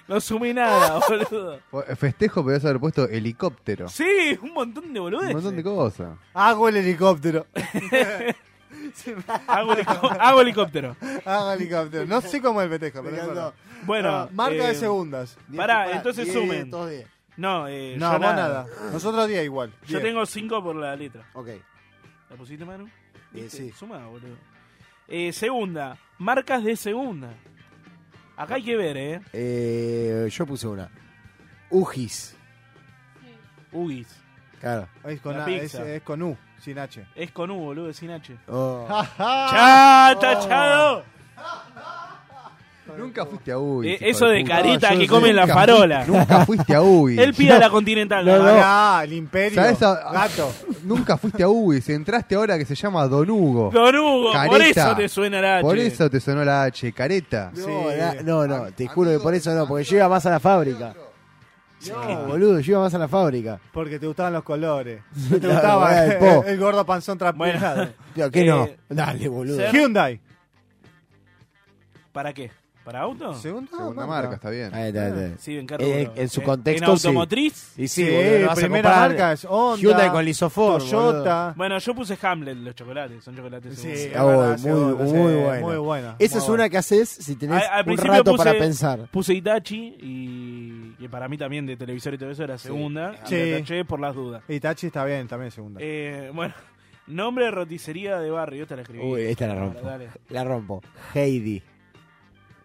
[SPEAKER 5] No sumé nada, boludo.
[SPEAKER 7] Fue- eh, Festejo podías haber puesto helicóptero.
[SPEAKER 5] Sí, un montón de boludeces.
[SPEAKER 7] Un montón de cosas.
[SPEAKER 6] Hago el helicóptero.
[SPEAKER 5] Hago, helico- hago helicóptero.
[SPEAKER 6] Hago el helicóptero. No sé cómo es el petejo, pero
[SPEAKER 3] encantó.
[SPEAKER 6] bueno.
[SPEAKER 5] Bueno,
[SPEAKER 6] Ah, marca
[SPEAKER 5] eh,
[SPEAKER 6] de segundas.
[SPEAKER 5] Pará,
[SPEAKER 3] Diez,
[SPEAKER 5] entonces
[SPEAKER 3] diez,
[SPEAKER 5] sumen.
[SPEAKER 3] todos diez.
[SPEAKER 5] No, eh,
[SPEAKER 6] No,
[SPEAKER 5] yo
[SPEAKER 6] vos nada. Nosotros 10 igual.
[SPEAKER 5] Yo
[SPEAKER 6] Diez.
[SPEAKER 5] tengo 5 por la letra.
[SPEAKER 3] Ok.
[SPEAKER 5] ¿La pusiste, Manu?
[SPEAKER 3] Eh,
[SPEAKER 5] Sí.
[SPEAKER 3] sí.
[SPEAKER 5] Suma, boludo. Eh, segunda, marcas de segunda. Acá hay que ver, ¿eh?
[SPEAKER 3] Eh, yo puse una. Ujis.
[SPEAKER 5] Ugis.
[SPEAKER 3] Claro.
[SPEAKER 6] Es con,
[SPEAKER 5] La
[SPEAKER 6] A, es,
[SPEAKER 5] pizza.
[SPEAKER 6] es con U, sin H.
[SPEAKER 5] Es con U, boludo, sin H.
[SPEAKER 3] Oh.
[SPEAKER 5] ¡Chá, tachado!
[SPEAKER 7] Nunca fuiste a Ubi.
[SPEAKER 5] Eh,
[SPEAKER 7] hijo
[SPEAKER 5] eso de
[SPEAKER 7] puta.
[SPEAKER 5] carita
[SPEAKER 7] yo
[SPEAKER 5] que
[SPEAKER 7] sé,
[SPEAKER 5] comen la
[SPEAKER 7] nunca
[SPEAKER 5] farola.
[SPEAKER 7] fuiste- Nunca fuiste a Ubi.
[SPEAKER 5] Él pide a la Continental.
[SPEAKER 6] Ah,
[SPEAKER 5] la marca.
[SPEAKER 6] el imperio.
[SPEAKER 7] ¿Sabes? A-
[SPEAKER 6] Gato.
[SPEAKER 7] Nunca fuiste a Ubi. Entraste ahora que se llama Don Hugo.
[SPEAKER 5] Don Hugo, por
[SPEAKER 7] Careta.
[SPEAKER 5] eso te suena la H.
[SPEAKER 7] Por eso te sonó la H, careta.
[SPEAKER 3] No,
[SPEAKER 6] Sí.
[SPEAKER 3] la- no, no, te juro que por eso no, porque yo iba más a la fábrica. No, boludo, yo iba más a la fábrica.
[SPEAKER 6] Porque te gustaban los colores. No te
[SPEAKER 3] Claro,
[SPEAKER 6] gustaba
[SPEAKER 3] bueno, po.
[SPEAKER 6] el, gordo panzón
[SPEAKER 5] Bueno.
[SPEAKER 6] trapezado.
[SPEAKER 3] Tío, ¿qué
[SPEAKER 5] Eh,
[SPEAKER 3] no? Dale, boludo.
[SPEAKER 5] ser-
[SPEAKER 6] Hyundai.
[SPEAKER 5] ¿Para qué? ¿Para auto?
[SPEAKER 6] Segunda,
[SPEAKER 7] Segunda marca, está bien.
[SPEAKER 3] Ahí está, ahí está.
[SPEAKER 5] Sí, en carro.
[SPEAKER 3] Eh,
[SPEAKER 5] boludo.
[SPEAKER 3] en su
[SPEAKER 5] Eh,
[SPEAKER 3] contexto,
[SPEAKER 5] ¿En
[SPEAKER 3] sí.
[SPEAKER 5] automotriz?
[SPEAKER 3] Y
[SPEAKER 6] Sí,
[SPEAKER 3] sí, boludo, no vas a
[SPEAKER 6] primera
[SPEAKER 3] comprar
[SPEAKER 6] marca es Honda.
[SPEAKER 3] Hyundai con lisofor,
[SPEAKER 6] Toyota.
[SPEAKER 5] Bueno, yo puse Hamlet, los chocolates. Son chocolates.
[SPEAKER 6] Sí,
[SPEAKER 5] según.
[SPEAKER 6] es
[SPEAKER 3] Oh,
[SPEAKER 6] verdad,
[SPEAKER 3] muy-
[SPEAKER 6] segunda,
[SPEAKER 3] muy
[SPEAKER 6] sí,
[SPEAKER 3] buena.
[SPEAKER 6] Muy buena.
[SPEAKER 3] Esa
[SPEAKER 6] muy
[SPEAKER 3] es
[SPEAKER 6] buena.
[SPEAKER 3] una que haces si tenés
[SPEAKER 5] Al- al
[SPEAKER 3] un
[SPEAKER 5] principio
[SPEAKER 3] rato
[SPEAKER 5] puse-
[SPEAKER 3] para pensar.
[SPEAKER 5] Puse Itachi y que para mí también de televisor y todo eso era segunda.
[SPEAKER 6] Sí.
[SPEAKER 5] La taché por las dudas.
[SPEAKER 6] Itachi está bien, también segunda.
[SPEAKER 5] Eh, bueno, nombre de roticería de barrio. Esta la escribí.
[SPEAKER 3] Uy, esta la rompo.
[SPEAKER 5] Dale.
[SPEAKER 3] La rompo. Heidi.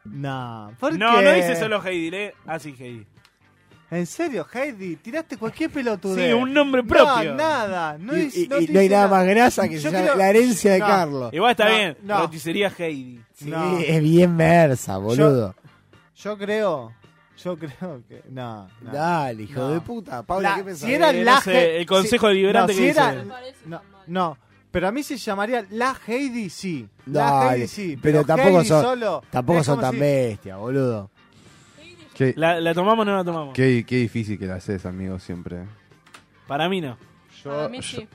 [SPEAKER 6] No, ¿por
[SPEAKER 5] No,
[SPEAKER 6] qué?
[SPEAKER 5] no dice solo Heidi, lee así Heidi.
[SPEAKER 6] ¿En serio, Heidi? Tiraste cualquier pelotude.
[SPEAKER 5] Sí, un nombre propio.
[SPEAKER 6] No, nada. No,
[SPEAKER 3] y,
[SPEAKER 6] es-
[SPEAKER 3] y- y no,
[SPEAKER 6] te
[SPEAKER 3] hay
[SPEAKER 6] dice
[SPEAKER 3] nada más grasa que
[SPEAKER 6] Yo
[SPEAKER 3] se llame
[SPEAKER 6] creo-
[SPEAKER 3] la herencia de
[SPEAKER 6] no.
[SPEAKER 3] Carlos.
[SPEAKER 5] Igual está
[SPEAKER 6] No,
[SPEAKER 5] bien.
[SPEAKER 6] no.
[SPEAKER 5] Roticería Heidi.
[SPEAKER 3] Sí,
[SPEAKER 6] No.
[SPEAKER 3] es bien versa, boludo.
[SPEAKER 6] Yo creo. Yo creo que. No. no.
[SPEAKER 3] Dale, hijo
[SPEAKER 6] No.
[SPEAKER 3] de puta. Paula,
[SPEAKER 6] La-
[SPEAKER 3] ¿qué pensás?
[SPEAKER 6] Si era
[SPEAKER 5] Eh, no
[SPEAKER 6] la
[SPEAKER 5] sé,
[SPEAKER 6] He-
[SPEAKER 5] el Consejo
[SPEAKER 6] si-
[SPEAKER 5] Deliberante
[SPEAKER 6] no,
[SPEAKER 5] que
[SPEAKER 6] si era-
[SPEAKER 5] dice.
[SPEAKER 4] No parece
[SPEAKER 6] No,
[SPEAKER 4] tan mal.
[SPEAKER 6] no. Pero a mí se llamaría la Heidi sí.
[SPEAKER 3] Dale,
[SPEAKER 6] La Heidi sí.
[SPEAKER 3] pero tampoco
[SPEAKER 6] Heidi
[SPEAKER 3] son-
[SPEAKER 6] solo
[SPEAKER 3] Tampoco
[SPEAKER 6] es
[SPEAKER 3] son
[SPEAKER 6] como
[SPEAKER 3] tan
[SPEAKER 6] si-
[SPEAKER 3] bestias, boludo.
[SPEAKER 7] Qué,
[SPEAKER 5] ¿La, la tomamos o no la tomamos?
[SPEAKER 7] qué- qué difícil que la haces, amigo, siempre.
[SPEAKER 5] Para mí no.
[SPEAKER 4] Para mí
[SPEAKER 7] yo-
[SPEAKER 4] sí.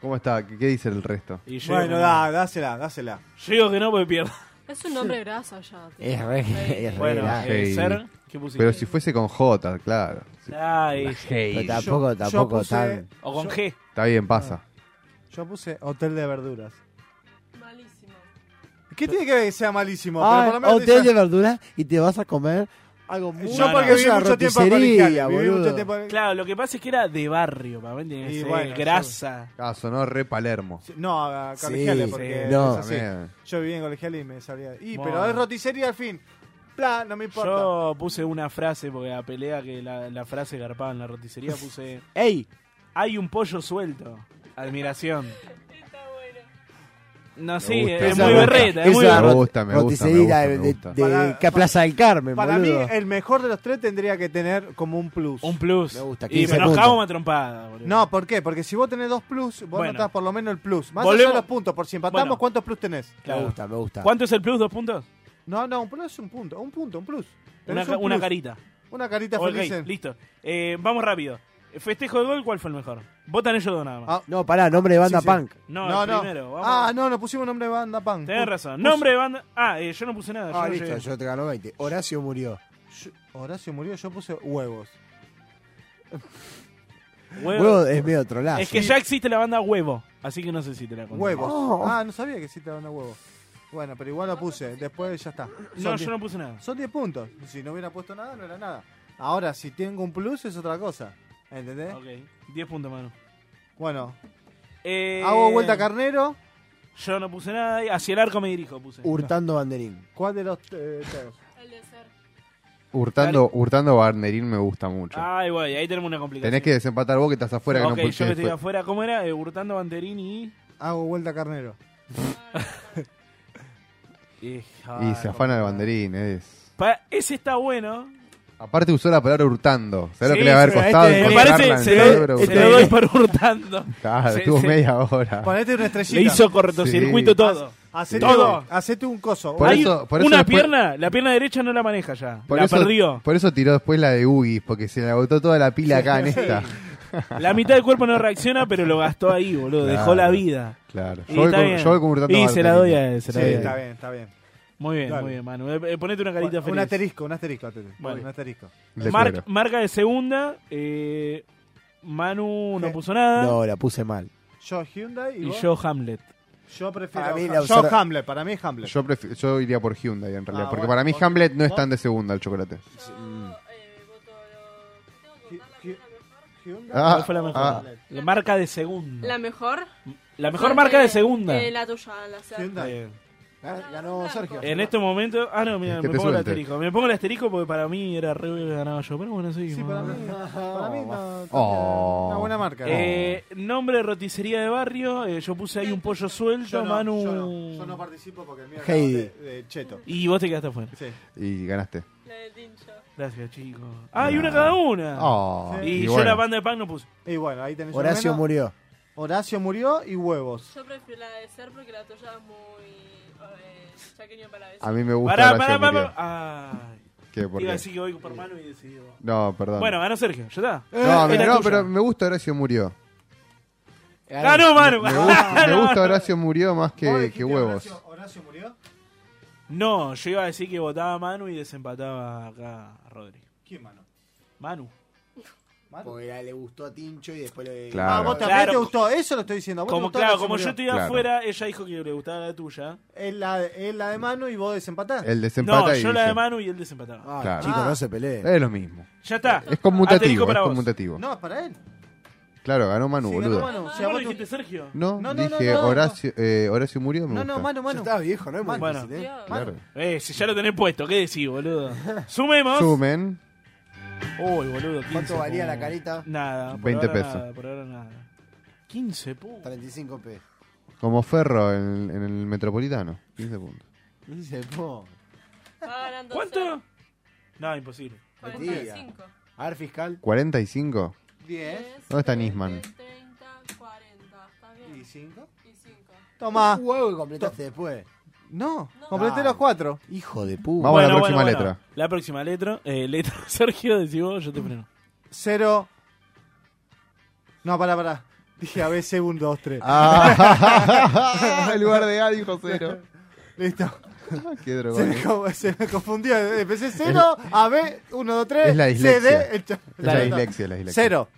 [SPEAKER 7] ¿Cómo está? ¿Qué, qué dice el resto?
[SPEAKER 5] Y yo digo
[SPEAKER 6] Bueno,
[SPEAKER 5] que
[SPEAKER 6] da, dásela, dásela.
[SPEAKER 5] no. Yo digo que no porque pierdo.
[SPEAKER 4] Es un nombre grasa ya. tío.
[SPEAKER 3] Es re- es re
[SPEAKER 5] Bueno,
[SPEAKER 3] grasa.
[SPEAKER 5] eh,
[SPEAKER 7] Heidi.
[SPEAKER 5] ser, ¿qué
[SPEAKER 7] Pero
[SPEAKER 5] pusiste?
[SPEAKER 7] si fuese con J, claro. Sí.
[SPEAKER 5] Ay,
[SPEAKER 3] Pero
[SPEAKER 7] Yo-
[SPEAKER 3] tampoco,
[SPEAKER 6] yo
[SPEAKER 3] tampoco
[SPEAKER 6] puse-
[SPEAKER 3] tan.
[SPEAKER 5] o con G.
[SPEAKER 7] Está bien, pasa.
[SPEAKER 6] Yo puse hotel de verduras.
[SPEAKER 4] Malísimo.
[SPEAKER 6] ¿Qué tiene que ver que sea malísimo?
[SPEAKER 3] Ah,
[SPEAKER 6] pero por lo menos
[SPEAKER 3] hotel de
[SPEAKER 6] dice-
[SPEAKER 3] verduras y te vas a comer algo muy.
[SPEAKER 6] Yo
[SPEAKER 5] No,
[SPEAKER 6] porque
[SPEAKER 5] no,
[SPEAKER 6] viví
[SPEAKER 3] es una
[SPEAKER 6] mucho tiempo en
[SPEAKER 3] roticería,
[SPEAKER 6] Colegiales, viví
[SPEAKER 3] boludo.
[SPEAKER 6] mucho tiempo en-
[SPEAKER 5] Claro, lo que pasa es que era de barrio, para mí tenía que
[SPEAKER 6] Y
[SPEAKER 5] ser
[SPEAKER 6] bueno,
[SPEAKER 5] grasa.
[SPEAKER 7] Ah, sonó re Palermo.
[SPEAKER 6] No, a colegiales,
[SPEAKER 3] Sí,
[SPEAKER 6] porque
[SPEAKER 3] sí. No.
[SPEAKER 6] es así.
[SPEAKER 7] También.
[SPEAKER 6] Yo viví en colegiales y me salía. Y,
[SPEAKER 5] Bueno.
[SPEAKER 6] pero es roticería al fin. Pla, no me importa.
[SPEAKER 5] Yo puse una frase, porque la pelea que la, la frase garpaba en la roticería, puse:
[SPEAKER 3] ¡Ey!
[SPEAKER 5] Hay un pollo suelto. Admiración.
[SPEAKER 4] Está bueno.
[SPEAKER 5] No,
[SPEAKER 7] Me
[SPEAKER 5] sí,
[SPEAKER 7] gusta.
[SPEAKER 5] es
[SPEAKER 7] Esa
[SPEAKER 5] muy
[SPEAKER 7] me
[SPEAKER 5] berreta, es muy
[SPEAKER 7] Esa-
[SPEAKER 5] berreta.
[SPEAKER 7] Me gusta, me gusta, me gusta, me gusta.
[SPEAKER 3] de, de-
[SPEAKER 6] Para-
[SPEAKER 3] que Plaza del
[SPEAKER 5] eh,
[SPEAKER 3] Carmen,
[SPEAKER 6] Para
[SPEAKER 3] boludo.
[SPEAKER 6] mí, el mejor de los tres tendría que tener como un plus.
[SPEAKER 5] Un plus.
[SPEAKER 3] Me gusta,
[SPEAKER 5] y
[SPEAKER 3] 15
[SPEAKER 5] pero nos
[SPEAKER 3] puntos.
[SPEAKER 5] cagamos a trompada, boludo.
[SPEAKER 6] No, ¿por qué? Porque si vos tenés dos plus, vos
[SPEAKER 5] Bueno.
[SPEAKER 6] notás por lo menos el plus. Más allá
[SPEAKER 5] Volvemos-
[SPEAKER 6] de los puntos, por si empatamos,
[SPEAKER 5] Bueno.
[SPEAKER 6] ¿cuántos plus tenés?
[SPEAKER 5] Claro.
[SPEAKER 3] Me gusta, me gusta.
[SPEAKER 5] ¿Cuánto es el plus? ¿Dos puntos?
[SPEAKER 6] No, no, un plus es un punto, un punto, un plus.
[SPEAKER 5] Una,
[SPEAKER 6] Tenés
[SPEAKER 5] ca-
[SPEAKER 6] un
[SPEAKER 5] una
[SPEAKER 6] plus,
[SPEAKER 5] carita.
[SPEAKER 6] Una carita
[SPEAKER 5] Ok,
[SPEAKER 6] feliz. en-
[SPEAKER 5] listo. Eh, vamos rápido. Festejo de gol, ¿cuál fue el mejor? Votan ellos dos nada más.
[SPEAKER 6] Ah,
[SPEAKER 3] No, pará, nombre de banda
[SPEAKER 6] Sí, sí.
[SPEAKER 3] punk.
[SPEAKER 5] no,
[SPEAKER 6] no,
[SPEAKER 5] el
[SPEAKER 6] no.
[SPEAKER 5] primero. Vamos.
[SPEAKER 6] ah, no, nos pusimos nombre de banda pan.
[SPEAKER 5] Tenés razón. Nombre de banda. Ah, eh, yo no puse nada. yo
[SPEAKER 3] Ah,
[SPEAKER 5] no
[SPEAKER 3] listo,
[SPEAKER 5] llegué.
[SPEAKER 3] yo te gano 20. Horacio murió.
[SPEAKER 6] Horacio murió, yo puse huevos.
[SPEAKER 5] Huevo.
[SPEAKER 3] Huevo es medio trolazo.
[SPEAKER 5] Es que ya existe la banda Huevo, así que no sé si te la conté.
[SPEAKER 6] Huevos.
[SPEAKER 3] Oh.
[SPEAKER 6] Ah, no sabía que sí te daban huevos. Bueno, pero igual lo puse, después ya está.
[SPEAKER 5] No,
[SPEAKER 6] diez-
[SPEAKER 5] yo no puse nada.
[SPEAKER 6] Son 10 puntos. Si no hubiera puesto nada, no era nada. Ahora, si tengo un plus, es otra cosa. ¿Entendés?
[SPEAKER 5] Ok, 10 puntos, mano.
[SPEAKER 6] Bueno,
[SPEAKER 5] Eh.
[SPEAKER 6] hago Ah, vuelta a carnero.
[SPEAKER 5] Yo no puse nada, y hacia el arco me dirijo, puse.
[SPEAKER 3] Hurtando banderín.
[SPEAKER 6] ¿Cuál de los eh, todos?
[SPEAKER 4] El de ser.
[SPEAKER 7] Hurtando, hurtando Barnerín me gusta mucho.
[SPEAKER 5] Ay, güey, ahí tenemos una complicación.
[SPEAKER 7] Tenés que desempatar vos que estás afuera
[SPEAKER 5] Ah, Ok,
[SPEAKER 7] que no
[SPEAKER 5] yo que
[SPEAKER 7] pulses.
[SPEAKER 5] estoy afuera, ¿cómo era? Eh, Hurtando Banderín y.
[SPEAKER 6] Hago vuelta a carnero.
[SPEAKER 5] Eh,
[SPEAKER 7] Y
[SPEAKER 5] ah,
[SPEAKER 7] se afana el banderín, es.
[SPEAKER 5] Pa- Ese está bueno,
[SPEAKER 7] Aparte usó la palabra hurtando. ¿Sabes lo
[SPEAKER 5] Sí,
[SPEAKER 7] que le va a haber
[SPEAKER 5] pero
[SPEAKER 7] costado
[SPEAKER 5] este- me
[SPEAKER 7] encontrarla
[SPEAKER 5] parece-
[SPEAKER 7] en
[SPEAKER 5] se lo-
[SPEAKER 7] cerebro?
[SPEAKER 5] se lo
[SPEAKER 7] Usted-
[SPEAKER 5] doy por hurtando.
[SPEAKER 7] Claro,
[SPEAKER 5] Se-
[SPEAKER 7] estuvo
[SPEAKER 5] se-
[SPEAKER 7] media hora.
[SPEAKER 6] Ponete una estrellita.
[SPEAKER 5] Le hizo cortocircuito
[SPEAKER 7] Sí.
[SPEAKER 5] todo.
[SPEAKER 6] Hacete,
[SPEAKER 5] todo.
[SPEAKER 6] hacete un coso.
[SPEAKER 7] Por
[SPEAKER 5] Hay
[SPEAKER 7] eso- por eso
[SPEAKER 5] una
[SPEAKER 7] después-
[SPEAKER 5] pierna, la pierna derecha no la maneja ya.
[SPEAKER 7] Por
[SPEAKER 5] la
[SPEAKER 7] eso-
[SPEAKER 5] perdió.
[SPEAKER 7] Por eso tiró después la de Ugi, porque se le agotó toda la pila acá en esta.
[SPEAKER 5] La mitad del cuerpo no reacciona, pero lo gastó ahí, boludo. Dejó
[SPEAKER 7] Claro.
[SPEAKER 5] la vida.
[SPEAKER 7] Claro.
[SPEAKER 5] Y
[SPEAKER 7] Yo voy
[SPEAKER 5] está
[SPEAKER 7] con-
[SPEAKER 5] bien.
[SPEAKER 7] yo voy con Hurtando
[SPEAKER 5] Y se la
[SPEAKER 7] Bartelini.
[SPEAKER 5] doy a él. se la
[SPEAKER 6] Sí,
[SPEAKER 5] doy a él.
[SPEAKER 6] está bien, está bien.
[SPEAKER 5] Muy bien,
[SPEAKER 6] Dale.
[SPEAKER 5] muy bien, Manu. Eh, eh, Ponete una carita
[SPEAKER 6] Un
[SPEAKER 5] feliz.
[SPEAKER 6] asterisco, un asterisco. asterisco.
[SPEAKER 5] Vale.
[SPEAKER 6] Un asterisco.
[SPEAKER 7] Le
[SPEAKER 5] Mar-
[SPEAKER 7] cobro.
[SPEAKER 5] marca de segunda. eh, Manu no
[SPEAKER 6] Sí.
[SPEAKER 5] puso nada.
[SPEAKER 3] No, la puse mal.
[SPEAKER 6] Yo Hyundai y,
[SPEAKER 5] y
[SPEAKER 6] vos?
[SPEAKER 5] yo Hamlet.
[SPEAKER 6] Yo prefiero.
[SPEAKER 3] Para mí
[SPEAKER 6] Ham-
[SPEAKER 3] la
[SPEAKER 6] yo
[SPEAKER 3] usar-
[SPEAKER 6] Hamlet, para mí es Hamlet.
[SPEAKER 7] Yo, prefi- yo iría por Hyundai en realidad,
[SPEAKER 6] Ah,
[SPEAKER 7] porque
[SPEAKER 6] bueno,
[SPEAKER 7] para mí
[SPEAKER 6] vos-
[SPEAKER 7] Hamlet no es
[SPEAKER 6] vos-
[SPEAKER 7] tan de segunda el chocolate.
[SPEAKER 6] Hy- Hy- Hyundai.
[SPEAKER 7] Ah,
[SPEAKER 5] ¿Cuál fue la mejor?
[SPEAKER 7] ah.
[SPEAKER 5] La marca de segunda.
[SPEAKER 12] ¿La mejor?
[SPEAKER 5] La mejor marca de segunda.
[SPEAKER 12] Eh, la tuya, la
[SPEAKER 3] Ah.
[SPEAKER 12] cerda.
[SPEAKER 5] Está
[SPEAKER 6] Hyundai.
[SPEAKER 5] bien.
[SPEAKER 6] Ganó Sergio.
[SPEAKER 5] En este momento. Ah, no, mira,
[SPEAKER 7] Es que
[SPEAKER 5] me
[SPEAKER 7] te
[SPEAKER 5] pongo el
[SPEAKER 7] suelte.
[SPEAKER 5] asterisco. Me pongo el asterisco porque para mí era re ganaba yo. Pero bueno, sí.
[SPEAKER 6] Sí, para mí,
[SPEAKER 3] Ah.
[SPEAKER 6] para mí no,
[SPEAKER 7] Oh.
[SPEAKER 6] una buena marca.
[SPEAKER 5] Eh, nombre de roticería de barrio. eh, yo puse ahí un pollo suelto,
[SPEAKER 6] yo, no,
[SPEAKER 5] Manu.
[SPEAKER 6] yo no, yo no participo porque el mío es
[SPEAKER 3] Heidi.
[SPEAKER 6] de, de Cheto.
[SPEAKER 5] Y vos te quedaste afuera.
[SPEAKER 6] Sí.
[SPEAKER 7] Y ganaste.
[SPEAKER 12] La del tincho.
[SPEAKER 5] Gracias, chicos. Ah, y
[SPEAKER 7] Nah.
[SPEAKER 5] una cada una.
[SPEAKER 7] Oh,
[SPEAKER 5] Ah. Y,
[SPEAKER 7] y
[SPEAKER 5] yo
[SPEAKER 7] bueno.
[SPEAKER 5] la banda de pan no puse.
[SPEAKER 6] Y bueno, ahí tenés
[SPEAKER 3] Horacio
[SPEAKER 6] uno menos.
[SPEAKER 3] murió.
[SPEAKER 6] Horacio murió y huevos.
[SPEAKER 12] Yo prefiero la de ser porque la tuya es muy. eh, Chaqueño para la vez.
[SPEAKER 7] A mí me gusta
[SPEAKER 5] Pará,
[SPEAKER 7] Horacio
[SPEAKER 5] pará,
[SPEAKER 7] Murió.
[SPEAKER 5] pará. Ay,
[SPEAKER 7] ¿Qué, por
[SPEAKER 5] iba a
[SPEAKER 7] qué?
[SPEAKER 5] decir que voy por mano y decido.
[SPEAKER 7] No, perdón.
[SPEAKER 5] Bueno, ganó Sergio, ya está.
[SPEAKER 7] no, me-
[SPEAKER 5] era
[SPEAKER 7] no,
[SPEAKER 5] tuya.
[SPEAKER 7] pero me gusta Horacio Murió.
[SPEAKER 6] Ah,
[SPEAKER 5] Ganó Manu.
[SPEAKER 7] Me gusta, me gusta Horacio Murió más
[SPEAKER 6] ¿Vos
[SPEAKER 7] que,
[SPEAKER 6] dijiste
[SPEAKER 7] que huevos.
[SPEAKER 6] Horacio, Horacio murió?
[SPEAKER 5] No, yo iba a decir que votaba a Manu y desempataba acá a Rodri.
[SPEAKER 6] ¿Quién, mano?
[SPEAKER 5] Manu.
[SPEAKER 3] Porque le gustó a Tincho y después le.
[SPEAKER 7] Claro.
[SPEAKER 6] Ah, vos también
[SPEAKER 5] Claro.
[SPEAKER 6] te gustó, eso lo estoy diciendo. a vos te
[SPEAKER 5] Como,
[SPEAKER 6] gustó
[SPEAKER 5] claro,
[SPEAKER 6] Horacio
[SPEAKER 5] como yo
[SPEAKER 6] Murió.
[SPEAKER 5] estoy
[SPEAKER 7] Claro.
[SPEAKER 5] afuera, ella dijo que le gustaba la tuya.
[SPEAKER 6] Es la, es la de mano y vos desempatás.
[SPEAKER 7] El desempata
[SPEAKER 5] No,
[SPEAKER 7] y
[SPEAKER 5] yo la de
[SPEAKER 7] dice-
[SPEAKER 5] Manu y él desempataba.
[SPEAKER 3] Ah,
[SPEAKER 7] Claro.
[SPEAKER 3] chicos,
[SPEAKER 6] Ah.
[SPEAKER 3] no se peleen.
[SPEAKER 7] Es lo mismo.
[SPEAKER 5] Ya está.
[SPEAKER 7] Es conmutativo,
[SPEAKER 5] Asterisco
[SPEAKER 7] es
[SPEAKER 5] Ah, para vos.
[SPEAKER 7] conmutativo.
[SPEAKER 6] No, es para él.
[SPEAKER 7] Claro, ganó Manu,
[SPEAKER 6] Sí, ganó
[SPEAKER 7] boludo.
[SPEAKER 6] Manu. O
[SPEAKER 5] Ah,
[SPEAKER 6] sea,
[SPEAKER 5] ¿Vos lo
[SPEAKER 6] vos te-
[SPEAKER 5] dijiste, Sergio?
[SPEAKER 7] No,
[SPEAKER 6] No, no,
[SPEAKER 7] dije
[SPEAKER 6] no, no,
[SPEAKER 7] Horacio, eh, Horacio Murió me
[SPEAKER 6] No,
[SPEAKER 7] gusta.
[SPEAKER 6] no, mano, mano.
[SPEAKER 3] Estaba viejo, ¿no? Es muy
[SPEAKER 5] Bueno.
[SPEAKER 3] difícil, ¿eh?
[SPEAKER 12] Dios.
[SPEAKER 7] Claro.
[SPEAKER 5] Eh, si ya lo tenés puesto, ¿qué decís, boludo? Sumemos.
[SPEAKER 7] Sumen.
[SPEAKER 5] Uy, boludo, 15
[SPEAKER 3] ¿Cuánto valía
[SPEAKER 5] como-
[SPEAKER 3] la carita?
[SPEAKER 5] Nada, por
[SPEAKER 7] 20
[SPEAKER 5] ahora
[SPEAKER 7] pesos.
[SPEAKER 5] nada, por ahora nada. 15 puntos.
[SPEAKER 3] 35 p.
[SPEAKER 7] Como Ferro en, en el Metropolitano. 15 puntos.
[SPEAKER 3] Dice, po.
[SPEAKER 12] Va ganando
[SPEAKER 5] ¿Cuánto? No, imposible.
[SPEAKER 12] Ser, 45.
[SPEAKER 3] A ver, fiscal.
[SPEAKER 7] 45.
[SPEAKER 6] 10
[SPEAKER 7] ¿Dónde está Nisman?
[SPEAKER 12] 30, 40. Está
[SPEAKER 6] y
[SPEAKER 12] bien.
[SPEAKER 6] 5.
[SPEAKER 12] Y 5.
[SPEAKER 6] Toma.
[SPEAKER 3] Un huevo que completaste después.
[SPEAKER 6] No, completé los 4.
[SPEAKER 3] Hijo de puta.
[SPEAKER 7] Vamos a la próxima letra.
[SPEAKER 5] La próxima letra. Eh, letra, Sergio, decís vos, yo te freno.
[SPEAKER 6] 0. No, pará, pará. Dije ABC 1, 2, 3.
[SPEAKER 7] Ah, en lugar de A dijo cero.
[SPEAKER 6] Listo.
[SPEAKER 7] Ah, Qué
[SPEAKER 6] Se me,
[SPEAKER 7] drogado.
[SPEAKER 6] co- se me confundió. Empecé 0, AB 1, 2, 3.
[SPEAKER 7] es la dislexia.
[SPEAKER 6] CD. el cha-
[SPEAKER 7] Es la dislexia, es la dislexia.
[SPEAKER 6] 0.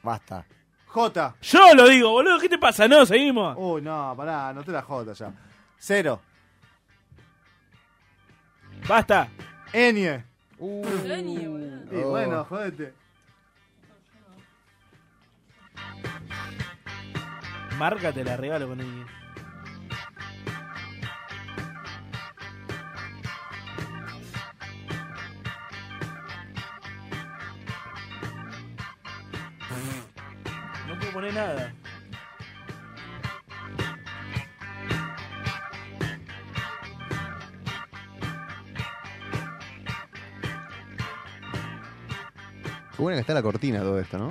[SPEAKER 3] Basta.
[SPEAKER 6] J.
[SPEAKER 5] Yo lo digo, boludo, ¿qué te pasa? No, seguimos.
[SPEAKER 6] Uy, no, pará, anoté la J ya. 0.
[SPEAKER 5] Basta.
[SPEAKER 6] N.
[SPEAKER 3] Uh.
[SPEAKER 12] Vení, boludo.
[SPEAKER 6] Y
[SPEAKER 7] Oh.
[SPEAKER 6] bueno, jodete.
[SPEAKER 5] Márcate la regalo con alguien. No puedo poner nada.
[SPEAKER 7] Qué buena que está la cortina todo esto, ¿no?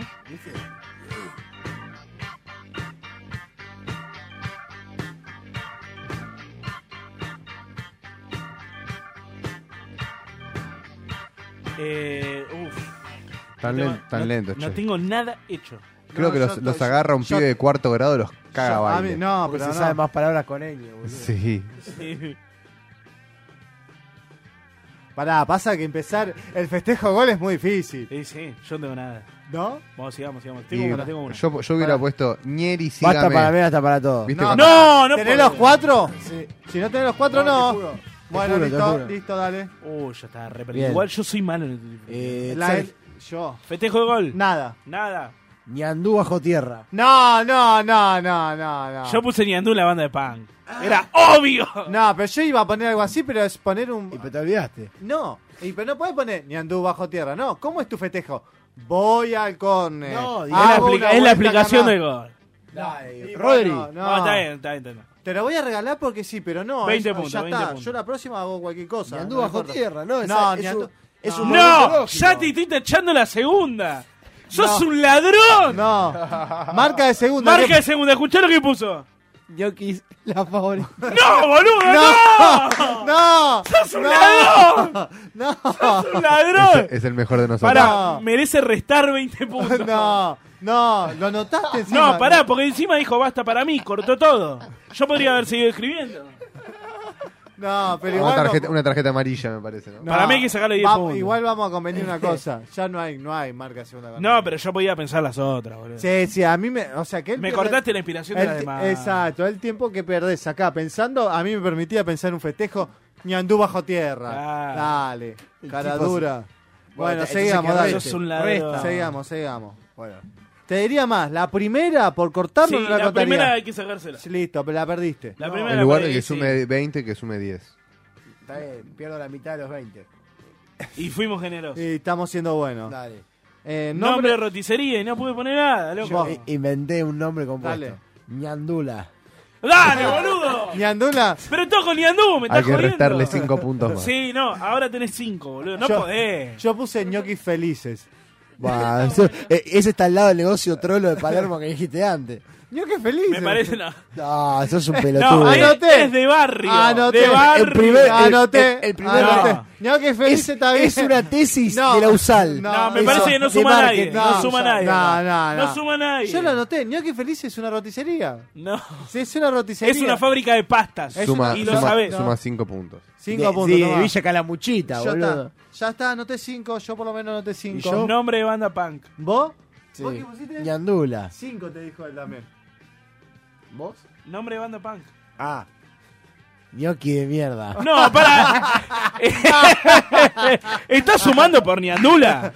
[SPEAKER 5] Eh, uf.
[SPEAKER 7] Tan,
[SPEAKER 5] No tengo-
[SPEAKER 7] len- tan
[SPEAKER 5] no-
[SPEAKER 7] lento,
[SPEAKER 5] No
[SPEAKER 7] che.
[SPEAKER 5] tengo nada hecho.
[SPEAKER 7] Creo
[SPEAKER 6] No,
[SPEAKER 7] que
[SPEAKER 6] yo
[SPEAKER 7] los,
[SPEAKER 6] estoy-
[SPEAKER 7] los agarra un
[SPEAKER 6] yo-
[SPEAKER 7] pibe de cuarto grado y los
[SPEAKER 6] Yo-
[SPEAKER 7] caga
[SPEAKER 6] a
[SPEAKER 7] baile.
[SPEAKER 6] mí- No,
[SPEAKER 3] Porque
[SPEAKER 6] pero
[SPEAKER 3] se
[SPEAKER 6] no.
[SPEAKER 3] sabe más palabras con él, boludo.
[SPEAKER 7] Sí.
[SPEAKER 5] Sí.
[SPEAKER 6] Pará, pasa que empezar el festejo de gol es muy difícil,
[SPEAKER 5] Sí, sí, yo no tengo nada.
[SPEAKER 6] ¿no?
[SPEAKER 5] Vamos, sigamos, sigamos. Tengo
[SPEAKER 7] Y
[SPEAKER 5] una, tengo una.
[SPEAKER 7] yo, yo hubiera
[SPEAKER 6] Pará.
[SPEAKER 7] puesto Nieri, sígame.
[SPEAKER 3] Basta para mí, hasta para todos.
[SPEAKER 7] ¿Viste
[SPEAKER 6] No,
[SPEAKER 7] cuando-
[SPEAKER 5] No, no
[SPEAKER 6] ¿Tenés
[SPEAKER 5] puedo.
[SPEAKER 6] los cuatro? Si no tenés los cuatro, no. bueno,
[SPEAKER 3] juro, te
[SPEAKER 6] listo,
[SPEAKER 3] juro.
[SPEAKER 6] listo, dale.
[SPEAKER 5] Uy, ya está re perdido.
[SPEAKER 3] Bien.
[SPEAKER 5] Igual yo soy malo en el tipo.
[SPEAKER 3] Eh,
[SPEAKER 6] La-
[SPEAKER 3] Sergio,
[SPEAKER 6] yo.
[SPEAKER 5] Festejo de gol.
[SPEAKER 6] Nada.
[SPEAKER 5] Nada.
[SPEAKER 3] Ñandú bajo tierra.
[SPEAKER 6] No, no, no, no, no, no.
[SPEAKER 5] Yo puse Niandú en la banda de punk.
[SPEAKER 6] Ah.
[SPEAKER 5] Era obvio.
[SPEAKER 6] No, pero yo iba a poner algo así, pero es poner un...
[SPEAKER 3] Y pero te olvidaste.
[SPEAKER 6] No, y pero no podés poner ni andú bajo tierra, no. ¿Cómo es tu festejo? Voy al corner.
[SPEAKER 3] No,
[SPEAKER 5] Es
[SPEAKER 3] di-
[SPEAKER 5] la,
[SPEAKER 6] hago
[SPEAKER 5] aplica-
[SPEAKER 6] una
[SPEAKER 5] es la
[SPEAKER 6] vuelta
[SPEAKER 5] aplicación
[SPEAKER 6] acá.
[SPEAKER 5] del gol.
[SPEAKER 6] Y bueno,
[SPEAKER 3] Rodri.
[SPEAKER 6] no.
[SPEAKER 5] No, está bien, está bien, está bien.
[SPEAKER 6] Te lo voy a regalar porque sí, pero no.
[SPEAKER 5] 20
[SPEAKER 6] eso
[SPEAKER 5] puntos,
[SPEAKER 6] ya
[SPEAKER 5] 20
[SPEAKER 6] está.
[SPEAKER 5] puntos.
[SPEAKER 6] Yo la próxima hago cualquier cosa.
[SPEAKER 3] Ñandú
[SPEAKER 6] no me
[SPEAKER 3] bajo
[SPEAKER 6] importa.
[SPEAKER 3] tierra, ¿no?
[SPEAKER 6] No,
[SPEAKER 3] Esa- es
[SPEAKER 6] Ñandú-
[SPEAKER 3] un-
[SPEAKER 10] Es un momento
[SPEAKER 5] ¡No!
[SPEAKER 10] lógico.
[SPEAKER 5] ¡Ya te estoy echando la segunda! ¡Sos
[SPEAKER 10] No.
[SPEAKER 5] un ladrón!
[SPEAKER 6] No. Marca de segunda.
[SPEAKER 5] Marca de segunda, escuchá lo que puso.
[SPEAKER 10] Ñoquis, la favorita.
[SPEAKER 5] ¡No, boludo!
[SPEAKER 6] No.
[SPEAKER 5] ¡No!
[SPEAKER 6] ¡No!
[SPEAKER 5] ¡Sos un
[SPEAKER 6] No.
[SPEAKER 5] ladrón!
[SPEAKER 6] ¡No!
[SPEAKER 5] ¡Sos un ladrón!
[SPEAKER 7] Es, es el mejor de nosotros.
[SPEAKER 5] Pará, merece restar 20 puntos.
[SPEAKER 6] No, no, lo notaste encima.
[SPEAKER 5] No, pará, porque encima dijo basta para mí, cortó todo. Yo podría haber seguido escribiendo.
[SPEAKER 6] No, pero
[SPEAKER 7] Una
[SPEAKER 6] igual.
[SPEAKER 7] tarjeta,
[SPEAKER 6] no-
[SPEAKER 7] una tarjeta amarilla, me parece, ¿no?
[SPEAKER 6] no.
[SPEAKER 5] Para mí hay que sacarle 10
[SPEAKER 6] Vamos-
[SPEAKER 5] puntos.
[SPEAKER 6] Igual vamos a convenir una cosa. Ya no hay, no hay marca de segunda campaña.
[SPEAKER 5] No, pero yo podía pensar las otras, boludo.
[SPEAKER 6] Sí, sí, a mí me. O sea, que él
[SPEAKER 5] Me
[SPEAKER 6] pierde-
[SPEAKER 5] cortaste la inspiración de
[SPEAKER 6] el
[SPEAKER 5] las
[SPEAKER 6] ti-
[SPEAKER 5] demás.
[SPEAKER 6] Exacto, el tiempo que perdés acá pensando, a mí me permitía pensar en un festejo ñandú bajo tierra.
[SPEAKER 5] Claro.
[SPEAKER 6] Dale, cara
[SPEAKER 10] tipo
[SPEAKER 6] dura. Bueno,
[SPEAKER 10] entonces
[SPEAKER 6] seguíamos,
[SPEAKER 10] que
[SPEAKER 6] dale.
[SPEAKER 5] Sos un ladrón.
[SPEAKER 6] Resta. Seguíamos, seguíamos. Bueno. Te diría más, la primera, por
[SPEAKER 5] Sí,
[SPEAKER 6] cortarlo, no la,
[SPEAKER 5] la
[SPEAKER 6] contaría.
[SPEAKER 5] primera hay que sacársela.
[SPEAKER 6] Sí, Listo, pero la perdiste.
[SPEAKER 5] La
[SPEAKER 6] No,
[SPEAKER 5] primera
[SPEAKER 7] En
[SPEAKER 5] la
[SPEAKER 7] lugar de
[SPEAKER 5] perdí,
[SPEAKER 7] que
[SPEAKER 5] sí.
[SPEAKER 7] sume 20, que sume 10.
[SPEAKER 10] Está bien, pierdo la mitad de los 20.
[SPEAKER 5] Y fuimos generosos.
[SPEAKER 6] Y estamos siendo buenos.
[SPEAKER 10] Dale.
[SPEAKER 6] Eh,
[SPEAKER 5] nombre,
[SPEAKER 6] nombre,
[SPEAKER 5] de roticería y no pude poner nada, loco.
[SPEAKER 3] I- Inventé un nombre compuesto.
[SPEAKER 6] Dale.
[SPEAKER 3] Ñandula.
[SPEAKER 5] ¡Dale,
[SPEAKER 6] eh,
[SPEAKER 5] boludo!
[SPEAKER 6] ñandula.
[SPEAKER 5] Pero toco ni andú, me
[SPEAKER 7] Hay
[SPEAKER 5] estás
[SPEAKER 7] que
[SPEAKER 5] jodiendo.
[SPEAKER 7] restarle 5 puntos más.
[SPEAKER 5] Sí, no, ahora tenés 5, boludo. No
[SPEAKER 6] Yo-
[SPEAKER 5] podés.
[SPEAKER 6] Yo puse ñoquis felices.
[SPEAKER 3] Bah, eso- eh, ese está al lado del negocio trolo de Palermo que dijiste antes.
[SPEAKER 6] ñoquis felices.
[SPEAKER 5] me parece no.
[SPEAKER 3] No, Ah, sos un pelotudo.
[SPEAKER 5] No, es,
[SPEAKER 6] Anoté.
[SPEAKER 5] es de barrio.
[SPEAKER 6] Anoté.
[SPEAKER 5] De
[SPEAKER 6] El
[SPEAKER 5] barrio.
[SPEAKER 3] primer- el-
[SPEAKER 6] Anoté.
[SPEAKER 3] el- el primer-
[SPEAKER 6] Anoté. Ñoquis felices
[SPEAKER 3] es,
[SPEAKER 6] está bien.
[SPEAKER 3] es una tesis
[SPEAKER 6] No.
[SPEAKER 3] de la USAL.
[SPEAKER 6] No,
[SPEAKER 5] No, me
[SPEAKER 6] eso,
[SPEAKER 5] parece que no
[SPEAKER 3] de
[SPEAKER 5] suma nadie.
[SPEAKER 3] marketing,
[SPEAKER 5] No,
[SPEAKER 3] no,
[SPEAKER 5] suma nadie.
[SPEAKER 6] No, no, no.
[SPEAKER 5] No suma nadie.
[SPEAKER 6] Yo lo anoté. Ñoqui felices es una roticería.
[SPEAKER 5] No.
[SPEAKER 6] Sí, es una roticería.
[SPEAKER 5] Es una fábrica de pastas.
[SPEAKER 6] Es
[SPEAKER 7] Suma,
[SPEAKER 5] y lo
[SPEAKER 7] suma,
[SPEAKER 5] sabés.
[SPEAKER 7] suma 5 puntos.
[SPEAKER 6] Cinco
[SPEAKER 3] de,
[SPEAKER 6] puntos.
[SPEAKER 3] de
[SPEAKER 6] no va.
[SPEAKER 3] Villa Calamuchita,
[SPEAKER 6] ya
[SPEAKER 3] boludo.
[SPEAKER 6] está. Ya está, anoté cinco. Yo por lo menos anoté cinco.
[SPEAKER 5] Nombre de banda punk.
[SPEAKER 6] ¿Vos?
[SPEAKER 3] Sí.
[SPEAKER 6] ¿Vos qué pusiste?
[SPEAKER 3] Ñandula.
[SPEAKER 6] Cinco te dijo él también.
[SPEAKER 3] ¿Vos?
[SPEAKER 5] Nombre de banda punk.
[SPEAKER 6] Ah.
[SPEAKER 3] Gnocchi de mierda.
[SPEAKER 5] No, para. ¿Estás sumando por Niandula?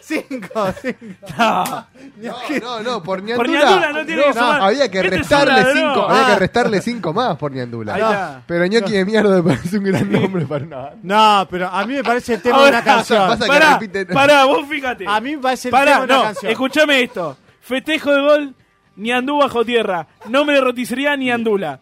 [SPEAKER 6] Cinco, cinco.
[SPEAKER 5] No.
[SPEAKER 7] No, no, no, por
[SPEAKER 5] Por Ñandula no tiene que sumar.
[SPEAKER 7] había que
[SPEAKER 5] Este es
[SPEAKER 7] restarle
[SPEAKER 5] un ladrón.
[SPEAKER 7] 5
[SPEAKER 6] Ah.
[SPEAKER 7] había que restarle cinco más por Ñandula.
[SPEAKER 5] Ahí está.
[SPEAKER 7] Pero ñoqui de mierda me parece un gran nombre para una banda.
[SPEAKER 6] No, pero a mí me parece el tema de
[SPEAKER 5] Ahora,
[SPEAKER 6] una canción.
[SPEAKER 7] pasa que
[SPEAKER 5] Pará,
[SPEAKER 7] repiten-
[SPEAKER 5] pará, vos fíjate.
[SPEAKER 6] A mí me parece el tema
[SPEAKER 5] Pará,
[SPEAKER 6] de una
[SPEAKER 5] no,
[SPEAKER 6] canción.
[SPEAKER 5] escúchame esto. Festejo de gol, Niandú bajo tierra. Nombre de roticería, Niandula.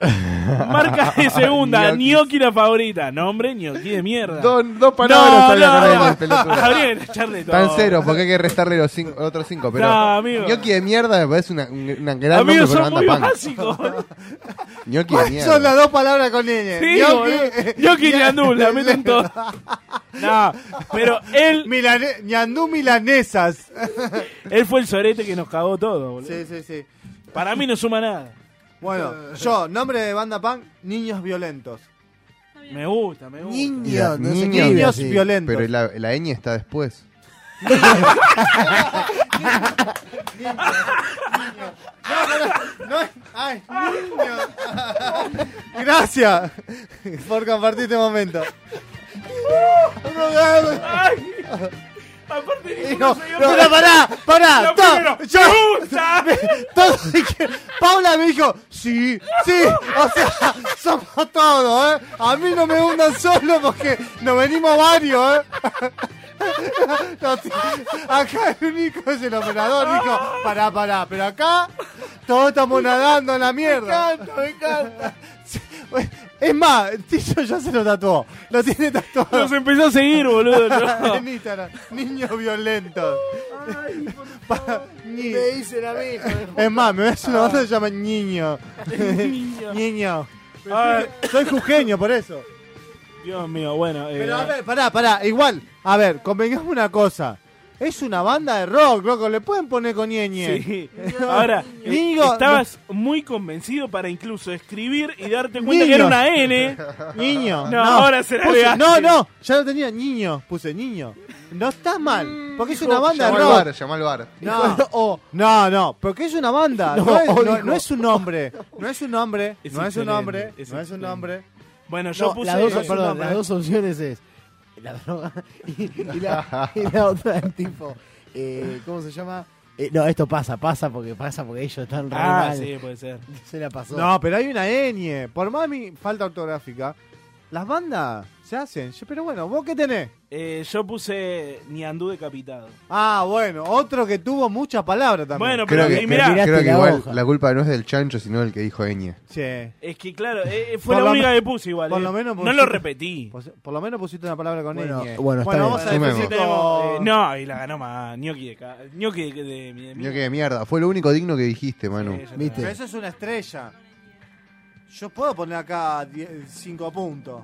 [SPEAKER 5] Marca de segunda,
[SPEAKER 7] Ñoquis.
[SPEAKER 5] Gnocchi la favorita. Nombre, Gnocchi de mierda.
[SPEAKER 7] Dos, dos palabras había con él, el pelotudo.
[SPEAKER 5] Habría que echarle todo.
[SPEAKER 7] Tan cero, porque hay que restarle los cinco, los otros 5. Pero
[SPEAKER 5] No, amigo.
[SPEAKER 7] ñoqui de mierda me parece una, un- una gran
[SPEAKER 5] Amigos,
[SPEAKER 7] nombre
[SPEAKER 5] son muy
[SPEAKER 7] para banda punk.
[SPEAKER 5] básicos.
[SPEAKER 7] ñoqui de
[SPEAKER 6] Son las
[SPEAKER 7] mierda.
[SPEAKER 6] dos palabras con ñ.
[SPEAKER 5] Sí,
[SPEAKER 6] Gnocchi,
[SPEAKER 5] boludo. Gnocchi y Niandula, meten todo. No, pero él,
[SPEAKER 6] Milane- ñandú milanesas.
[SPEAKER 5] él fue el sorete que nos cagó todo, boludo.
[SPEAKER 6] Sí, sí, sí.
[SPEAKER 5] Para mí no suma nada.
[SPEAKER 6] Bueno, yo, nombre de banda punk, Niños Violentos.
[SPEAKER 5] Me gusta, me gusta.
[SPEAKER 3] Niño, no se
[SPEAKER 7] Niños
[SPEAKER 3] escribe
[SPEAKER 6] Niños
[SPEAKER 3] así.
[SPEAKER 6] Violentos.
[SPEAKER 7] Pero la, la ñ está después.
[SPEAKER 6] No, ay, niño. Gracias por compartir este momento.
[SPEAKER 5] Ay, aparte ninguno
[SPEAKER 6] Eh, No,
[SPEAKER 5] se dio
[SPEAKER 6] no,
[SPEAKER 5] cuenta.
[SPEAKER 6] pero pará, pará,
[SPEAKER 5] Lo
[SPEAKER 6] to-
[SPEAKER 5] primero,
[SPEAKER 6] yo-
[SPEAKER 5] ¡me gusta!
[SPEAKER 6] todos dijeron- Paula me dijo, sí, sí, o sea, somos todos, ¿eh? A mí no me hundan solo porque nos venimos varios, ¿eh? No, sí, acá el único es el operador, dijo, pará, pará, pero acá todos estamos nadando en la mierda. Me encanta, me encanta. Es más, Tito ya se lo tatuó, lo tiene tatuado.
[SPEAKER 5] Nos empezó a seguir, boludo. no.
[SPEAKER 6] en Instagram. Niños violentos. Pa- ni-
[SPEAKER 10] Me dicen a mí, hijo de-
[SPEAKER 6] Es más, me ves una banda que se llama Niño. Niño.
[SPEAKER 5] Ay,
[SPEAKER 6] Soy jujeño por eso.
[SPEAKER 5] Dios mío, bueno. eh,
[SPEAKER 6] Pero a ver, pará, pará. Igual, a ver, convengamos una cosa. Es una banda de rock, loco. Le pueden poner con Ñeñe.
[SPEAKER 5] sí. Ahora, eh,
[SPEAKER 6] Niño,
[SPEAKER 5] estabas muy convencido para incluso escribir y darte cuenta que
[SPEAKER 6] Niño.
[SPEAKER 5] era una N.
[SPEAKER 6] Niño.
[SPEAKER 5] No, ahora será
[SPEAKER 6] Puse-
[SPEAKER 5] legal.
[SPEAKER 6] No, no, ya lo tenía. Niño. Puse Niño. No está mal.
[SPEAKER 10] Mm,
[SPEAKER 6] Porque es una banda de
[SPEAKER 7] Llamá
[SPEAKER 6] rock.
[SPEAKER 7] al bar, llamá al bar.
[SPEAKER 6] No, no, no, porque es una banda, no, es, no, no es un nombre, no es un nombre,
[SPEAKER 5] Es
[SPEAKER 6] no es un
[SPEAKER 5] excelente,
[SPEAKER 6] nombre,
[SPEAKER 5] es
[SPEAKER 6] no es un
[SPEAKER 5] excelente.
[SPEAKER 6] nombre.
[SPEAKER 5] Bueno, yo
[SPEAKER 3] No,
[SPEAKER 5] puse.
[SPEAKER 3] las, dos,
[SPEAKER 5] no es un
[SPEAKER 3] perdón,
[SPEAKER 5] nombre.
[SPEAKER 3] las dos opciones es la droga y, y la, y la otra es tipo, eh, ¿cómo se llama? Eh, no, esto pasa, pasa porque pasa porque ellos están re
[SPEAKER 5] Ah,
[SPEAKER 3] mal.
[SPEAKER 5] sí, puede ser.
[SPEAKER 3] Se la pasó.
[SPEAKER 6] No, pero hay una ñ, por más mi falta ortográfica, las bandas Se hacen. Yo- Pero bueno, ¿vos qué tenés?
[SPEAKER 5] Eh, yo puse Niandú decapitado.
[SPEAKER 6] Ah, bueno, otro que tuvo mucha palabra también.
[SPEAKER 5] Bueno,
[SPEAKER 7] Creo
[SPEAKER 5] pero
[SPEAKER 7] que,
[SPEAKER 5] mirá-
[SPEAKER 7] creo que
[SPEAKER 5] la
[SPEAKER 7] igual
[SPEAKER 5] hoja.
[SPEAKER 7] la culpa no es del chancho, sino del que dijo Eñe.
[SPEAKER 6] Sí.
[SPEAKER 5] Es que claro, eh, eh, fue
[SPEAKER 6] Por
[SPEAKER 5] la
[SPEAKER 6] lo
[SPEAKER 5] única
[SPEAKER 6] me-
[SPEAKER 5] que puse igual.
[SPEAKER 6] por
[SPEAKER 5] eh.
[SPEAKER 6] lo menos
[SPEAKER 5] no
[SPEAKER 6] pusiste-
[SPEAKER 5] lo repetí.
[SPEAKER 6] Por lo menos pusiste una palabra con
[SPEAKER 5] Bueno,
[SPEAKER 6] ñ.
[SPEAKER 5] bueno,
[SPEAKER 7] está
[SPEAKER 6] vamos
[SPEAKER 7] bien.
[SPEAKER 6] a
[SPEAKER 7] Sumemos.
[SPEAKER 6] decir
[SPEAKER 5] Tenemos, eh,
[SPEAKER 6] con-
[SPEAKER 5] no, y la ganó más. Gnocchi de, ca- Gnocchi de, de- de-
[SPEAKER 7] Mira que de mierda. Fue lo único digno que dijiste, Manu.
[SPEAKER 6] Pero
[SPEAKER 3] Este.
[SPEAKER 6] eso es una estrella. Yo puedo poner acá 5 puntos.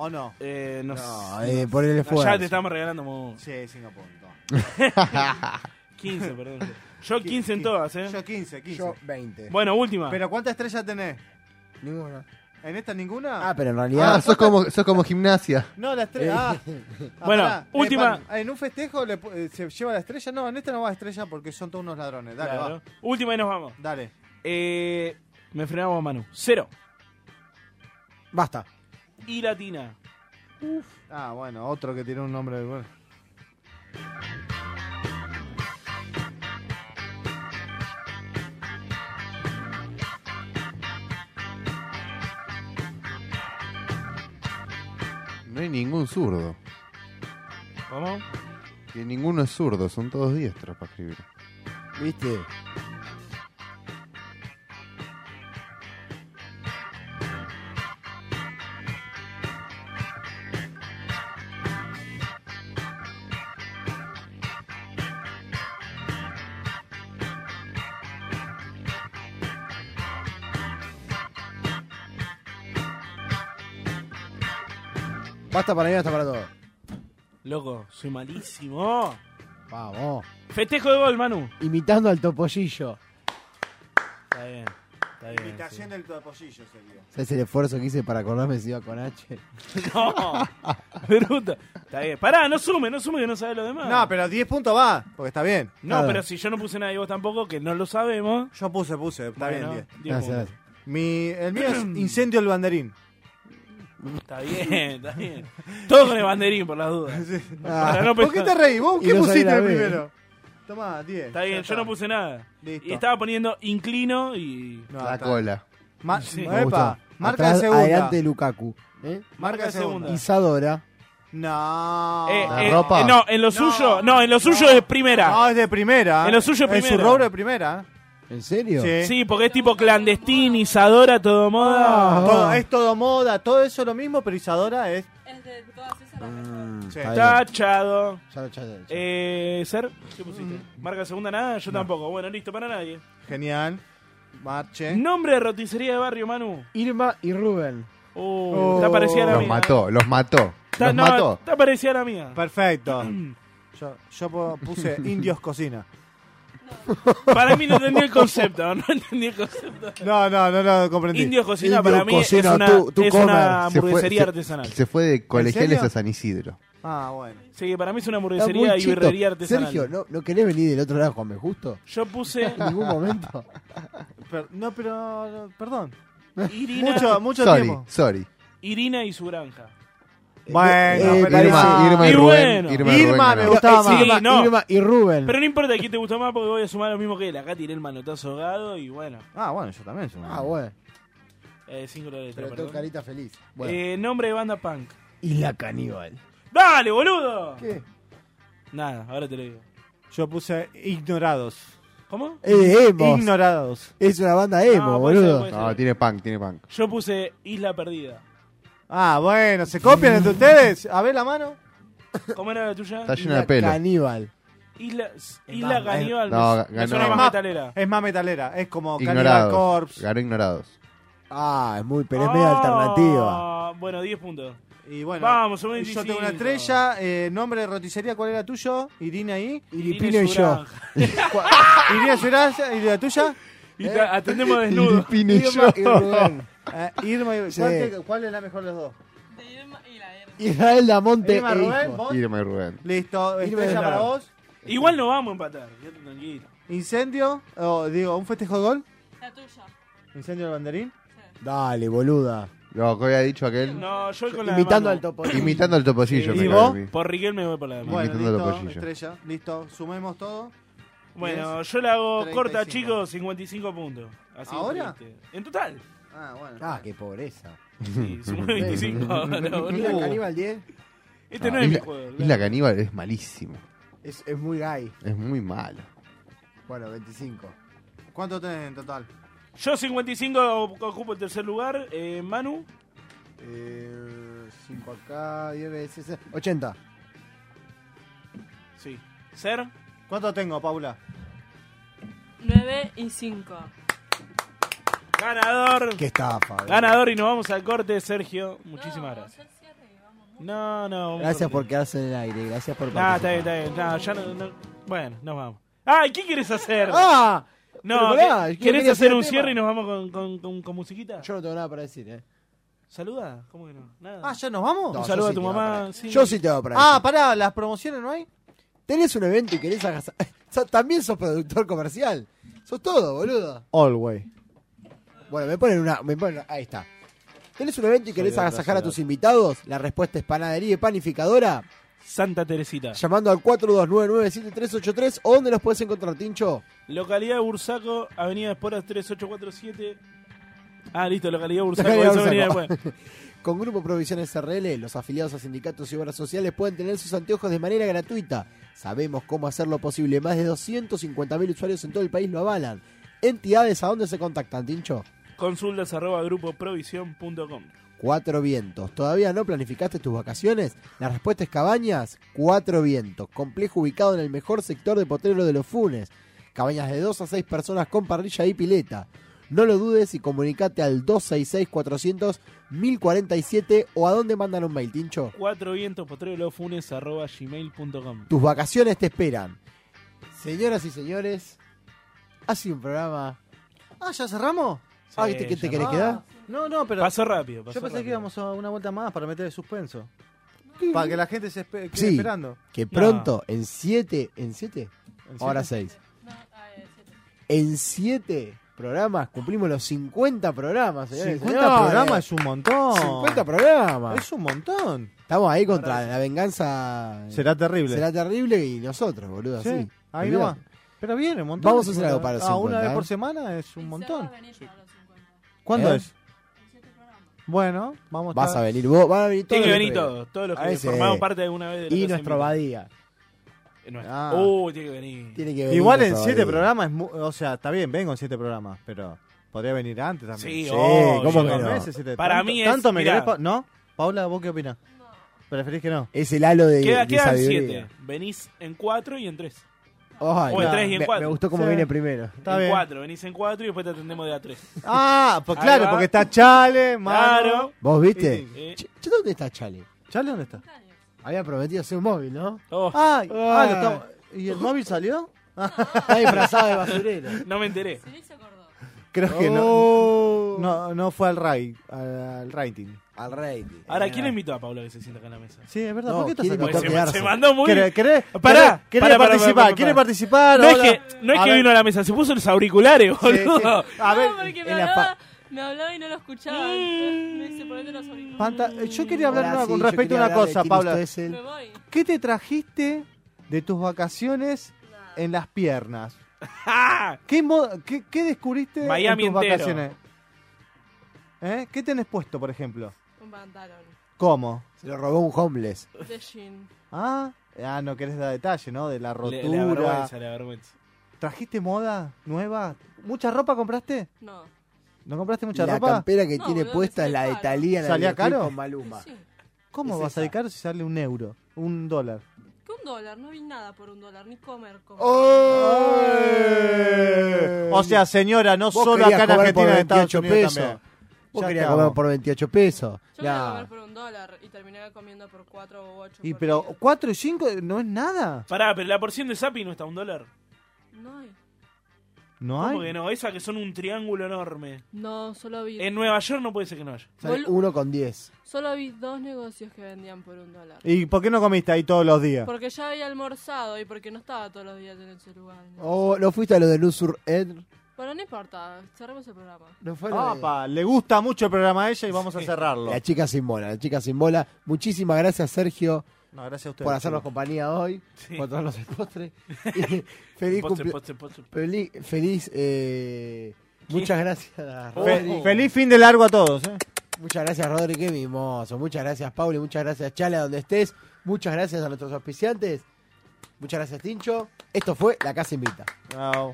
[SPEAKER 6] ¿O no?
[SPEAKER 5] Eh, no, Ah,
[SPEAKER 3] eh, por el esfuerzo.
[SPEAKER 5] Ya te estamos regalando mucho.
[SPEAKER 6] Sí, 5 puntos.
[SPEAKER 5] 15, perdón. Yo 15 en todas, ¿eh?
[SPEAKER 6] Yo 15, 15.
[SPEAKER 3] Yo 20.
[SPEAKER 5] Bueno, última.
[SPEAKER 6] ¿Pero cuántas estrellas tenés?
[SPEAKER 3] Ninguna.
[SPEAKER 6] ¿En esta ninguna?
[SPEAKER 3] Ah, pero Eh. en realidad.
[SPEAKER 7] Ah, sos como, sos como gimnasia.
[SPEAKER 6] No, la estrella. ah. Ah,
[SPEAKER 5] Bueno,
[SPEAKER 6] pará. Eh,
[SPEAKER 5] última.
[SPEAKER 6] pará, en un festejo le pu- eh, se lleva la estrella. No, en esta no va estrella porque son todos unos ladrones. Dale,
[SPEAKER 5] Claro.
[SPEAKER 6] va.
[SPEAKER 5] Última y nos vamos.
[SPEAKER 6] Dale.
[SPEAKER 5] Eh, me frenamos, Manu. Cero.
[SPEAKER 3] Basta.
[SPEAKER 5] Y Latina.
[SPEAKER 6] Ah, bueno, otro que tiene un nombre. Bueno.
[SPEAKER 7] No hay ningún zurdo.
[SPEAKER 5] ¿Cómo?
[SPEAKER 7] Que ninguno es zurdo, son todos diestros para escribir.
[SPEAKER 3] ¿Viste? Basta para mí, basta para todo.
[SPEAKER 5] Loco, soy malísimo.
[SPEAKER 3] Vamos.
[SPEAKER 5] Festejo de gol, Manu.
[SPEAKER 3] Imitando al topollillo.
[SPEAKER 5] Está bien. Está bien.
[SPEAKER 6] Imitación del topollillo sería.
[SPEAKER 3] ¿Sabes el esfuerzo que hice para acordarme si iba con H?
[SPEAKER 5] sí. No. Bruto. Está bien. Pará, no sume, no sume que no sabe lo demás.
[SPEAKER 6] No, pero 10 puntos va, porque está bien.
[SPEAKER 5] No,
[SPEAKER 3] nada.
[SPEAKER 5] pero si yo no puse nada y vos tampoco, que no lo sabemos.
[SPEAKER 6] Yo puse, puse, está
[SPEAKER 5] Bueno,
[SPEAKER 6] bien 10.
[SPEAKER 5] 10
[SPEAKER 3] Gracias.
[SPEAKER 5] puntos.
[SPEAKER 6] Mi, el mío es Incendio del Banderín.
[SPEAKER 5] Está bien, está bien. Todo con el banderín, por las dudas.
[SPEAKER 3] Ah,
[SPEAKER 5] Para no
[SPEAKER 6] ¿Por qué te
[SPEAKER 5] pensar.
[SPEAKER 6] reís? ¿Vos
[SPEAKER 3] Y
[SPEAKER 6] qué
[SPEAKER 3] no sabía
[SPEAKER 6] pusiste
[SPEAKER 3] la B. ¿eh?
[SPEAKER 6] primero? Tomá, 10.
[SPEAKER 5] Está bien, yo no puse nada.
[SPEAKER 6] Listo.
[SPEAKER 5] Y estaba poniendo inclino y.
[SPEAKER 6] No,
[SPEAKER 7] la
[SPEAKER 6] está-
[SPEAKER 7] cola.
[SPEAKER 6] Ma-
[SPEAKER 5] Sí.
[SPEAKER 3] Me gustó.
[SPEAKER 6] Epa, marca
[SPEAKER 3] Atrás-
[SPEAKER 6] de segunda.
[SPEAKER 3] Adelante Lukaku. ¿Eh?
[SPEAKER 6] Marca de segunda.
[SPEAKER 3] Isadora.
[SPEAKER 6] No.
[SPEAKER 5] Eh,
[SPEAKER 7] ¿La
[SPEAKER 5] eh,
[SPEAKER 7] ropa?
[SPEAKER 5] eh, no, en lo suyo. No, en lo suyo es primera.
[SPEAKER 6] No, es de primera.
[SPEAKER 5] En lo suyo es
[SPEAKER 6] En su
[SPEAKER 5] primera.
[SPEAKER 6] rubro de primera.
[SPEAKER 3] ¿En serio?
[SPEAKER 6] eh.
[SPEAKER 5] Sí, porque es tipo clandestinizadora, todo moda.
[SPEAKER 6] Todo- es todo moda, todo eso lo mismo, pero Isadora es.
[SPEAKER 12] Es de todas esas las
[SPEAKER 3] Mm,
[SPEAKER 6] Sí.
[SPEAKER 3] está bien.
[SPEAKER 5] Tachado.
[SPEAKER 3] Ya lo- ya lo- ya lo-
[SPEAKER 5] Eh, ¿Ser? ¿Qué pusiste?
[SPEAKER 6] Mm.
[SPEAKER 5] ¿Marca segunda nada? Yo tampoco. Bueno, listo, para nadie.
[SPEAKER 6] Genial. Marche.
[SPEAKER 5] Nombre de roticería de barrio, Manu.
[SPEAKER 3] Irma y Rubén.
[SPEAKER 5] Uh,
[SPEAKER 6] Oh.
[SPEAKER 5] Está parecida a la
[SPEAKER 7] Los
[SPEAKER 5] mía.
[SPEAKER 7] mató, los mató.
[SPEAKER 5] Está,
[SPEAKER 7] Los
[SPEAKER 5] no,
[SPEAKER 7] mató.
[SPEAKER 5] está parecida a la mía.
[SPEAKER 6] Perfecto. Yo, yo po- puse Indios Cocina.
[SPEAKER 5] Para mí no entendí el concepto. No entendí el concepto.
[SPEAKER 6] No, no, no lo comprendí.
[SPEAKER 5] Indios Cocina
[SPEAKER 3] Indios
[SPEAKER 5] para mí
[SPEAKER 3] Cocina,
[SPEAKER 5] es una,
[SPEAKER 3] tú- tú
[SPEAKER 5] es
[SPEAKER 3] comer.
[SPEAKER 5] una
[SPEAKER 7] Se fue-
[SPEAKER 5] hamburguesería
[SPEAKER 7] se-
[SPEAKER 5] artesanal.
[SPEAKER 7] Se fue de colegiales
[SPEAKER 6] serio?
[SPEAKER 7] a San Isidro.
[SPEAKER 6] Ah, bueno.
[SPEAKER 5] Sí, para mí es
[SPEAKER 3] Está
[SPEAKER 5] una hamburguesería
[SPEAKER 3] muy
[SPEAKER 5] y
[SPEAKER 3] chito.
[SPEAKER 5] birrería artesanal.
[SPEAKER 3] Sergio, ¿no, ¿no querés venir del otro lado a comer justo?
[SPEAKER 5] Yo puse
[SPEAKER 3] En ningún momento.
[SPEAKER 6] Per- no, pero. Perdón.
[SPEAKER 5] Irina,
[SPEAKER 6] Mucho, mucho
[SPEAKER 7] sorry,
[SPEAKER 6] tiempo.
[SPEAKER 7] sorry.
[SPEAKER 5] Irina y su granja.
[SPEAKER 6] Bueno,
[SPEAKER 3] Eh,
[SPEAKER 6] pero
[SPEAKER 3] parece-
[SPEAKER 7] Irma, Irma y
[SPEAKER 5] Y
[SPEAKER 7] Rubén.
[SPEAKER 5] bueno.
[SPEAKER 7] Irma, y Rubén
[SPEAKER 6] Irma me
[SPEAKER 7] ganaron.
[SPEAKER 6] gusta. gustaba
[SPEAKER 5] Sí,
[SPEAKER 6] más.
[SPEAKER 3] Irma,
[SPEAKER 5] no.
[SPEAKER 3] Irma y Rubén.
[SPEAKER 5] Pero no importa quién te gustó más porque voy a sumar lo mismo que él. Acá tiré el manotazo ahogado y bueno,
[SPEAKER 6] Ah, bueno, yo también. soy un-
[SPEAKER 3] Ah, bueno.
[SPEAKER 5] eh, cinco la letra,
[SPEAKER 3] Pero
[SPEAKER 5] perdón.
[SPEAKER 3] tengo carita feliz. Bueno.
[SPEAKER 5] Eh, nombre de banda punk.
[SPEAKER 3] y la caníbal.
[SPEAKER 5] ¡Dale, boludo!
[SPEAKER 3] ¿Qué?
[SPEAKER 5] Nada, ahora te lo digo.
[SPEAKER 6] Yo puse Ignorados.
[SPEAKER 5] ¿Cómo?
[SPEAKER 3] Eh, emos.
[SPEAKER 6] Ignorados.
[SPEAKER 3] es una banda emo,
[SPEAKER 5] No, puede ser,
[SPEAKER 3] boludo.
[SPEAKER 5] puede ser.
[SPEAKER 7] No, tiene punk, tiene punk.
[SPEAKER 5] Yo puse Isla Perdida.
[SPEAKER 6] Ah, bueno, ¿se copian entre ustedes? A ver la mano.
[SPEAKER 5] ¿Cómo era la tuya?
[SPEAKER 7] Está lleno
[SPEAKER 3] La
[SPEAKER 7] de pelo.
[SPEAKER 3] Caníbal.
[SPEAKER 5] Isla, Isla Caníbal.
[SPEAKER 7] No,
[SPEAKER 5] me- me
[SPEAKER 7] ganó.
[SPEAKER 5] suena más
[SPEAKER 6] Ah.
[SPEAKER 5] metalera.
[SPEAKER 6] Es más metalera, es como Cannibal
[SPEAKER 7] Ignorados.
[SPEAKER 6] Corpse.
[SPEAKER 7] Ganó ignorados.
[SPEAKER 3] Ah, es muy, pero es medio
[SPEAKER 5] Ah,
[SPEAKER 3] alternativa.
[SPEAKER 5] Bueno, 10 puntos.
[SPEAKER 6] Y bueno,
[SPEAKER 5] Vamos, un
[SPEAKER 6] y yo tengo una
[SPEAKER 5] 25.
[SPEAKER 6] estrella, eh, nombre de roticería, ¿cuál era tuyo? Irina y...
[SPEAKER 3] Iripino
[SPEAKER 5] Irina
[SPEAKER 3] y
[SPEAKER 5] su
[SPEAKER 3] yo.
[SPEAKER 5] granja.
[SPEAKER 6] Irina Llorás, ¿y la tuya?
[SPEAKER 5] Y
[SPEAKER 3] ¿Eh?
[SPEAKER 5] te- atendemos desnudo.
[SPEAKER 3] Irma y Rubén.
[SPEAKER 6] Eh, Irma y...
[SPEAKER 3] Sí.
[SPEAKER 6] ¿Cuál, te- cuál es la mejor de los dos?
[SPEAKER 12] de Irma y la Irma.
[SPEAKER 3] Israel Damonte.
[SPEAKER 6] Irma,
[SPEAKER 3] e
[SPEAKER 6] Rubén,
[SPEAKER 3] hijo.
[SPEAKER 6] vos.
[SPEAKER 7] Irma y Rubén.
[SPEAKER 6] Listo,
[SPEAKER 3] Irma
[SPEAKER 6] estrella
[SPEAKER 3] y
[SPEAKER 6] para
[SPEAKER 3] Lara.
[SPEAKER 6] vos.
[SPEAKER 5] Igual no vamos a empatar. quédate tranquilo.
[SPEAKER 6] Incendio, o digo, un festejo de gol.
[SPEAKER 12] La tuya. Sí.
[SPEAKER 6] Incendio del banderín.
[SPEAKER 3] Dale, boluda.
[SPEAKER 7] Lo que había dicho aquel.
[SPEAKER 5] No, yo con la de
[SPEAKER 3] Imitando
[SPEAKER 5] Manu.
[SPEAKER 3] al topo.
[SPEAKER 7] Imitando al topollillo.
[SPEAKER 6] ¿Y
[SPEAKER 7] me
[SPEAKER 6] vos?
[SPEAKER 7] cae a mí.
[SPEAKER 5] Por Riquel me voy por la de Manu.
[SPEAKER 6] Bueno,
[SPEAKER 7] Imitando al
[SPEAKER 6] listo,
[SPEAKER 7] topollillo.
[SPEAKER 6] estrella, listo, sumemos todo.
[SPEAKER 5] Bueno, yo la hago corta,
[SPEAKER 6] 35.
[SPEAKER 5] chicos, 55 puntos. Así,
[SPEAKER 6] ¿Ahora?
[SPEAKER 5] triste. En total.
[SPEAKER 6] Ah, bueno.
[SPEAKER 3] Ah, qué pobreza.
[SPEAKER 5] Sí, sumó 25 ahora, boludo.
[SPEAKER 3] ¿Y la Caníbal 10?
[SPEAKER 5] Este no
[SPEAKER 7] Ah,
[SPEAKER 5] es mi
[SPEAKER 7] Isla,
[SPEAKER 5] juego.
[SPEAKER 7] Isla Caníbal es malísimo.
[SPEAKER 3] Es, es muy gay.
[SPEAKER 7] Es muy malo.
[SPEAKER 3] Bueno, 25.
[SPEAKER 6] ¿Cuánto tenés en total?
[SPEAKER 5] Yo 55 ocupo el tercer lugar. Eh, Manu,
[SPEAKER 3] 5 Eh, acá, 10 veces. 80.
[SPEAKER 5] sí. Ser,
[SPEAKER 6] ¿Cuánto tengo, Paula?
[SPEAKER 12] 9 y 5.
[SPEAKER 5] ganador.
[SPEAKER 3] Qué estafa. boludo.
[SPEAKER 5] Ganador y nos vamos al corte, Sergio. Muchísimas gracias. No, no. vamos
[SPEAKER 3] Gracias
[SPEAKER 5] al corte.
[SPEAKER 3] por quedarse en el aire. Gracias por
[SPEAKER 5] Ah, está bien,
[SPEAKER 3] participar.
[SPEAKER 5] está bien. No, ya no, no- Bueno, nos vamos. Ay, ¿qué quieres hacer?
[SPEAKER 3] ¡Ah!
[SPEAKER 5] no,
[SPEAKER 3] pero pará,
[SPEAKER 5] ¿qué-
[SPEAKER 3] yo
[SPEAKER 5] ¿querés
[SPEAKER 3] quería
[SPEAKER 5] hacer
[SPEAKER 3] hacer
[SPEAKER 5] un
[SPEAKER 3] tema.
[SPEAKER 5] cierre y nos vamos con, con, con- con musiquita?
[SPEAKER 3] Yo no tengo nada para decir, eh.
[SPEAKER 5] ¿Saluda? ¿Cómo que no? Nada.
[SPEAKER 6] Ah, ¿ya nos vamos?
[SPEAKER 3] No, yo
[SPEAKER 5] un saludo
[SPEAKER 3] sí
[SPEAKER 5] a tu
[SPEAKER 3] te voy
[SPEAKER 5] mamá,
[SPEAKER 3] parar.
[SPEAKER 5] sí.
[SPEAKER 3] Yo sí te voy a parar.
[SPEAKER 6] Ah, pará, ¿las promociones no hay?
[SPEAKER 3] Tenés un evento y querés agas- So- También sos productor comercial. Sos todo, boludo.
[SPEAKER 11] Always.
[SPEAKER 3] Bueno, me ponen una. Me ponen, ahí está. ¿Tenés un evento y querés agasajar a tus invitados? La respuesta es panadería y panificadora.
[SPEAKER 5] Santa Teresita.
[SPEAKER 3] Llamando al 4299-7383 o dónde los puedes encontrar, Tincho.
[SPEAKER 5] Localidad de Bursaco, Avenida Esporas 3847. Ah, listo, localidad de Bursaco.
[SPEAKER 3] Localidad
[SPEAKER 5] eso venía
[SPEAKER 3] Bursaco.
[SPEAKER 5] después.
[SPEAKER 3] Con Grupo Provisiones RL, los afiliados a sindicatos y obras sociales pueden tener sus anteojos de manera gratuita. Sabemos cómo hacerlo posible. Más de 250.000 usuarios en todo el país lo avalan. Entidades, ¿a dónde se contactan, Tincho?
[SPEAKER 5] Consultas arroba grupoprovision.com.
[SPEAKER 3] Cuatro vientos. ¿Todavía no planificaste tus vacaciones? La respuesta es Cabañas Cuatro Vientos, complejo ubicado en el mejor sector de Potrero de los Funes. Cabañas de 2 a 6 personas con parrilla y pileta. No lo dudes y comunicate al 266-400-1047 o a dónde mandan un mail, Tincho.
[SPEAKER 5] Cuatro vientos potrero de los funes arroba gmail.com.
[SPEAKER 3] Tus vacaciones te esperan. Señoras y señores, ha sido un programa.
[SPEAKER 6] Ah, ¿ya cerramos?
[SPEAKER 3] Ah, ¿viste que te
[SPEAKER 5] ya
[SPEAKER 3] querés
[SPEAKER 5] no.
[SPEAKER 3] quedar?
[SPEAKER 6] No, no, pero
[SPEAKER 5] Pasó rápido. pasó
[SPEAKER 6] yo pensé que
[SPEAKER 5] rápido.
[SPEAKER 6] íbamos a una vuelta más para meter el suspenso. Para que la gente se espe- quede
[SPEAKER 3] Sí.
[SPEAKER 6] esperando.
[SPEAKER 3] Que pronto, en 7, en 7,
[SPEAKER 6] ¿En
[SPEAKER 3] ahora
[SPEAKER 6] serio?
[SPEAKER 3] 6.
[SPEAKER 12] No, ah, eh, siete.
[SPEAKER 3] En 7 programas cumplimos los 50 programas, señores.
[SPEAKER 6] 50
[SPEAKER 3] señores.
[SPEAKER 6] programas es un montón.
[SPEAKER 3] 50 programas.
[SPEAKER 6] Es un montón.
[SPEAKER 3] Estamos ahí contra la venganza.
[SPEAKER 6] Será terrible.
[SPEAKER 3] Será terrible y nosotros, boludo,
[SPEAKER 6] Sí,
[SPEAKER 3] así.
[SPEAKER 6] ahí
[SPEAKER 3] Olvidate.
[SPEAKER 6] nomás. Pero bien, un montón.
[SPEAKER 3] Vamos a hacer algo para los
[SPEAKER 6] Ah, una
[SPEAKER 3] 50,
[SPEAKER 6] vez
[SPEAKER 3] ¿eh?
[SPEAKER 6] por semana es un
[SPEAKER 12] Y
[SPEAKER 6] montón.
[SPEAKER 12] Seba va a venir para los 50.
[SPEAKER 6] ¿Cuándo
[SPEAKER 3] ¿Eh?
[SPEAKER 6] es? Bueno, vamos
[SPEAKER 3] Vas a
[SPEAKER 6] estar-
[SPEAKER 3] venir vos, van a venir todos.
[SPEAKER 5] Tienen que
[SPEAKER 3] los
[SPEAKER 5] venir
[SPEAKER 3] tres.
[SPEAKER 5] todos, todos los
[SPEAKER 3] A
[SPEAKER 5] que
[SPEAKER 3] ese.
[SPEAKER 5] formaron parte alguna vez de la
[SPEAKER 3] Y
[SPEAKER 5] clase
[SPEAKER 3] nuestro
[SPEAKER 5] militar.
[SPEAKER 3] Badía.
[SPEAKER 5] Eh, nuestro.
[SPEAKER 6] Ah.
[SPEAKER 5] Uh, tiene que venir.
[SPEAKER 3] Tiene que venir
[SPEAKER 6] Igual en
[SPEAKER 3] nuestro
[SPEAKER 6] 7
[SPEAKER 3] Badía.
[SPEAKER 6] programas, es mu- o sea, está bien, vengo en 7 programas, pero podría venir antes también.
[SPEAKER 5] Sí, obvio.
[SPEAKER 3] ¿cómo que
[SPEAKER 6] Dos
[SPEAKER 3] no?
[SPEAKER 6] meses, siete-
[SPEAKER 5] Para
[SPEAKER 6] ¿Tanto-
[SPEAKER 5] mí es-
[SPEAKER 6] ¿Tanto me
[SPEAKER 5] mirá.
[SPEAKER 6] querés? pa- ¿No? Paula, ¿vos qué opinás? ¿Preferís que no?
[SPEAKER 3] Es el halo de.
[SPEAKER 5] Queda,
[SPEAKER 3] de
[SPEAKER 5] quedan
[SPEAKER 3] sabiduría.
[SPEAKER 5] siete. Venís en cuatro y en tres.
[SPEAKER 3] Ay,
[SPEAKER 5] O en
[SPEAKER 3] no,
[SPEAKER 5] tres y en
[SPEAKER 3] me,
[SPEAKER 5] cuatro.
[SPEAKER 3] me gustó cómo
[SPEAKER 6] Sí.
[SPEAKER 3] viene primero.
[SPEAKER 6] Está
[SPEAKER 5] en
[SPEAKER 6] bien.
[SPEAKER 5] cuatro, venís en cuatro y después te atendemos de a tres.
[SPEAKER 6] Ah, pues
[SPEAKER 5] Ahí
[SPEAKER 6] claro,
[SPEAKER 5] va.
[SPEAKER 6] porque está Chale, Mano.
[SPEAKER 5] Claro.
[SPEAKER 3] ¿Vos viste?
[SPEAKER 5] Sí, sí.
[SPEAKER 3] Ch- ch- ¿Dónde está Chale?
[SPEAKER 6] ¿Chale dónde está?
[SPEAKER 3] Había prometido hacer un móvil, ¿no?
[SPEAKER 5] Oh,
[SPEAKER 6] Ah, ah,
[SPEAKER 3] Ay.
[SPEAKER 6] lo estamos- ¿y el móvil salió?
[SPEAKER 3] Está disfrazado de basurero.
[SPEAKER 5] no me enteré.
[SPEAKER 12] Se le hizo acordó.
[SPEAKER 6] Creo que
[SPEAKER 3] Oh.
[SPEAKER 6] no. No, no fue al, raid, al rating.
[SPEAKER 3] Al rey. tío.
[SPEAKER 5] Ahora, ¿quién le invitó a Paula que se sienta acá en la mesa?
[SPEAKER 6] Sí, es verdad.
[SPEAKER 3] No,
[SPEAKER 6] ¿Por qué estás
[SPEAKER 3] quiere
[SPEAKER 6] acá?
[SPEAKER 5] Porque
[SPEAKER 3] Tocó
[SPEAKER 5] Pues se,
[SPEAKER 3] quedarse.
[SPEAKER 5] se mandó muy.
[SPEAKER 6] ¿Querés, querés,
[SPEAKER 5] Pará,
[SPEAKER 6] querés- querés
[SPEAKER 5] pará, pará,
[SPEAKER 6] participar,
[SPEAKER 5] pará, pará,
[SPEAKER 6] quiere
[SPEAKER 5] pará.
[SPEAKER 6] participar.
[SPEAKER 5] No es
[SPEAKER 6] Hola.
[SPEAKER 5] que, no es
[SPEAKER 6] A
[SPEAKER 5] que
[SPEAKER 6] ver,
[SPEAKER 5] vino a la mesa, se puso los auriculares,
[SPEAKER 6] sí, sí.
[SPEAKER 5] boludo.
[SPEAKER 6] A ver,
[SPEAKER 12] no, porque me
[SPEAKER 6] en la fa- Mm.
[SPEAKER 12] hablaba, me hablaba y no lo escuchaba. Entonces Me dice, ponete los auriculares.
[SPEAKER 6] Panta- eh, yo quería hablar
[SPEAKER 3] Ahora
[SPEAKER 6] una-
[SPEAKER 3] sí,
[SPEAKER 6] con
[SPEAKER 3] yo
[SPEAKER 6] respecto
[SPEAKER 3] quería
[SPEAKER 6] a una
[SPEAKER 3] hablar de
[SPEAKER 6] cosa,
[SPEAKER 3] quién
[SPEAKER 6] Paula.
[SPEAKER 3] usted es
[SPEAKER 12] Me
[SPEAKER 3] el-
[SPEAKER 12] voy.
[SPEAKER 6] ¿Qué te trajiste de tus vacaciones en las piernas?
[SPEAKER 5] ¡Ah!
[SPEAKER 6] ¿Qué, mo- qué- qué descubriste
[SPEAKER 5] Miami
[SPEAKER 6] en tus
[SPEAKER 5] entero.
[SPEAKER 6] vacaciones? ¿Eh? ¿Qué tenés puesto, por ejemplo?
[SPEAKER 12] Un pantalón.
[SPEAKER 6] ¿Cómo?
[SPEAKER 3] Se lo robó un homeless.
[SPEAKER 12] De jean.
[SPEAKER 6] Ah, ah, no querés dar detalle, ¿no? De la
[SPEAKER 5] Le-
[SPEAKER 6] rotura.
[SPEAKER 5] La vergüenza, la vergüenza.
[SPEAKER 6] ¿Trajiste moda nueva? ¿Mucha ropa compraste?
[SPEAKER 12] No.
[SPEAKER 6] ¿No compraste mucha
[SPEAKER 3] La
[SPEAKER 6] ropa?
[SPEAKER 3] campera que
[SPEAKER 12] No,
[SPEAKER 3] tiene
[SPEAKER 12] boludo,
[SPEAKER 3] puesta
[SPEAKER 12] me
[SPEAKER 3] es la de
[SPEAKER 12] sale caro.
[SPEAKER 3] Talía. la
[SPEAKER 6] ¿Salía
[SPEAKER 3] del videoclip
[SPEAKER 6] caro?
[SPEAKER 3] Con Maluma.
[SPEAKER 12] Sí.
[SPEAKER 6] ¿Cómo
[SPEAKER 3] es
[SPEAKER 6] va a salir
[SPEAKER 3] esa.
[SPEAKER 6] caro si sale un euro? Un dólar.
[SPEAKER 12] ¿Qué un dólar? No vi nada por un dólar. Ni comer. comer.
[SPEAKER 3] ¡Ay!
[SPEAKER 6] O sea, señora, no
[SPEAKER 3] Vos
[SPEAKER 6] solo
[SPEAKER 3] querías
[SPEAKER 6] acá en
[SPEAKER 3] cobrar
[SPEAKER 6] Argentina,
[SPEAKER 3] por
[SPEAKER 6] en Estados
[SPEAKER 3] 28
[SPEAKER 6] Unidos
[SPEAKER 3] pesos.
[SPEAKER 6] también.
[SPEAKER 3] Vos
[SPEAKER 6] Ya
[SPEAKER 3] querías
[SPEAKER 6] estamos.
[SPEAKER 3] comer por 28
[SPEAKER 12] Yo
[SPEAKER 3] pesos.
[SPEAKER 12] me iba a
[SPEAKER 3] Ya.
[SPEAKER 12] comer por un dólar y terminé comiendo por cuatro u ocho.
[SPEAKER 6] Y
[SPEAKER 12] por
[SPEAKER 6] pero
[SPEAKER 12] día.
[SPEAKER 6] 4 y 5 no es nada.
[SPEAKER 5] Pará, pero la porción de Zapi no está a un dólar.
[SPEAKER 12] No hay.
[SPEAKER 6] No
[SPEAKER 5] ¿Cómo
[SPEAKER 6] hay.
[SPEAKER 5] que no? Esa que son un triángulo enorme.
[SPEAKER 12] No, solo vi.
[SPEAKER 5] En Nueva York no puede ser que no haya.
[SPEAKER 3] Sale
[SPEAKER 12] Bolu-
[SPEAKER 3] uno con 10.
[SPEAKER 12] Solo vi dos negocios que vendían por un dólar.
[SPEAKER 6] ¿Y por qué no comiste ahí todos los días?
[SPEAKER 12] Porque ya había almorzado y porque no estaba todos los días en ese lugar.
[SPEAKER 3] Oh, ¿No fuiste a lo de Nusur Ed?
[SPEAKER 12] Bueno, no importa, cerramos el programa.
[SPEAKER 3] No fue a lo de-
[SPEAKER 6] Apa, Ah, le gusta mucho el programa a ella y vamos a cerrarlo.
[SPEAKER 3] La chica sin bola, la chica sin bola. Muchísimas gracias, Sergio,
[SPEAKER 6] No, gracias a ustedes.
[SPEAKER 3] por hacernos compañía hoy, por traernos el postre. Y feliz
[SPEAKER 5] Postre,
[SPEAKER 3] cumple-
[SPEAKER 5] postre, postre.
[SPEAKER 3] Feliz, feliz eh, Muchas gracias.
[SPEAKER 5] Oh.
[SPEAKER 13] Fe- feliz fin de largo a todos. ¿eh?
[SPEAKER 3] Muchas gracias, Rodri, qué mimoso. Muchas gracias, Pauli. Muchas gracias, Chale, donde estés. Muchas gracias a nuestros auspiciantes. Muchas gracias, Tincho. Esto fue La Casa Invita.
[SPEAKER 13] Chao.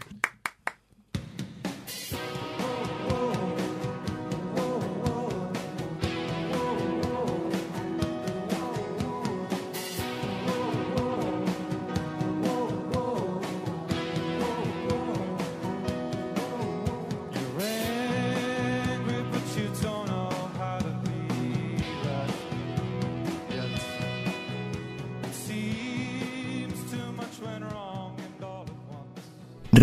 [SPEAKER 6] You're angry, but you don't know how to be right. It seems too much went wrong and all at once.